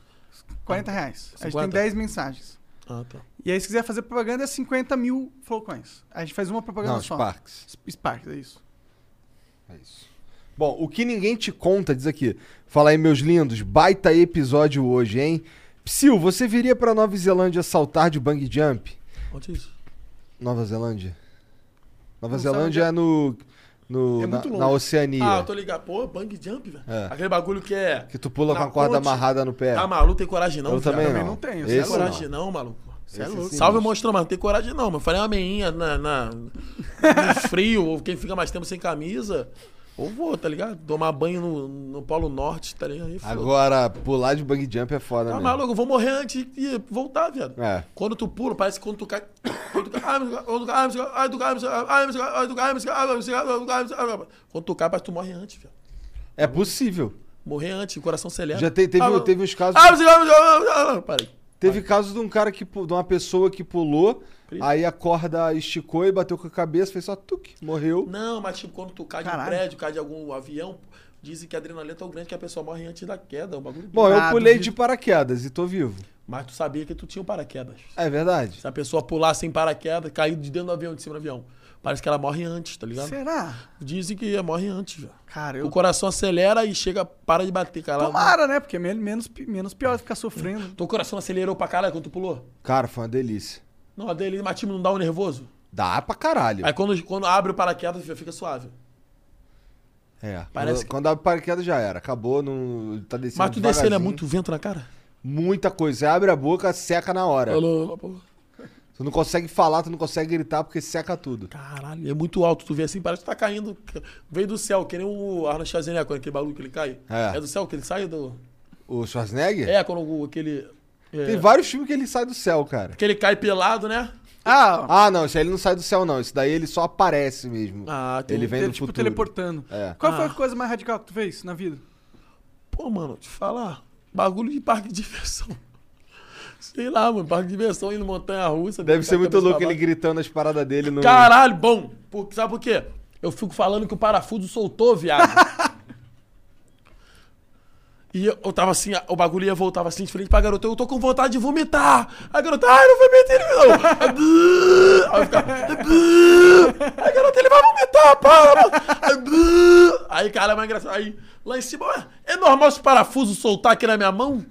40 reais. A gente tem
50?
10 mensagens.
Ah, tá.
E aí, se quiser fazer propaganda, é 50 mil flowcoins. A gente faz uma propaganda
Não,
só.
Sparks.
Sp- Sparks, é isso.
É isso. Bom, o que ninguém te conta, diz aqui. Fala aí, meus lindos, baita episódio hoje, hein? Psyu, você viria pra Nova Zelândia saltar de bang jump?
Onde é isso?
Nova Zelândia? Nova
Não sabe
Zelândia
onde
é no. no na,
É muito longe.
na Oceania.
Ah, eu tô ligado. Pô, bang jump, velho.
É.
Aquele bagulho que é.
Que tu pula
na
com a corda
ponte.
amarrada no pé.
Tá maluco, tem coragem não, é
eu
viado.
também,
também
não. é
não tenho,
Tem
Esse
coragem não, maluco.
Esse é
louco.
sinistro.
Salve, monstrão, mano. Tem coragem não, mano. Falei uma meinha na, na-
[laughs]
no frio, ou quem fica mais tempo sem camisa. Ou vou, tá ligado? Tomar banho no, no Polo Norte, tá ligado? Aí, foda.
Agora, pular de bang jump é foda,
Tá
né?
maluco, eu vou morrer antes de voltar, viado.
É.
Quando tu pula, parece que quando tu cai. Quando tu cai. ai, meu Deus, quando tu cai, ai, meu Deus, ai, tu cai, meu Deus, ai, meu Deus, ai, tu cai, meu Deus, ai, meu Deus, ai, meu Deus, ai, meu Deus, ai, meu Deus. Quando tu cai, parece que tu morre antes, viado.
É possível.
Morrer antes, o coração acelera.
Já te- teve, um-
Ah,
teve uns casos.
ai, meu Deus, ai, meu Deus, ai, meu Deus, ai, meu Deus. Parei.
Teve casos de um cara que pu- de uma pessoa que pulou, aí a corda esticou e bateu com a cabeça, fez só tuque, morreu.
Não, mas tipo, quando tu cai de um
Caralho.
prédio, cai de algum avião, dizem que a adrenalina é tão grande que a pessoa morre antes da queda. é um bagulho
Bom, eu
Ah,
pulei
duvido.
de paraquedas e tô vivo.
Mas tu sabia que tu tinha um paraquedas.
É verdade.
Se a pessoa pular sem paraquedas, cair de dentro do avião, de cima do avião, parece que ela morre antes, tá ligado?
Será?
Dizem que morre antes, velho.
Cara, eu.
O coração acelera e chega, para de bater, cara.
Tomara, né? Porque é men- menos, pi- menos pior ficar sofrendo.
Teu coração acelerou pra caralho quando tu pulou?
Cara, foi uma delícia.
Não, a dele, mas time não dá um nervoso?
Dá pra caralho.
Aí quando, quando abre o paraquedas, filho, fica suave.
É.
Parece
Quando,
que-
quando abre paraquedas já era. Acabou, não. Tá descendo.
Mas tu descendo é
devagarzinho.
muito vento na cara?
Muita coisa. Você abre a boca, seca na hora.
Alô, alô, alô.
Tu não consegue falar, tu não consegue gritar porque seca tudo.
Caralho, é muito alto. Tu vê assim, parece que tá caindo. Veio do céu, que nem o Arnold Schwarzenegger, quando aquele barulho que ele cai.
É.
É, do céu que ele sai do...
O Schwarzenegger?
É, quando o- aquele... é,
Tem vários filmes que ele sai do céu, cara.
Que ele cai pelado, né?
Ah,
Ah, não, isso aí ele não sai do céu, não. Isso daí ele só aparece mesmo.
Ah, tem
ele
um-
vem
é
do
tipo
futuro.
teleportando.
Ah.
É.
Qual foi a coisa mais radical que tu fez na vida?
Pô, mano, te falar, bagulho de parque de diversão. [laughs] Sei lá, mano, parque de diversão indo montanha russa.
Deve ser muito louco ele
ele
gritando as paradas dele no.
Caralho, bom. Por- sabe por quê? Eu fico falando que o parafuso soltou, viado. e eu, eu tava assim, a- o bagulho ia voltava assim de frente pra garota. Eu tô com vontade de vomitar. A garota, ai, não vomita ele não. Aí eu ficava, a garota, ele vai vomitar, para. mano. Aí, cara, é mais engraçado. Aí, lá em cima, ué, é normal esse parafuso soltar aqui na minha mão?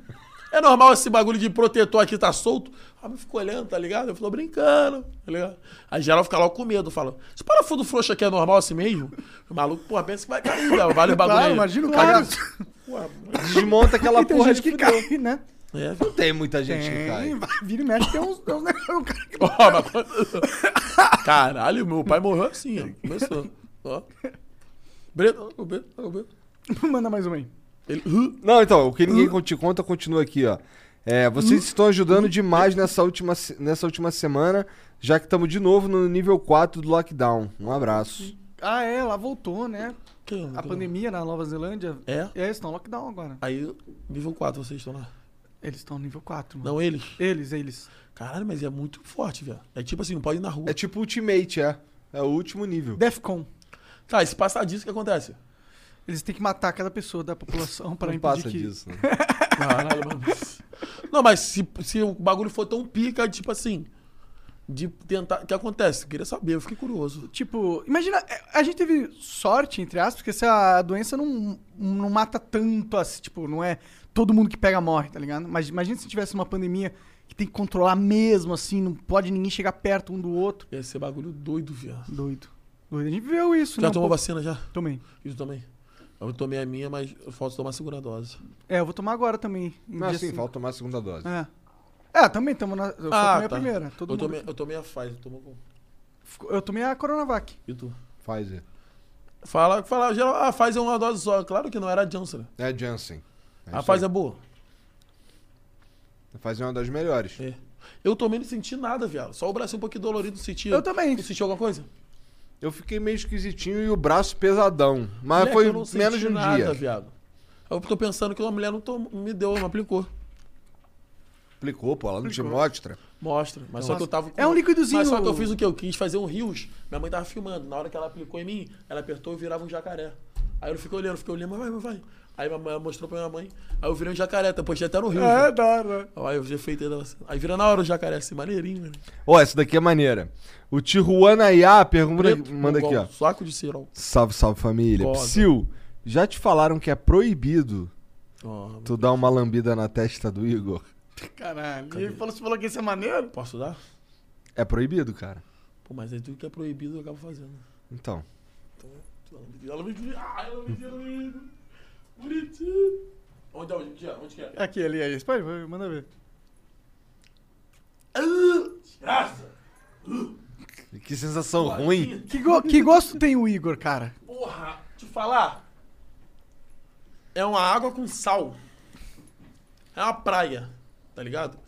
É normal esse bagulho de protetor aqui tá solto? Aí eu fico olhando, tá ligado? Eu falo, brincando, tá ligado? Aí geral fica logo com medo, fala, esse parafuso frouxo aqui é normal assim mesmo? O maluco, porra, pensa que vai cair, velho. Vale o bagulho
Claro,
aí.
imagina o cara.
Desmonta [laughs] aquela
E tem
porra
gente
de que
que cai, né?
É,
Não tem muita gente que
Tem,
cai.
vai, vira e mexe, tem uns. [laughs] tem uns um cara que-
Ó, mas quando- Caralho, meu pai morreu assim, ó. Começou. Ó. Breno, ó, o Breno, ó, o Breno.
Manda mais uma aí.
Ele. "Hã?"
Não, então, o que ninguém con- te conta continua aqui, ó. É, vocês estão ajudando demais nessa última, se- nessa última semana, já que estamos de novo no nível 4 do lockdown. Um abraço.
Ah, é, lá voltou, né?
Que- é,
A
que-
pandemia na Nova Zelândia.
É?
É, eles estão lockdown agora.
Aí, nível 4, vocês estão lá.
Eles estão nível 4, mano.
Não, eles.
Eles, eles.
Caralho, mas é muito forte, velho. É tipo assim, não pode ir na rua.
É tipo Ultimate, é. É o último nível.
Defcon.
Tá, e se passar disso, o que acontece?
Eles têm que matar cada pessoa da população pra
Não
impedir
passa
que...
[laughs] disso. Né?
Caralho, mano. Não, mas se, se o bagulho for tão pica, tipo assim, de tentar. O que acontece? Eu queria saber, eu fiquei curioso.
Tipo, imagina, é, a gente teve sorte, entre aspas, porque essa doença não, não mata tanto assim, tipo, não é todo mundo que pega morre, tá ligado? Mas imagina se tivesse uma pandemia que tem que controlar mesmo, assim, não pode ninguém chegar perto um do outro.
Ia ser bagulho doido, viado.
Doido. Doido, a gente viveu isso,
Já
né? um
tomou
pouco.
vacina já?
Tomei.
Isso também. Eu tomei a minha, mas falta tomar a segunda dose.
É, eu vou tomar agora também. em
Não,
dia
assim,
cinco.
falta tomar a segunda dose.
É. É, também estamos na. tá. Eu só tomei a primeira. Todo
eu,
mundo-
tomei, eu tomei a Pfizer, tomou com.
Ficou- Eu tomei a Coronavac.
E tu?
Pfizer.
Fala, fala, geral, a Pfizer é uma dose só. Claro que não, era a Johnson. né?
É Janssen. É
a
isso aí.
Pfizer é boa.
Pfizer é uma das melhores.
É. Eu tomei, não senti nada, viado. Só o braço um pouquinho dolorido, senti.
Eu também.
Tu sentiu alguma coisa?
Eu fiquei meio esquisitinho e o braço pesadão. Mas
Moleque,
foi
eu não senti
menos de um
nada,
dia.
viado. Eu tô pensando que uma mulher não tomou- me deu, não aplicou.
Aplicou, pô, ela não te mostra.
Mostra. Mas só que eu tava com...
É um liquidozinho.
Mas só que eu fiz o que eu quis, fazer um rios. Minha mãe tava filmando. Na hora que ela aplicou em mim, ela apertou e virava um jacaré. Aí eu fiquei olhando, fiquei olhando, mas vai, mas vai. Aí minha mãe mostrou pra minha mãe. Aí eu virei um jacaré, até postei até no rio.
É,
É.
da hora.
Aí eu já feitei da vacina. Aí vira na hora o jacaré, assim, maneirinho, mano.
Ó, essa daqui é maneira. O Tijuana Iá pergunta,
Preto,
manda aqui,
mongol,
ó.
Saco de cirol.
Salve, salve família.
Foda.
Psyu, já te falaram que é proibido
Ó,
tu dar uma lambida na testa do Igor?
Caralho. E ele falou, você falou que isso é maneiro?
posso dar?
É proibido, cara.
Pô, mas é tudo que é proibido eu acabo fazendo.
Então.
Ela me diz, ah, ela me diz, ela me diz. Bonitinho. Onde é? Onde é? Onde que é?
Aqui, ali, aí. Espere, vai, manda ver.
Ah!
Desgraça!
Que sensação ruim.
Que, go- [laughs] que gosto tem o Igor, cara?
Porra, te falar. É uma água com sal. É uma praia, tá ligado?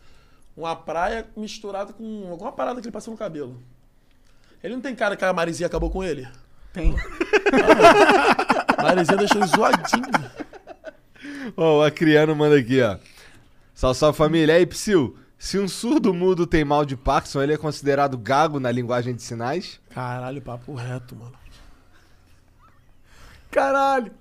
Uma praia misturada com alguma parada que ele passa no cabelo. Ele não tem cara que a Marizinha acabou com ele?
Tem.
[laughs] Marizinha deixou ele zoadinho.
Ó, o Acriano manda aqui, ó. Salve, salve família. Aí, Psyu, se um surdo mudo tem mal de Parkinson, ele é considerado gago na linguagem de sinais?
Caralho, papo reto, mano.
Caralho.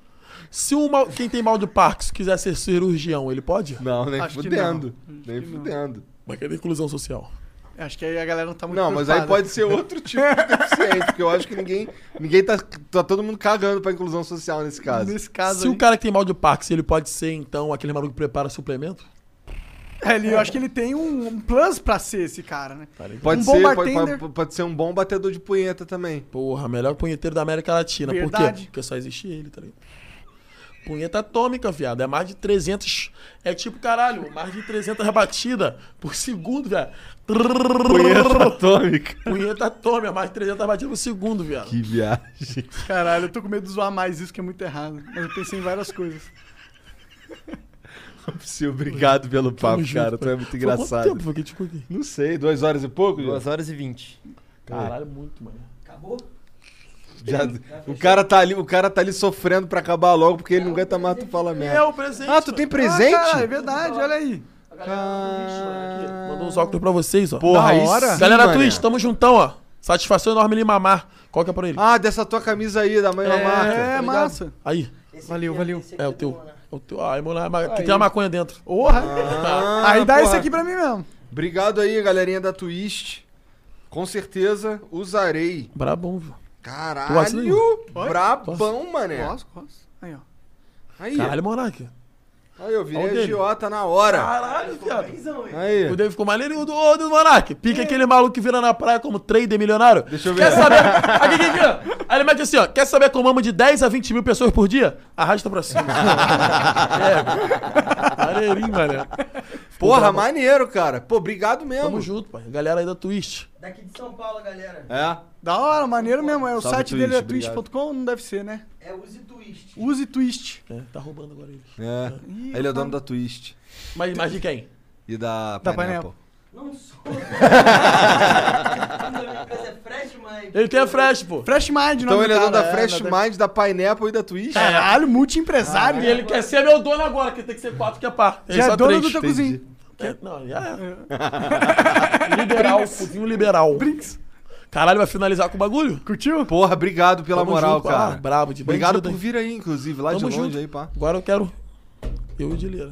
Se um mal- quem tem mal de Parkinson quiser ser cirurgião, ele pode?
Não, nem
Acho que
fudendo. Nem
que não.
fudendo.
Mas cadê a inclusão social?
Acho que aí a galera não tá muito
Não, mas aí
preocupada.
pode ser outro tipo de deficiente, porque eu acho que ninguém. Ninguém tá. Tá todo mundo cagando pra inclusão social nesse caso.
Nesse caso
Se
aí...
o cara que tem mal de Parkinson, ele pode ser, então, aquele maluco que prepara suplemento?
É, Ele, eu acho que ele tem um, um plus pra ser esse cara, né?
Pode,
Um bom
ser, pode,
bartender.
pode- pode ser um bom batedor de punheta também.
Porra, melhor punheteiro da América Latina. Por
Verdade.
quê? Porque só existe ele, tá ligado? Punheta atômica, viado. É mais de 300... É tipo, caralho, mais de 300 rebatidas por segundo, viado.
Punheta
Punheta,
atômica.
atômica, mais de 300 rebatidas por segundo, viado.
Que viagem.
Caralho, eu tô com medo de zoar mais isso, que é muito errado. Mas eu pensei em várias coisas.
Psyu, obrigado pelo papo, cara. Tu é muito
Foi
engraçado.
Quanto tempo tipo, foi que eu te contei?
Não sei, duas horas e pouco? Duas É.
Duas horas e vinte.
Caralho, muito, mano. Acabou?
Já, o, cara tá ali, o cara tá ali sofrendo pra acabar logo porque ele não aguenta mais tu fala
É
merda.
o presente.
Ah, tu tem presente?
Ah, cara, é verdade, olha aí.
Aqui, Mandou uns óculos pra vocês, ó.
Porra,
Da
aí
hora.
sim,
Galera
mané.
Twitch, tamo juntão, ó. Satisfação enorme ele mamar. Qual que é pra ele?
Ah, dessa tua camisa aí, da mãe da marca.
É, massa.
Aí.
Valeu, valeu.
É o teu. É o teu. Ah, é mola- ma- que tem uma maconha dentro. tá.
Porra.
né? Ah,
aí dá
porra.
esse aqui pra mim mesmo.
Obrigado aí, galerinha da Twist. Com certeza usarei.
Brabão, viu? gosta
Caralho!
disso?
Brabão, mané.
Gosto, gosto. Aí, ó.
Aí,
Caralho, monarca.
aí eu
Olha o
virei
dele.
agiota na hora.
Caralho, viado.
Aí.
O dele ficou maneiro e o do, o do Monark. Pica aquele maluco que vira na praia como trader milionário.
Deixa eu ver.
Quer saber? aqui, aqui, aqui, ó. Aí ele mete assim, ó. Quer saber como amo de 10 a 20 mil pessoas por dia? Arrasta
[laughs]
pra cima. é, maneirinho, mané.
Porra,
Brabão.
maneiro, cara. Pô, obrigado mesmo.
Tamo junto, pai. Galera aí da Twitch.
Daqui de São Paulo, galera.
É.
Da hora, maneiro mesmo. É o
Salve,
site
Twist,
dele é
obrigado.
twist.com, não deve ser, né?
É use twist.
Use Twist.
É, tá roubando agora eles.
É.
Ih,
Ele é
eu tava-
dono da Twist
Mas, mas de quem?
e da,
Da
Pineapple.
Pineapple.
Não sou. é fresh, mas.
Ele tem a Fresh, pô.
Fresh Mind,
Então ele é dono da
cara.
Fresh Mind, da Pineapple e da Twist.
É.
Caralho, multi-empresário.
E Ah, ele quer ser meu dono agora, que tem que ser quatro que é par. Ele
Já
só
Ah, é dono
três.
do teu
Entendi.
cozinho.
Quer- Não, já é. liberal, cozinho liberal. Brinks. Caralho, vai finalizar com o bagulho?
Curtiu?
Porra, obrigado pela
Tamo
moral,
junto,
cara.
ah, bravo de
Obrigado
bandido,
por
hein?
vir aí, inclusive, lá
Tamo
de longe
junto.
aí, pá.
Agora eu quero. Eu e o Dileira.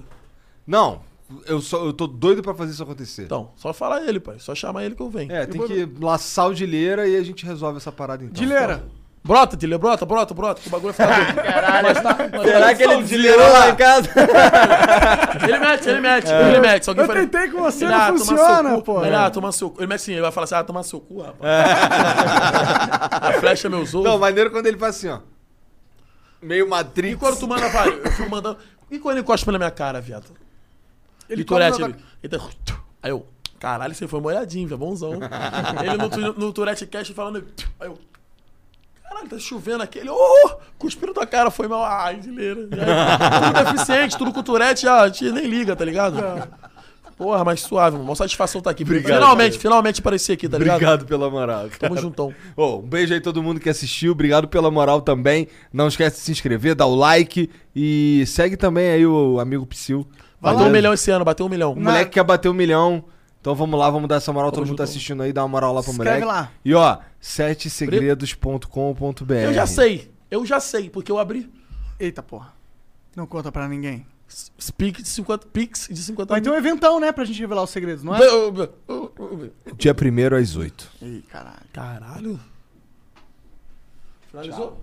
Não, eu, só, eu tô doido pra fazer isso acontecer.
Então, só falar ele, pai. Só chamar ele que eu venho.
é, tem que laçar o Dileira e a gente resolve essa parada então.
Dileira.
Brota, Dileira, brota, brota, brota. Que o bagulho fica doido. tá- Caralho.
Será que ele desliderou lá em casa?
Ele mete, ele mete, ele mete. Se alguém
É. Eu
falar-
tentei com você,
Ele,
não
ah, toma seu
funciona,
cu.
pô. É.
Ele, ah, toma seu cu. Ele mete assim, ele vai falar assim, ah, toma seu cu, rapaz. [laughs] a flecha é meus ovos.
Não, maneiro quando ele faz assim, ó. Meio
E
Matrix.
quando tu manda vai, eu fico mandando. E quando ele encosta na minha cara, viado? Ele
encosta
Tourette,
na
ele. ele tá- Aí eu, caralho, você foi molhadinho, velho, bonzão. ele no, tu- no Tourette Cash falando. ele- Aí eu. Caralho, tá chovendo aquele. Ô, oh, cuspiu na tua cara, foi mal. Ai, gileira. Já- Tudo deficiente, tudo com Tourette, já a gente nem liga, tá ligado? Porra, mas suave, mano. Uma satisfação tá aqui.
Obrigado,
finalmente,
cara.
finalmente apareci aqui, tá ligado?
[laughs] Obrigado pela moral. cara.
Tamo juntão.
Ô, um beijo aí todo mundo que assistiu, obrigado pela moral também. Não esquece de se inscrever, dar o like e segue também aí o amigo Psyu.
Bateu um
Valeu.
milhão esse ano, bateu um milhão.
O moleque quer bater um milhão. Então vamos lá, vamos dar essa moral. todo mundo tá
junto.
assistindo aí, dá uma moral lá pro
Escreve
moleque.
lá.
E ó, setesegredos.com.br.
Eu já sei, eu já sei, porque eu abri.
Eita, porra. Não conta pra ninguém.
S- Pix de 50, pix de 50
Uhum. então,
Vai ter um eventão, né, pra gente revelar os segredos, não é?
mil.
Dia 1 às 8.
Ih, caralho.
Caralho. Finalizou?